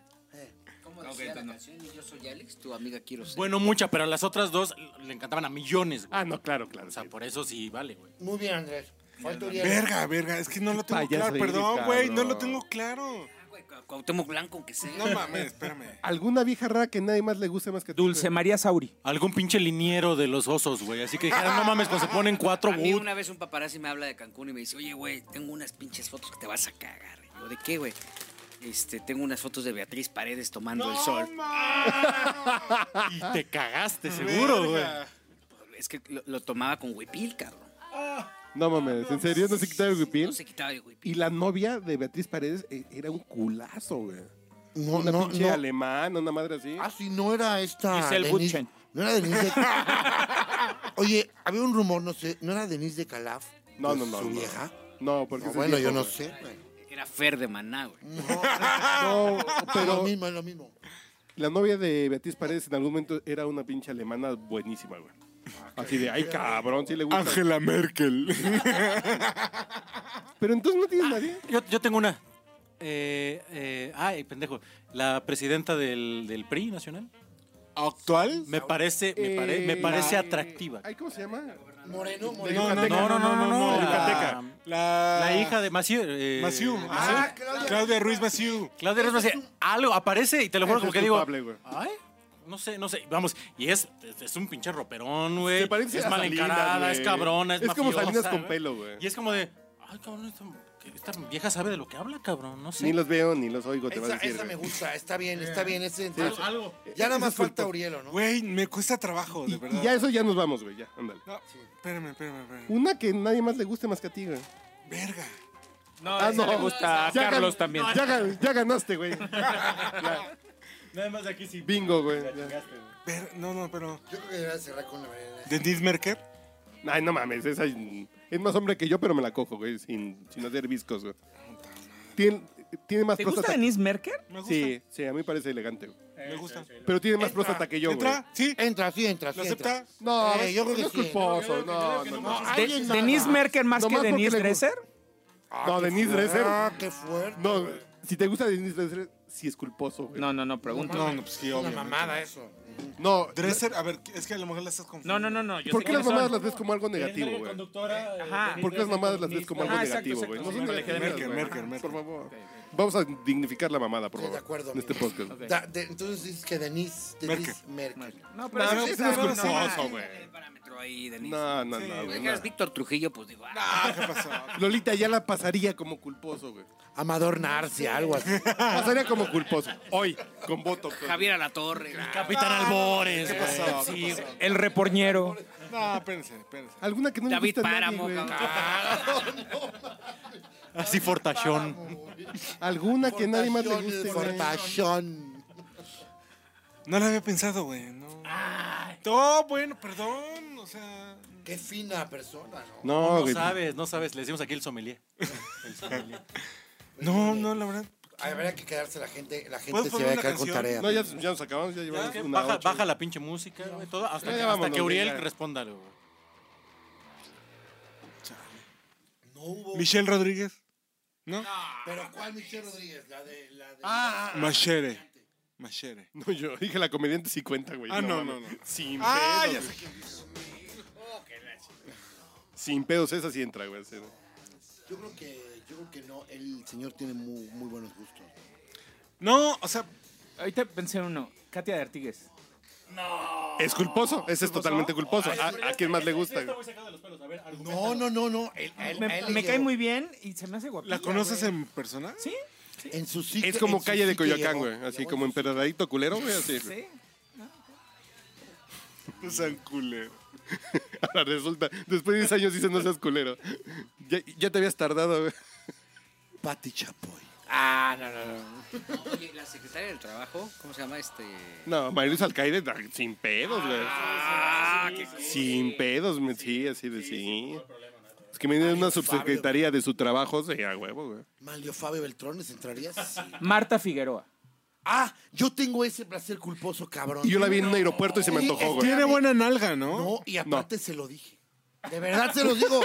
Speaker 8: ¿Cómo decía la canción? Y yo soy Alex, tu amiga quiero ser.
Speaker 6: Bueno, mucha, pero las otras dos le encantaban a millones, güey.
Speaker 3: Ah, no, claro, claro.
Speaker 6: O sea,
Speaker 3: sí.
Speaker 6: por eso sí vale, güey.
Speaker 7: Muy bien, Andrés. Falta Urielo.
Speaker 2: Verga, verga. Es que no lo tengo
Speaker 3: payaso
Speaker 2: claro.
Speaker 3: eres,
Speaker 2: Perdón, güey. No
Speaker 3: cabrón.
Speaker 2: lo tengo claro.
Speaker 8: Ah, güey, Cu- Cuauhtémoc Blanco, que sea.
Speaker 2: No mames, espérame.
Speaker 3: Alguna vieja rara que nadie más le guste más que tú.
Speaker 5: Dulce
Speaker 3: güey?
Speaker 5: María Sauri.
Speaker 6: Algún pinche liniero de los osos, güey. Así que dijeron, no mames, cuando se ponen cuatro,
Speaker 8: A mí
Speaker 6: but.
Speaker 8: una vez un paparazzi me habla de Cancún y me dice, oye, güey, tengo unas pinches fotos que te vas a cagar. Y yo, ¿de qué, güey? Este, tengo unas fotos de Beatriz Paredes tomando el sol.
Speaker 6: Ah. Y te cagaste, seguro, güey.
Speaker 2: Verga.
Speaker 8: es que lo, lo tomaba con huipil, cabrón.
Speaker 3: No mames, ¿en serio? ¿No se quitaba el huipil?
Speaker 8: No se quitaba el huipil.
Speaker 3: Y la novia de Beatriz Paredes eh, era un culazo, güey.
Speaker 7: No,
Speaker 3: una
Speaker 7: no,
Speaker 3: pinche
Speaker 7: no.
Speaker 3: alemana, una madre así.
Speaker 7: Ah, sí, no era esta.
Speaker 4: Giselle
Speaker 7: Denise-
Speaker 4: Butchen.
Speaker 7: No era Denise. de-
Speaker 3: *laughs*
Speaker 7: Oye, había un rumor, no sé, ¿no era Denise de Calaf?
Speaker 3: No,
Speaker 7: Pues,
Speaker 3: no, no.
Speaker 7: Su
Speaker 3: no.
Speaker 7: vieja.
Speaker 3: No, porque.
Speaker 7: No,
Speaker 3: ese
Speaker 7: bueno,
Speaker 3: viejo,
Speaker 7: yo no
Speaker 3: güey.
Speaker 7: sé. güey.
Speaker 8: Era Fer de Maná, güey.
Speaker 2: *laughs*
Speaker 3: No,
Speaker 7: Es lo
Speaker 3: *laughs* pero
Speaker 7: mismo, es lo mismo.
Speaker 3: la novia de Beatriz Paredes en algún momento era una pinche alemana buenísima, güey. Así de, ay, cabrón, sí le gusta.
Speaker 2: Angela Merkel.
Speaker 3: Pero entonces no tienes nadie.
Speaker 6: Yo, yo tengo una. Eh, eh, ay, pendejo. La presidenta del, del PRI nacional.
Speaker 2: ¿Actual?
Speaker 6: Me parece, me, pare- me
Speaker 3: Eh,
Speaker 6: parece
Speaker 3: la-
Speaker 6: atractiva.
Speaker 3: Ay, ¿cómo se llama?
Speaker 7: Moreno,
Speaker 3: De
Speaker 7: Moreno.
Speaker 2: No, no, no,
Speaker 3: Yucateca.
Speaker 2: no, no, no, no,
Speaker 6: La-
Speaker 2: Yucateca. La,
Speaker 3: Ah.
Speaker 6: La hija de Maciú. eh,
Speaker 2: Maciú.
Speaker 7: Ah,
Speaker 2: Maciú.
Speaker 7: Claudia.
Speaker 2: Claudia Ruiz Maciú.
Speaker 6: Claudia Ruiz Maciú. Algo aparece y te lo juro
Speaker 3: Ese
Speaker 6: como
Speaker 3: es
Speaker 6: que digo.
Speaker 3: culpable, güey.
Speaker 6: Ay, no sé, no sé. Vamos, y es, es- es un pinche roperón, güey.
Speaker 3: Se parece
Speaker 6: Es
Speaker 3: a
Speaker 6: mal
Speaker 3: Salinas,
Speaker 6: encarada,
Speaker 3: güey.
Speaker 6: es cabrona, es
Speaker 3: Es como
Speaker 6: mafiosa,
Speaker 3: Salinas con
Speaker 6: güey.
Speaker 3: pelo, güey.
Speaker 6: Y es como de, ay, cabrón, esta, que esta vieja sabe de lo que habla, cabrón, no sé.
Speaker 3: Ni los veo, ni los oigo, te van a
Speaker 7: Esa,
Speaker 3: decir.
Speaker 7: esa me
Speaker 3: güey. Eh,
Speaker 7: gusta, está bien, está bien. Ese,
Speaker 6: Algo.
Speaker 7: ya nada más
Speaker 3: Ese es
Speaker 7: falta Urielo, ¿no?
Speaker 2: Güey, me cuesta trabajo, de
Speaker 3: Y,
Speaker 2: verdad.
Speaker 3: y ya eso ya nos vamos, güey, ya, ándale.
Speaker 2: No, espérame, espérame, espérame.
Speaker 3: Una que nadie más le guste más que a ti, güey.
Speaker 2: Verga.
Speaker 5: No,
Speaker 3: Ah,
Speaker 2: eh,
Speaker 5: esa
Speaker 3: no.
Speaker 5: le gusta a
Speaker 3: Ya gan-
Speaker 5: Carlos también.
Speaker 3: Ya, gan- ya ganaste, güey. Ya,
Speaker 6: Nada más aquí sí.
Speaker 3: Bingo, güey. ya.
Speaker 2: Ver- no, no, pero.
Speaker 7: Yo creo que debería cerrar con la verdad.
Speaker 2: ¿Denise Merker?
Speaker 3: Ay, no mames, esa es es más hombre que yo, pero me la cojo, güey, sin, sin hacer viscos, güey. Tiene, tiene más
Speaker 4: ¿Te gusta
Speaker 3: próstata.
Speaker 4: Denise Merker?
Speaker 2: Me gusta.
Speaker 3: Sí, sí, a mí me parece elegante, güey.
Speaker 2: Me gusta.
Speaker 3: Pero tiene más próstata que yo, güey.
Speaker 2: ¿Entra? Sí.
Speaker 7: Entra, sí, entra, sí.
Speaker 2: ¿Lo
Speaker 7: entra.
Speaker 2: acepta?
Speaker 3: No,
Speaker 7: Eh,
Speaker 3: es-
Speaker 7: yo creo que
Speaker 3: no es
Speaker 7: sí.
Speaker 3: culposo. No, no, no.
Speaker 7: No,
Speaker 4: De-
Speaker 7: alguien nada
Speaker 4: ¿Denise
Speaker 7: más.
Speaker 4: Merker más
Speaker 3: Nomás
Speaker 4: que
Speaker 3: porque
Speaker 4: Denise
Speaker 3: le gusta.
Speaker 4: Dresser?
Speaker 7: Ah,
Speaker 3: No,
Speaker 7: qué
Speaker 3: Denise
Speaker 7: fuerte.
Speaker 3: Dresser.
Speaker 7: Ah, qué fuerte.
Speaker 3: No,
Speaker 7: güey.
Speaker 3: si te gusta Denise Dresser, sí es culposo, güey.
Speaker 4: No, no, no, pregunto.
Speaker 2: No, no, pues sí,
Speaker 7: Una
Speaker 2: obvio.
Speaker 7: mamada eso.
Speaker 3: No,
Speaker 2: Dresser, a ver, es que a lo mejor la estás confundiendo.
Speaker 4: No, no, no, no. Yo
Speaker 3: ¿Por
Speaker 4: sé
Speaker 3: qué
Speaker 4: quiénes
Speaker 3: las mamadas
Speaker 4: son.
Speaker 3: las ves como algo negativo, güey?
Speaker 4: Ajá.
Speaker 3: ¿Por qué las mamadas las ves como algo
Speaker 4: Ah, exacto,
Speaker 3: negativo,
Speaker 4: exacto,
Speaker 3: güey?
Speaker 4: sí,
Speaker 3: son
Speaker 4: me alejé de
Speaker 2: Merkel,
Speaker 3: negativas, güey.
Speaker 2: Merkel, Merkel.
Speaker 3: Por favor. Vamos a dignificar la mamada, por
Speaker 7: Estoy
Speaker 3: favor.
Speaker 7: de acuerdo,
Speaker 3: En este
Speaker 7: amigo.
Speaker 3: podcast.
Speaker 7: Da- de- entonces dices que Denise, Denise Merkel.
Speaker 4: No,
Speaker 3: No,
Speaker 4: pero
Speaker 3: no,
Speaker 4: sí,
Speaker 3: ese no es
Speaker 4: no, no,
Speaker 3: culposo, güey.
Speaker 8: El parámetro ahí, Denise.
Speaker 3: No, no,
Speaker 2: Sí,
Speaker 3: no,
Speaker 8: Si
Speaker 3: güey.
Speaker 8: dijeras Víctor Trujillo, pues digo, ah,
Speaker 2: Ah, ¿qué pasó?
Speaker 3: Lolita ya la pasaría como culposo, güey.
Speaker 7: Amador Narcia, algo así.
Speaker 3: *laughs* Pasaría como culposo. Hoy, con voto.
Speaker 8: Javier Alatorre.
Speaker 6: Capitán Albores, güey.
Speaker 2: pasó?
Speaker 6: Sí,
Speaker 2: ¿Qué pasó?
Speaker 6: güey.
Speaker 4: El reporñero.
Speaker 2: No, espérense, espérense.
Speaker 3: Alguna que no le
Speaker 8: David
Speaker 3: guste a nadie,
Speaker 8: Páramo,
Speaker 3: güey.
Speaker 8: cabrón.
Speaker 3: *laughs*
Speaker 6: Así fortachón.
Speaker 3: Alguna que nadie más le guste, güey.
Speaker 7: Fortachón.
Speaker 2: No la había pensado, güey. No. No, bueno, perdón. O sea.
Speaker 7: Qué fina persona, ¿no?
Speaker 3: No,
Speaker 6: No
Speaker 3: güey.
Speaker 6: sabes, no sabes. Le decimos aquí el sommelier.
Speaker 2: No, no, la verdad.
Speaker 7: Habría que quedarse la gente, la gente
Speaker 2: ¿Puedo
Speaker 7: se
Speaker 2: poner
Speaker 7: va a
Speaker 2: una
Speaker 7: quedar con
Speaker 2: canción?
Speaker 7: tarea.
Speaker 3: No, ya, ya nos acabamos, ya llevamos una
Speaker 6: Baja,
Speaker 3: ocho.
Speaker 6: baja la pinche música, güey, todo, hasta,
Speaker 3: Ya,
Speaker 6: que,
Speaker 3: ya vámonos,
Speaker 6: hasta que Uriel
Speaker 3: ya. Este
Speaker 6: responda algo. güey.
Speaker 7: No hubo.
Speaker 2: Michelle Rodríguez. ¿No?
Speaker 7: Pero ¿cuál Michelle Rodríguez? La de la de
Speaker 3: Ah,
Speaker 2: Machere. Machere.
Speaker 3: *laughs* No, yo dije la comediante 50, güey.
Speaker 2: Ah, no,
Speaker 3: mames.
Speaker 2: no, no.
Speaker 3: Sin
Speaker 2: Ah,
Speaker 3: pedos.
Speaker 2: ya
Speaker 3: güey. Sin pedos, esa sí entra, güey. sí.
Speaker 7: Yo creo que yo creo que no, el señor tiene muy, muy buenos gustos.
Speaker 2: No, o sea.
Speaker 4: Ahorita pensé en uno. Katia de Artigues.
Speaker 3: Es culposo, ese es totalmente culposo. ¿A, a quién más le gusta? güey?
Speaker 7: No, no, no, no. él-
Speaker 3: Ah,
Speaker 7: a él-
Speaker 4: Me,
Speaker 7: a él le
Speaker 4: me cae
Speaker 7: llegó.
Speaker 4: muy bien y se me hace guapilla.
Speaker 2: ¿La conoces
Speaker 4: güey.
Speaker 2: en persona?
Speaker 4: Sí,
Speaker 7: En su psique-
Speaker 3: Es como
Speaker 7: en su
Speaker 3: calle de
Speaker 7: psique
Speaker 3: Coyoacán,
Speaker 7: llegó-
Speaker 3: güey. Así
Speaker 7: llegó
Speaker 3: como
Speaker 7: en su-
Speaker 3: emperadito culero, güey. Así.
Speaker 4: sí.
Speaker 2: No sean culero.
Speaker 3: *laughs* Ahora resulta, después de 10 años dicen no seas culero. Ya, ya te habías tardado, güey.
Speaker 7: Pati Chapoy.
Speaker 4: Ah, no, no, no.
Speaker 8: Oye, la secretaria del trabajo, ¿cómo se llama este?
Speaker 3: No, Marilis Alcaide, da- ah, sin pedos, güey. sin pedos, me- sí, así de sí. Es que me dieron una
Speaker 7: Fabio.
Speaker 3: subsecretaría de su trabajo, sí, a huevo, güey.
Speaker 7: Malio Fabio Beltrones
Speaker 3: *laughs*
Speaker 7: entraría. Sí.
Speaker 4: Marta Figueroa.
Speaker 7: Ah, yo tengo ese placer culposo, cabrón.
Speaker 3: Y yo la vi en un aeropuerto y se me
Speaker 7: Sí,
Speaker 3: antojó, güey.
Speaker 2: Tiene buena nalga, ¿no?
Speaker 7: No, y aparte se lo dije. De verdad se los
Speaker 3: *laughs*
Speaker 7: digo.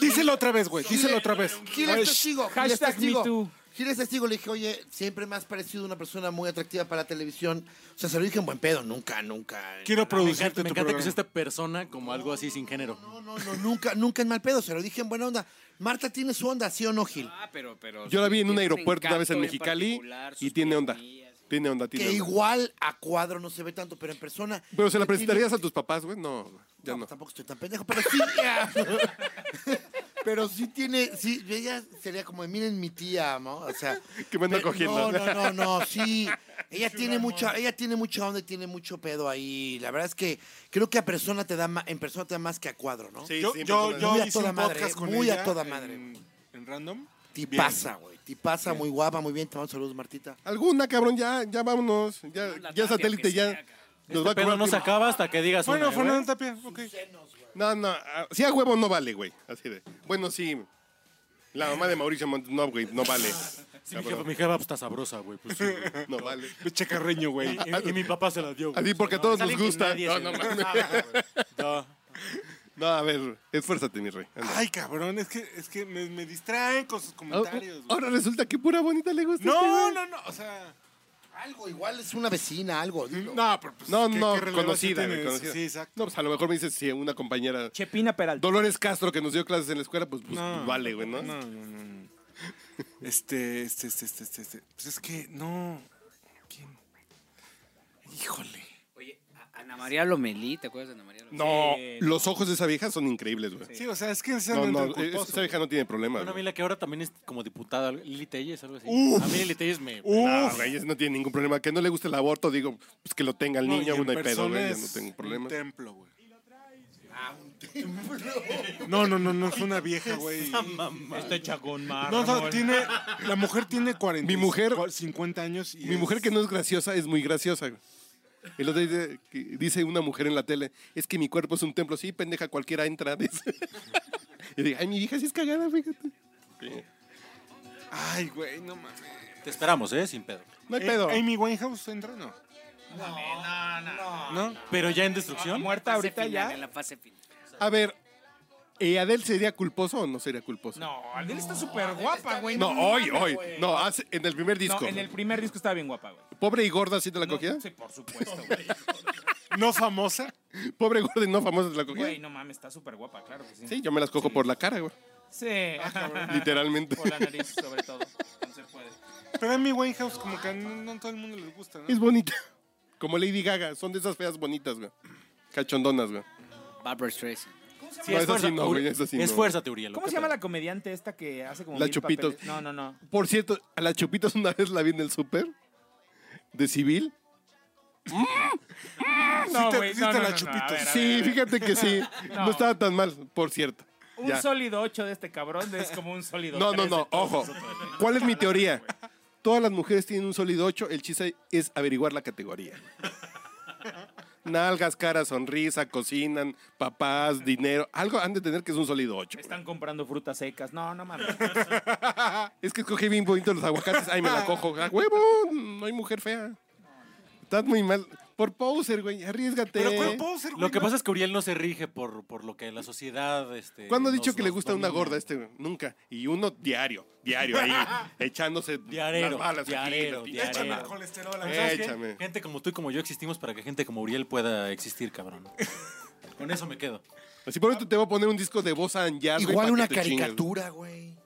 Speaker 2: Díselo otra vez, güey. Díselo otra vez.
Speaker 7: Gil es testigo. Gil es
Speaker 4: Hashtag
Speaker 7: testigo.
Speaker 4: me too.
Speaker 7: Gil es testigo. Le dije, oye, siempre me has parecido una persona muy atractiva para televisión. O sea, se lo dije en buen pedo. Nunca, nunca.
Speaker 2: Quiero
Speaker 6: Me
Speaker 2: producirte
Speaker 6: encanta, me
Speaker 2: tu
Speaker 6: encanta que sea este
Speaker 2: programa.
Speaker 6: esta persona como algo así sin género.
Speaker 7: No, no, no, nunca, nunca en mal pedo. Se lo dije en buena onda. Marta tiene su onda, ¿sí o no, Gil?
Speaker 8: Ah, pero, pero.
Speaker 3: Yo la vi en un
Speaker 8: tiene
Speaker 3: aeropuerto una vez en
Speaker 8: encanto
Speaker 3: Mexicali
Speaker 8: particular, sus
Speaker 3: y tiene onda.
Speaker 8: pionías.
Speaker 3: Tiene onda, tiene
Speaker 7: Que
Speaker 3: onda.
Speaker 7: igual a cuadro no se ve tanto, pero en persona.
Speaker 3: Pero se la
Speaker 7: que tiene-
Speaker 3: presentarías a tus papás, güey. No, ya
Speaker 7: No, *laughs*
Speaker 3: no.
Speaker 7: Tampoco estoy tan pendejo, pero sí. Pero sí tiene, sí, yo ella sería como, de, miren mi tía, ¿no? O sea,
Speaker 3: Que me anda
Speaker 7: pe-
Speaker 3: cogiendo.
Speaker 7: No, no, no, no,
Speaker 3: *laughs*
Speaker 7: sí. Ella tiene mucha, ella tiene mucha onda y tiene mucho pedo ahí. La verdad es que creo que a persona te da ma- en persona te da más que a cuadro, ¿no?
Speaker 2: yo yo, yo
Speaker 7: Muy a
Speaker 2: hice
Speaker 7: toda
Speaker 2: un podcast
Speaker 7: madre, ¿eh?
Speaker 2: con
Speaker 7: muy
Speaker 2: ella
Speaker 7: a toda
Speaker 2: en-
Speaker 7: madre.
Speaker 2: En random. Bien.
Speaker 7: Tipaza, güey. Tipaza, muy guapa, muy bien. Te mando saludos, Martita.
Speaker 3: Alguna, cabrón, ya, ya vámonos. Ya, ya satélite, ya. Nos
Speaker 6: Este pedo
Speaker 3: cobrar
Speaker 6: no se
Speaker 3: tiempo.
Speaker 6: acaba hasta que digas
Speaker 2: Bueno,
Speaker 6: una, ¿eh, güey?
Speaker 2: Fernando Tapia, ok.
Speaker 3: No, no, ah, si a huevo no vale, güey. Así de. Bueno, sí. La mamá de Mauricio Montes, no, güey, no vale.
Speaker 6: Sí, mi jefa,
Speaker 3: Cabrón,
Speaker 6: mi jefa pues, está sabrosa, güey. Pues, sí, güey.
Speaker 3: no vale.
Speaker 2: Pinche carreño, güey.
Speaker 6: y, y mi papá se la dio,
Speaker 3: A
Speaker 6: güey.
Speaker 3: ti porque a todos nos
Speaker 6: alguien que
Speaker 3: gusta.
Speaker 6: nadie
Speaker 3: No,
Speaker 6: se
Speaker 3: no
Speaker 6: la
Speaker 3: mames.
Speaker 6: No.
Speaker 3: *laughs* No, a ver, esfuérzate, mi rey. anda.
Speaker 2: Ay, cabrón, es que, es que me, me distraen con sus comentarios, güey.
Speaker 3: Oh, Ahora resulta que pura bonita le gusta. este
Speaker 2: No,
Speaker 3: güey.
Speaker 2: no, no, o sea.
Speaker 7: Algo, igual es una vecina, algo. dilo.
Speaker 2: No, pero pues,
Speaker 3: Mm, No,
Speaker 2: ¿qué-
Speaker 3: no,
Speaker 2: qué relevancia
Speaker 3: conocida,
Speaker 2: tiene
Speaker 3: güey,
Speaker 2: eso?
Speaker 3: conocida.
Speaker 2: Sí, exacto.
Speaker 3: No, pues a lo mejor me dices si una compañera.
Speaker 4: Chepina Peralta.
Speaker 3: Dolores Castro que nos dio clases en la escuela, pues, pues,
Speaker 2: No.
Speaker 3: pues vale, güey, ¿no?
Speaker 2: No, no, no. no. Este, este, este, este, este, este. Pues es que no. ¿Quién? Híjole.
Speaker 8: Oye, a- Ana María Lomelí, ¿te acuerdas de Ana María Lomelí?
Speaker 3: No,
Speaker 5: Sí, no.
Speaker 3: los ojos de esa vieja son increíbles, güey.
Speaker 2: Sí, o sea, es que se
Speaker 3: No,
Speaker 2: andan
Speaker 3: no,
Speaker 2: no,
Speaker 3: eh, esa vieja no tiene problema.
Speaker 6: Bueno, a mí
Speaker 3: güey.
Speaker 6: la que ahora también es como diputada, Lili Telles, algo así.
Speaker 2: Uf.
Speaker 6: a mí Lili Telles me... *laughs*
Speaker 3: No, Ah, güey, ella no tiene ningún problema. Que no le guste el aborto, digo, pues que lo tenga el niño, no hay pedo, güey, yo no tengo problema.
Speaker 2: Un templo, güey.
Speaker 7: Ah,
Speaker 2: No, no, no, no es una vieja, güey.
Speaker 5: Este chagón mar.
Speaker 2: No, no, tiene. La mujer
Speaker 3: *laughs*
Speaker 2: tiene 40.
Speaker 3: Mi mujer-
Speaker 2: 50 años. Y
Speaker 3: Mi
Speaker 2: es-
Speaker 3: mujer que no es graciosa es muy graciosa. güey. El otro dice, que- dice una mujer en la tele, es que mi cuerpo es un templo. Sí, pendeja, cualquiera entra. *laughs* dice. Y digo, ay, mi vieja sí es cagada, fíjate.
Speaker 2: Ay, güey, no mames.
Speaker 6: Te esperamos, ¿eh? Sin pedo.
Speaker 3: No hay pedo.
Speaker 2: Eh, Amy Winehouse entra, no. No, no,
Speaker 6: Pero ya en destrucción.
Speaker 5: Ah, Muerta
Speaker 8: Fase
Speaker 5: ahorita
Speaker 8: final,
Speaker 5: ya.
Speaker 8: En la fase final.
Speaker 3: A ver, ¿eh, ¿Adel sería culposo o no sería culposo?
Speaker 5: No, Adele está súper guapa, güey.
Speaker 3: No, hoy, hoy. No, hace- en el primer disco.
Speaker 5: No, en el primer disco estaba bien guapa, güey.
Speaker 3: Pobre y gorda, ¿sí te la
Speaker 5: No,
Speaker 3: cogía?
Speaker 5: Sí, por supuesto, güey.
Speaker 2: no. No famosa.
Speaker 3: Pobre gorda y no famosa, ¿te la cogía?
Speaker 5: Güey, no mames, está súper guapa, claro que sí.
Speaker 3: Sí, yo me las cojo por la cara, güey.
Speaker 5: Sí. *laughs*
Speaker 3: Literalmente.
Speaker 5: Por la nariz, sobre todo. No se puede.
Speaker 2: Pero Amy Winehouse, como que no, no todo el mundo les gusta, ¿no?
Speaker 3: *laughs* Es bonita. Como Lady Gaga, son de esas feas bonitas, güey. Cachondonas, güey.
Speaker 8: Barbara Streisand.
Speaker 3: No,
Speaker 6: Sí,
Speaker 3: esa sí
Speaker 6: esfuérzate,
Speaker 3: no, güey, esa sí no.
Speaker 6: Esfuérzate, Uriel.
Speaker 5: ¿Cómo
Speaker 6: ¿qué
Speaker 5: se llama
Speaker 6: pedo?
Speaker 5: la comediante esta que hace como.
Speaker 3: La
Speaker 5: mil
Speaker 3: Chupitos.
Speaker 5: papeles? No, no, no.
Speaker 3: Por cierto, a la Chupitos una vez la vi en el súper, de civil.
Speaker 5: No,
Speaker 2: te-
Speaker 5: güey,
Speaker 2: sí
Speaker 5: no,
Speaker 2: te
Speaker 5: no,
Speaker 2: la
Speaker 5: no, no,
Speaker 2: chupitos.
Speaker 5: a ver, a ver, a
Speaker 3: Sí,
Speaker 5: ver.
Speaker 3: fíjate que
Speaker 5: *laughs*
Speaker 3: sí. No.
Speaker 5: No.
Speaker 3: estaba tan mal, por cierto.
Speaker 5: Un
Speaker 3: Ya.
Speaker 5: sólido 8 de este cabrón es como un sólido Oh,
Speaker 3: No, no,
Speaker 5: 3 de
Speaker 3: no,
Speaker 5: todos
Speaker 3: ojo.
Speaker 5: nosotros, güey.
Speaker 3: ¿Cuál es mi teoría? Todas las mujeres tienen un sólido 8, el chiste es averiguar la categoría. Nalgas, cara, sonrisa, cocinan, papás, dinero. Algo han de tener que es un sólido 8.
Speaker 5: Están comprando frutas secas. No, no mames.
Speaker 3: *laughs* Es que escogí bien bonito los aguacates. Ay, me la cojo. ¡A huevo! No hay mujer fea. Estás muy mal. Por poser, güey. Arriesgate.
Speaker 2: Pero ¿cuál puedo ser, güey?
Speaker 6: Lo que pasa es que Uriel no se rige por, por lo que la sociedad... Este,
Speaker 3: ¿Cuándo ha
Speaker 6: nos-
Speaker 3: dicho que le
Speaker 6: nos
Speaker 3: gusta una
Speaker 6: domina?
Speaker 3: gorda a este? güey? Nunca. Y uno diario. Diario ahí. echándose
Speaker 6: Diarero,
Speaker 3: las balas. aquí,
Speaker 6: diarero,
Speaker 3: las pinches-
Speaker 6: diarero.
Speaker 2: Échame el
Speaker 6: Claro.
Speaker 2: colesterol.
Speaker 3: Eh,
Speaker 2: ¿sabes qué?
Speaker 3: Échame.
Speaker 6: Gente como tú y como yo existimos para que gente como Uriel pueda existir,
Speaker 3: *laughs*
Speaker 6: cabrón. Con eso me quedo.
Speaker 3: Así por eso te voy a poner un disco de voz and Jazz, güey,
Speaker 7: Igual
Speaker 3: para que
Speaker 7: una
Speaker 3: te chingues.
Speaker 7: caricatura, güey.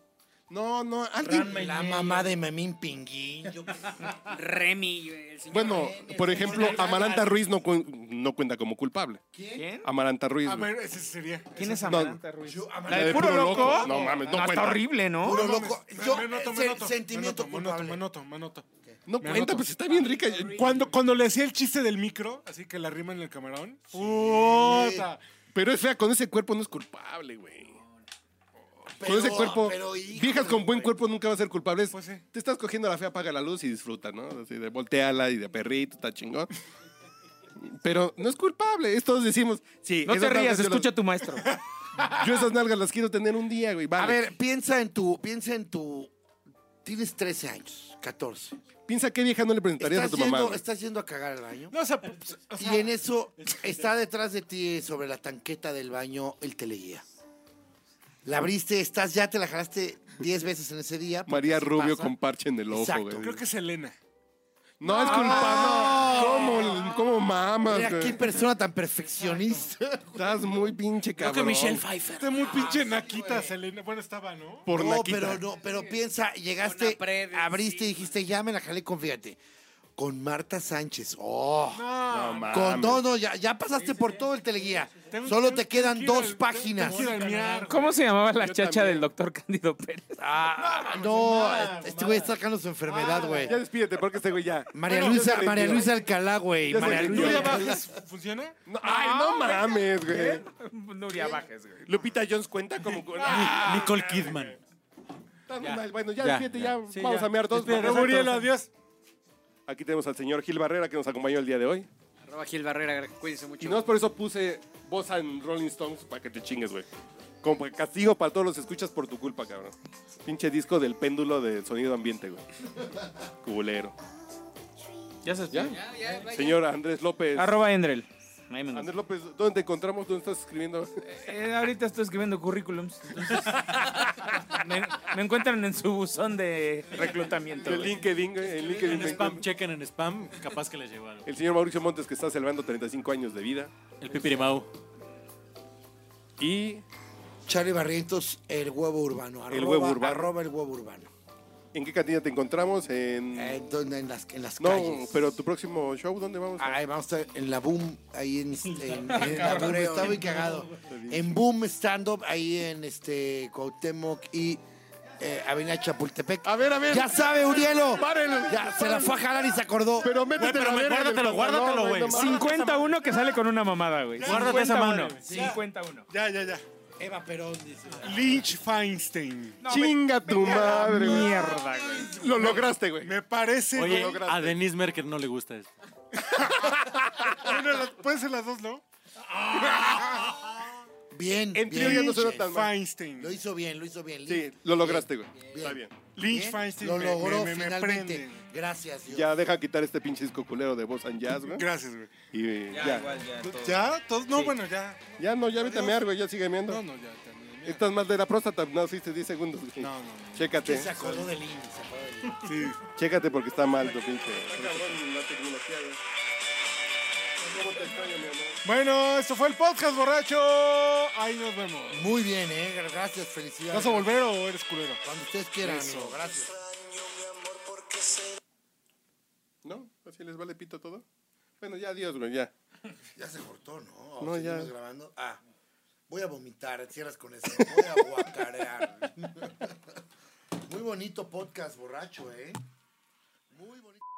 Speaker 3: No, no. ah, alguien-
Speaker 7: La mamá de Memín Pinguín. yo qué sé.
Speaker 5: Ah.
Speaker 8: Remy, el señor
Speaker 3: Bueno,
Speaker 8: Remy, el
Speaker 3: por
Speaker 8: señor
Speaker 3: ejemplo,
Speaker 8: Remy.
Speaker 3: Amaranta Ruiz no, cuen- no cuenta como culpable.
Speaker 5: ¿Quién?
Speaker 3: Amaranta Ruiz.
Speaker 2: A
Speaker 3: güey.
Speaker 2: ver, ese sería.
Speaker 5: ¿Quién es
Speaker 3: Ah, No. ah,
Speaker 5: Amaranta Ruiz?
Speaker 3: La de
Speaker 5: ¿Puro loco?
Speaker 3: No mames, no, cuenta.
Speaker 5: No, Ah, está horrible, ¿no?
Speaker 7: Puro
Speaker 2: No mames,
Speaker 7: loco.
Speaker 2: me-
Speaker 7: Yo,
Speaker 2: me noto, me
Speaker 7: sen-
Speaker 2: noto,
Speaker 7: sentimiento
Speaker 2: me noto,
Speaker 7: culpable.
Speaker 2: Me noto, me noto, me noto.
Speaker 3: No
Speaker 2: Me
Speaker 3: cuenta,
Speaker 2: anoto.
Speaker 3: pues está bien rica.
Speaker 2: Cuando, cuando le hacía el chiste del micro, así que la rima en el camarón. ¡Puta!
Speaker 3: Pero es fea, con ese cuerpo no es culpable, güey. Con
Speaker 7: Pero-
Speaker 3: ese cuerpo,
Speaker 7: pero, híjole,
Speaker 3: viejas con buen cuerpo nunca va a ser culpables.
Speaker 2: Pues sí.
Speaker 3: Te estás cogiendo a la fea, apaga la luz y disfruta, ¿no? Así de volteala y de perrito, está chingón. Pero no es culpable. Es todos decimos, sí.
Speaker 5: No te
Speaker 3: esas nalgas
Speaker 5: rías,
Speaker 3: yo las-
Speaker 5: escucha a tu maestro.
Speaker 3: Yo esas nalgas las quiero tener un día, güey. Vale.
Speaker 7: A ver, piensa en tu, piensa en tu. Tienes 13 años, 14.
Speaker 3: piensa qué vieja no le presentarías a
Speaker 7: Estás
Speaker 3: tu mamá.
Speaker 7: yendo,
Speaker 3: güey.
Speaker 7: estás yendo a cagar al baño.
Speaker 2: No, o sea, pues, o sea, este,
Speaker 7: Y en eso está detrás de ti, sobre la tanqueta del baño, el teleguía. La abriste, estás ya, te la jalaste 10 veces en ese día. porque
Speaker 3: María
Speaker 7: así
Speaker 3: Rubio
Speaker 7: pasa.
Speaker 3: con parche en el ojo,
Speaker 7: Exacto.
Speaker 3: güey.
Speaker 2: creo que es Elena.
Speaker 3: No, es culpable. ¿Cómo, cómo mamas,
Speaker 7: Mira, qué
Speaker 3: güey?
Speaker 7: persona tan perfeccionista.
Speaker 3: Estás muy pinche cabrón.
Speaker 6: Creo que Michelle Pfeiffer.
Speaker 2: Está Este muy pinche naquita, Selena. Bueno, estaba, ¿no?
Speaker 3: Por
Speaker 7: no,
Speaker 3: naquita.
Speaker 7: pero no, pero piensa, llegaste,
Speaker 8: Con la pre de
Speaker 7: abriste y
Speaker 8: encima.
Speaker 7: dijiste, ya me la jalé, confíate. con Marta Sánchez. ¡Oh!
Speaker 2: No,
Speaker 3: mames.
Speaker 7: con todo, no, ya, ya pasaste por todo el teleguía. Solo te quedan dos páginas.
Speaker 5: ¿Cómo se llamaba la chacha del doctor Cándido Pérez?
Speaker 7: Ah, no, este güey está sacando su enfermedad, güey.
Speaker 3: Ya despídete, porque este güey ya.
Speaker 7: María
Speaker 3: Bueno, ya
Speaker 7: Luisa,
Speaker 3: se
Speaker 7: María
Speaker 3: retiró.
Speaker 7: Luisa Alcalá, güey.
Speaker 3: Ya se
Speaker 7: María
Speaker 3: retiró.
Speaker 7: Luisa
Speaker 3: Nuria
Speaker 7: Alcalá.
Speaker 3: Bajes.
Speaker 2: ¿Funciona?
Speaker 3: No, ay, no mames, güey.
Speaker 5: Nuria Bajes, güey.
Speaker 3: Lupita Jones cuenta como.
Speaker 6: Nicole Kidman.
Speaker 3: Tan
Speaker 6: Ah, Ya.
Speaker 3: mal. Bueno, ya,
Speaker 6: Ya,
Speaker 3: despídete,
Speaker 6: ya.
Speaker 3: ya.
Speaker 6: Sí,
Speaker 3: Vamos
Speaker 6: ya.
Speaker 3: a mear todos.
Speaker 6: Espera,
Speaker 3: porque-
Speaker 6: Muriel,
Speaker 2: adiós.
Speaker 3: Aquí tenemos al señor Gil Barrera que nos acompañó el día de hoy.
Speaker 8: Arroba Gil Barrera, cuídense
Speaker 3: Y
Speaker 8: mucho.
Speaker 3: no es por eso puse Bossa en Rolling Stones para que te chingues, güey. Como castigo para todos los escuchas por tu culpa, cabrón. Pinche disco del péndulo de sonido ambiente, güey. Culero.
Speaker 5: Ya se
Speaker 3: ¿Ya? Señor Andrés López.
Speaker 5: Arroba Endrel. Ahí me
Speaker 3: Andrés López, ¿dónde te encontramos? ¿Dónde estás escribiendo?
Speaker 5: Eh, ahorita estoy escribiendo currículums. entonces, *laughs* me, me encuentran en su buzón de reclutamiento.
Speaker 3: En
Speaker 5: güey.
Speaker 3: LinkedIn, güey, en LinkedIn.
Speaker 6: En
Speaker 3: me
Speaker 6: spam,
Speaker 3: encuentro.
Speaker 6: chequen en spam, capaz que les llegó algo.
Speaker 3: El señor Mauricio Montes que está celebrando 35 años de vida.
Speaker 6: El Pipirimau.
Speaker 3: Y
Speaker 7: Charlie Barrientos, el huevo urbano.
Speaker 3: El
Speaker 7: Arroba,
Speaker 3: huevo urbano.
Speaker 7: Arroba el huevo urbano.
Speaker 3: ¿en qué cantina te encontramos? En...
Speaker 7: Eh, donde- en las, en las
Speaker 3: no,
Speaker 7: calles.
Speaker 3: pero tu próximo show, ¿dónde
Speaker 2: Ah,
Speaker 3: vamos?
Speaker 7: Ay, vamos a estar en la Boom, ahí en, este, en- en la
Speaker 3: Cabrón,
Speaker 7: Boom, está
Speaker 3: no.
Speaker 7: muy cagado. En Boom Stand Up, ahí en este Cuauhtémoc y eh, Avenida Chapultepec.
Speaker 3: A ver, a ver.
Speaker 7: Ya sabe, Urielo.
Speaker 3: Párenlo.
Speaker 7: Ya se la fue a jalar y se acordó.
Speaker 3: Pero métete la
Speaker 6: pero
Speaker 3: verga
Speaker 6: guárdatelo,
Speaker 3: del
Speaker 6: guárdatelo,
Speaker 3: color,
Speaker 6: güey.
Speaker 3: no mames.
Speaker 5: 51 que sale con una mamada, güey.
Speaker 6: Guárdate esa mano.
Speaker 5: 51. 51.
Speaker 2: Ya, ya, ya.
Speaker 7: Eva Perón dice.
Speaker 2: Lynch Feinstein.
Speaker 5: No, güey,
Speaker 3: Chinga tu madre, güey.
Speaker 5: Mierda, güey.
Speaker 3: Lo lograste, güey.
Speaker 2: Me parece.
Speaker 6: Oye,
Speaker 2: güey.
Speaker 6: a Denise Merker no le gusta esto.
Speaker 2: Bueno, las- pueden ser las dos, ¿no?
Speaker 7: Bien.
Speaker 3: En
Speaker 7: bien.
Speaker 3: teoría no suena tan mal.
Speaker 2: Feinstein.
Speaker 7: Lo hizo bien, lo hizo bien.
Speaker 3: Sí,
Speaker 7: Lynch.
Speaker 3: lo lograste, güey.
Speaker 7: Bien.
Speaker 3: Está bien.
Speaker 2: Lynch
Speaker 7: Bien,
Speaker 2: Feinstein.
Speaker 7: Lo
Speaker 2: me-
Speaker 7: logró
Speaker 2: me- me- me
Speaker 7: finalmente.
Speaker 2: prende.
Speaker 7: Gracias, Dios.
Speaker 3: Ya deja quitar este pinche disco culero de Boss and Jazz, güey.
Speaker 2: Gracias, güey.
Speaker 3: Y eh, ya. Ya,
Speaker 5: ya.
Speaker 2: ¿Ya? ¿Todos? No, bueno, ya.
Speaker 3: no, ya vete a mear, güey. Ya sigue meando.
Speaker 2: No, no, ya. también, ya.
Speaker 3: Estás más de la próstata. No, hiciste 10 segundos. güey.
Speaker 2: No, no, no.
Speaker 3: Chécate.
Speaker 7: Se acordó de Lynch, se acordó de Lynch.
Speaker 2: Sí.
Speaker 3: Chécate porque está mal tu pinche.
Speaker 2: Bueno, esto fue el podcast, borracho. Ahí nos vemos.
Speaker 7: Muy bien, eh. Gracias, felicidades.
Speaker 2: ¿Vas a volver o eres culero?
Speaker 7: Cuando ustedes quieran, amigo. Gracias.
Speaker 3: ¿No? ¿Así les vale pito todo? Bueno, ya adiós, güey, ya.
Speaker 7: Ya se cortó, ¿no?
Speaker 3: No,
Speaker 7: No, ya.
Speaker 3: ya.
Speaker 7: grabando? Ah, voy a vomitar, cierras con eso. Voy a *laughs* guacarear. Muy bonito podcast, borracho, ¿eh? Muy bonito.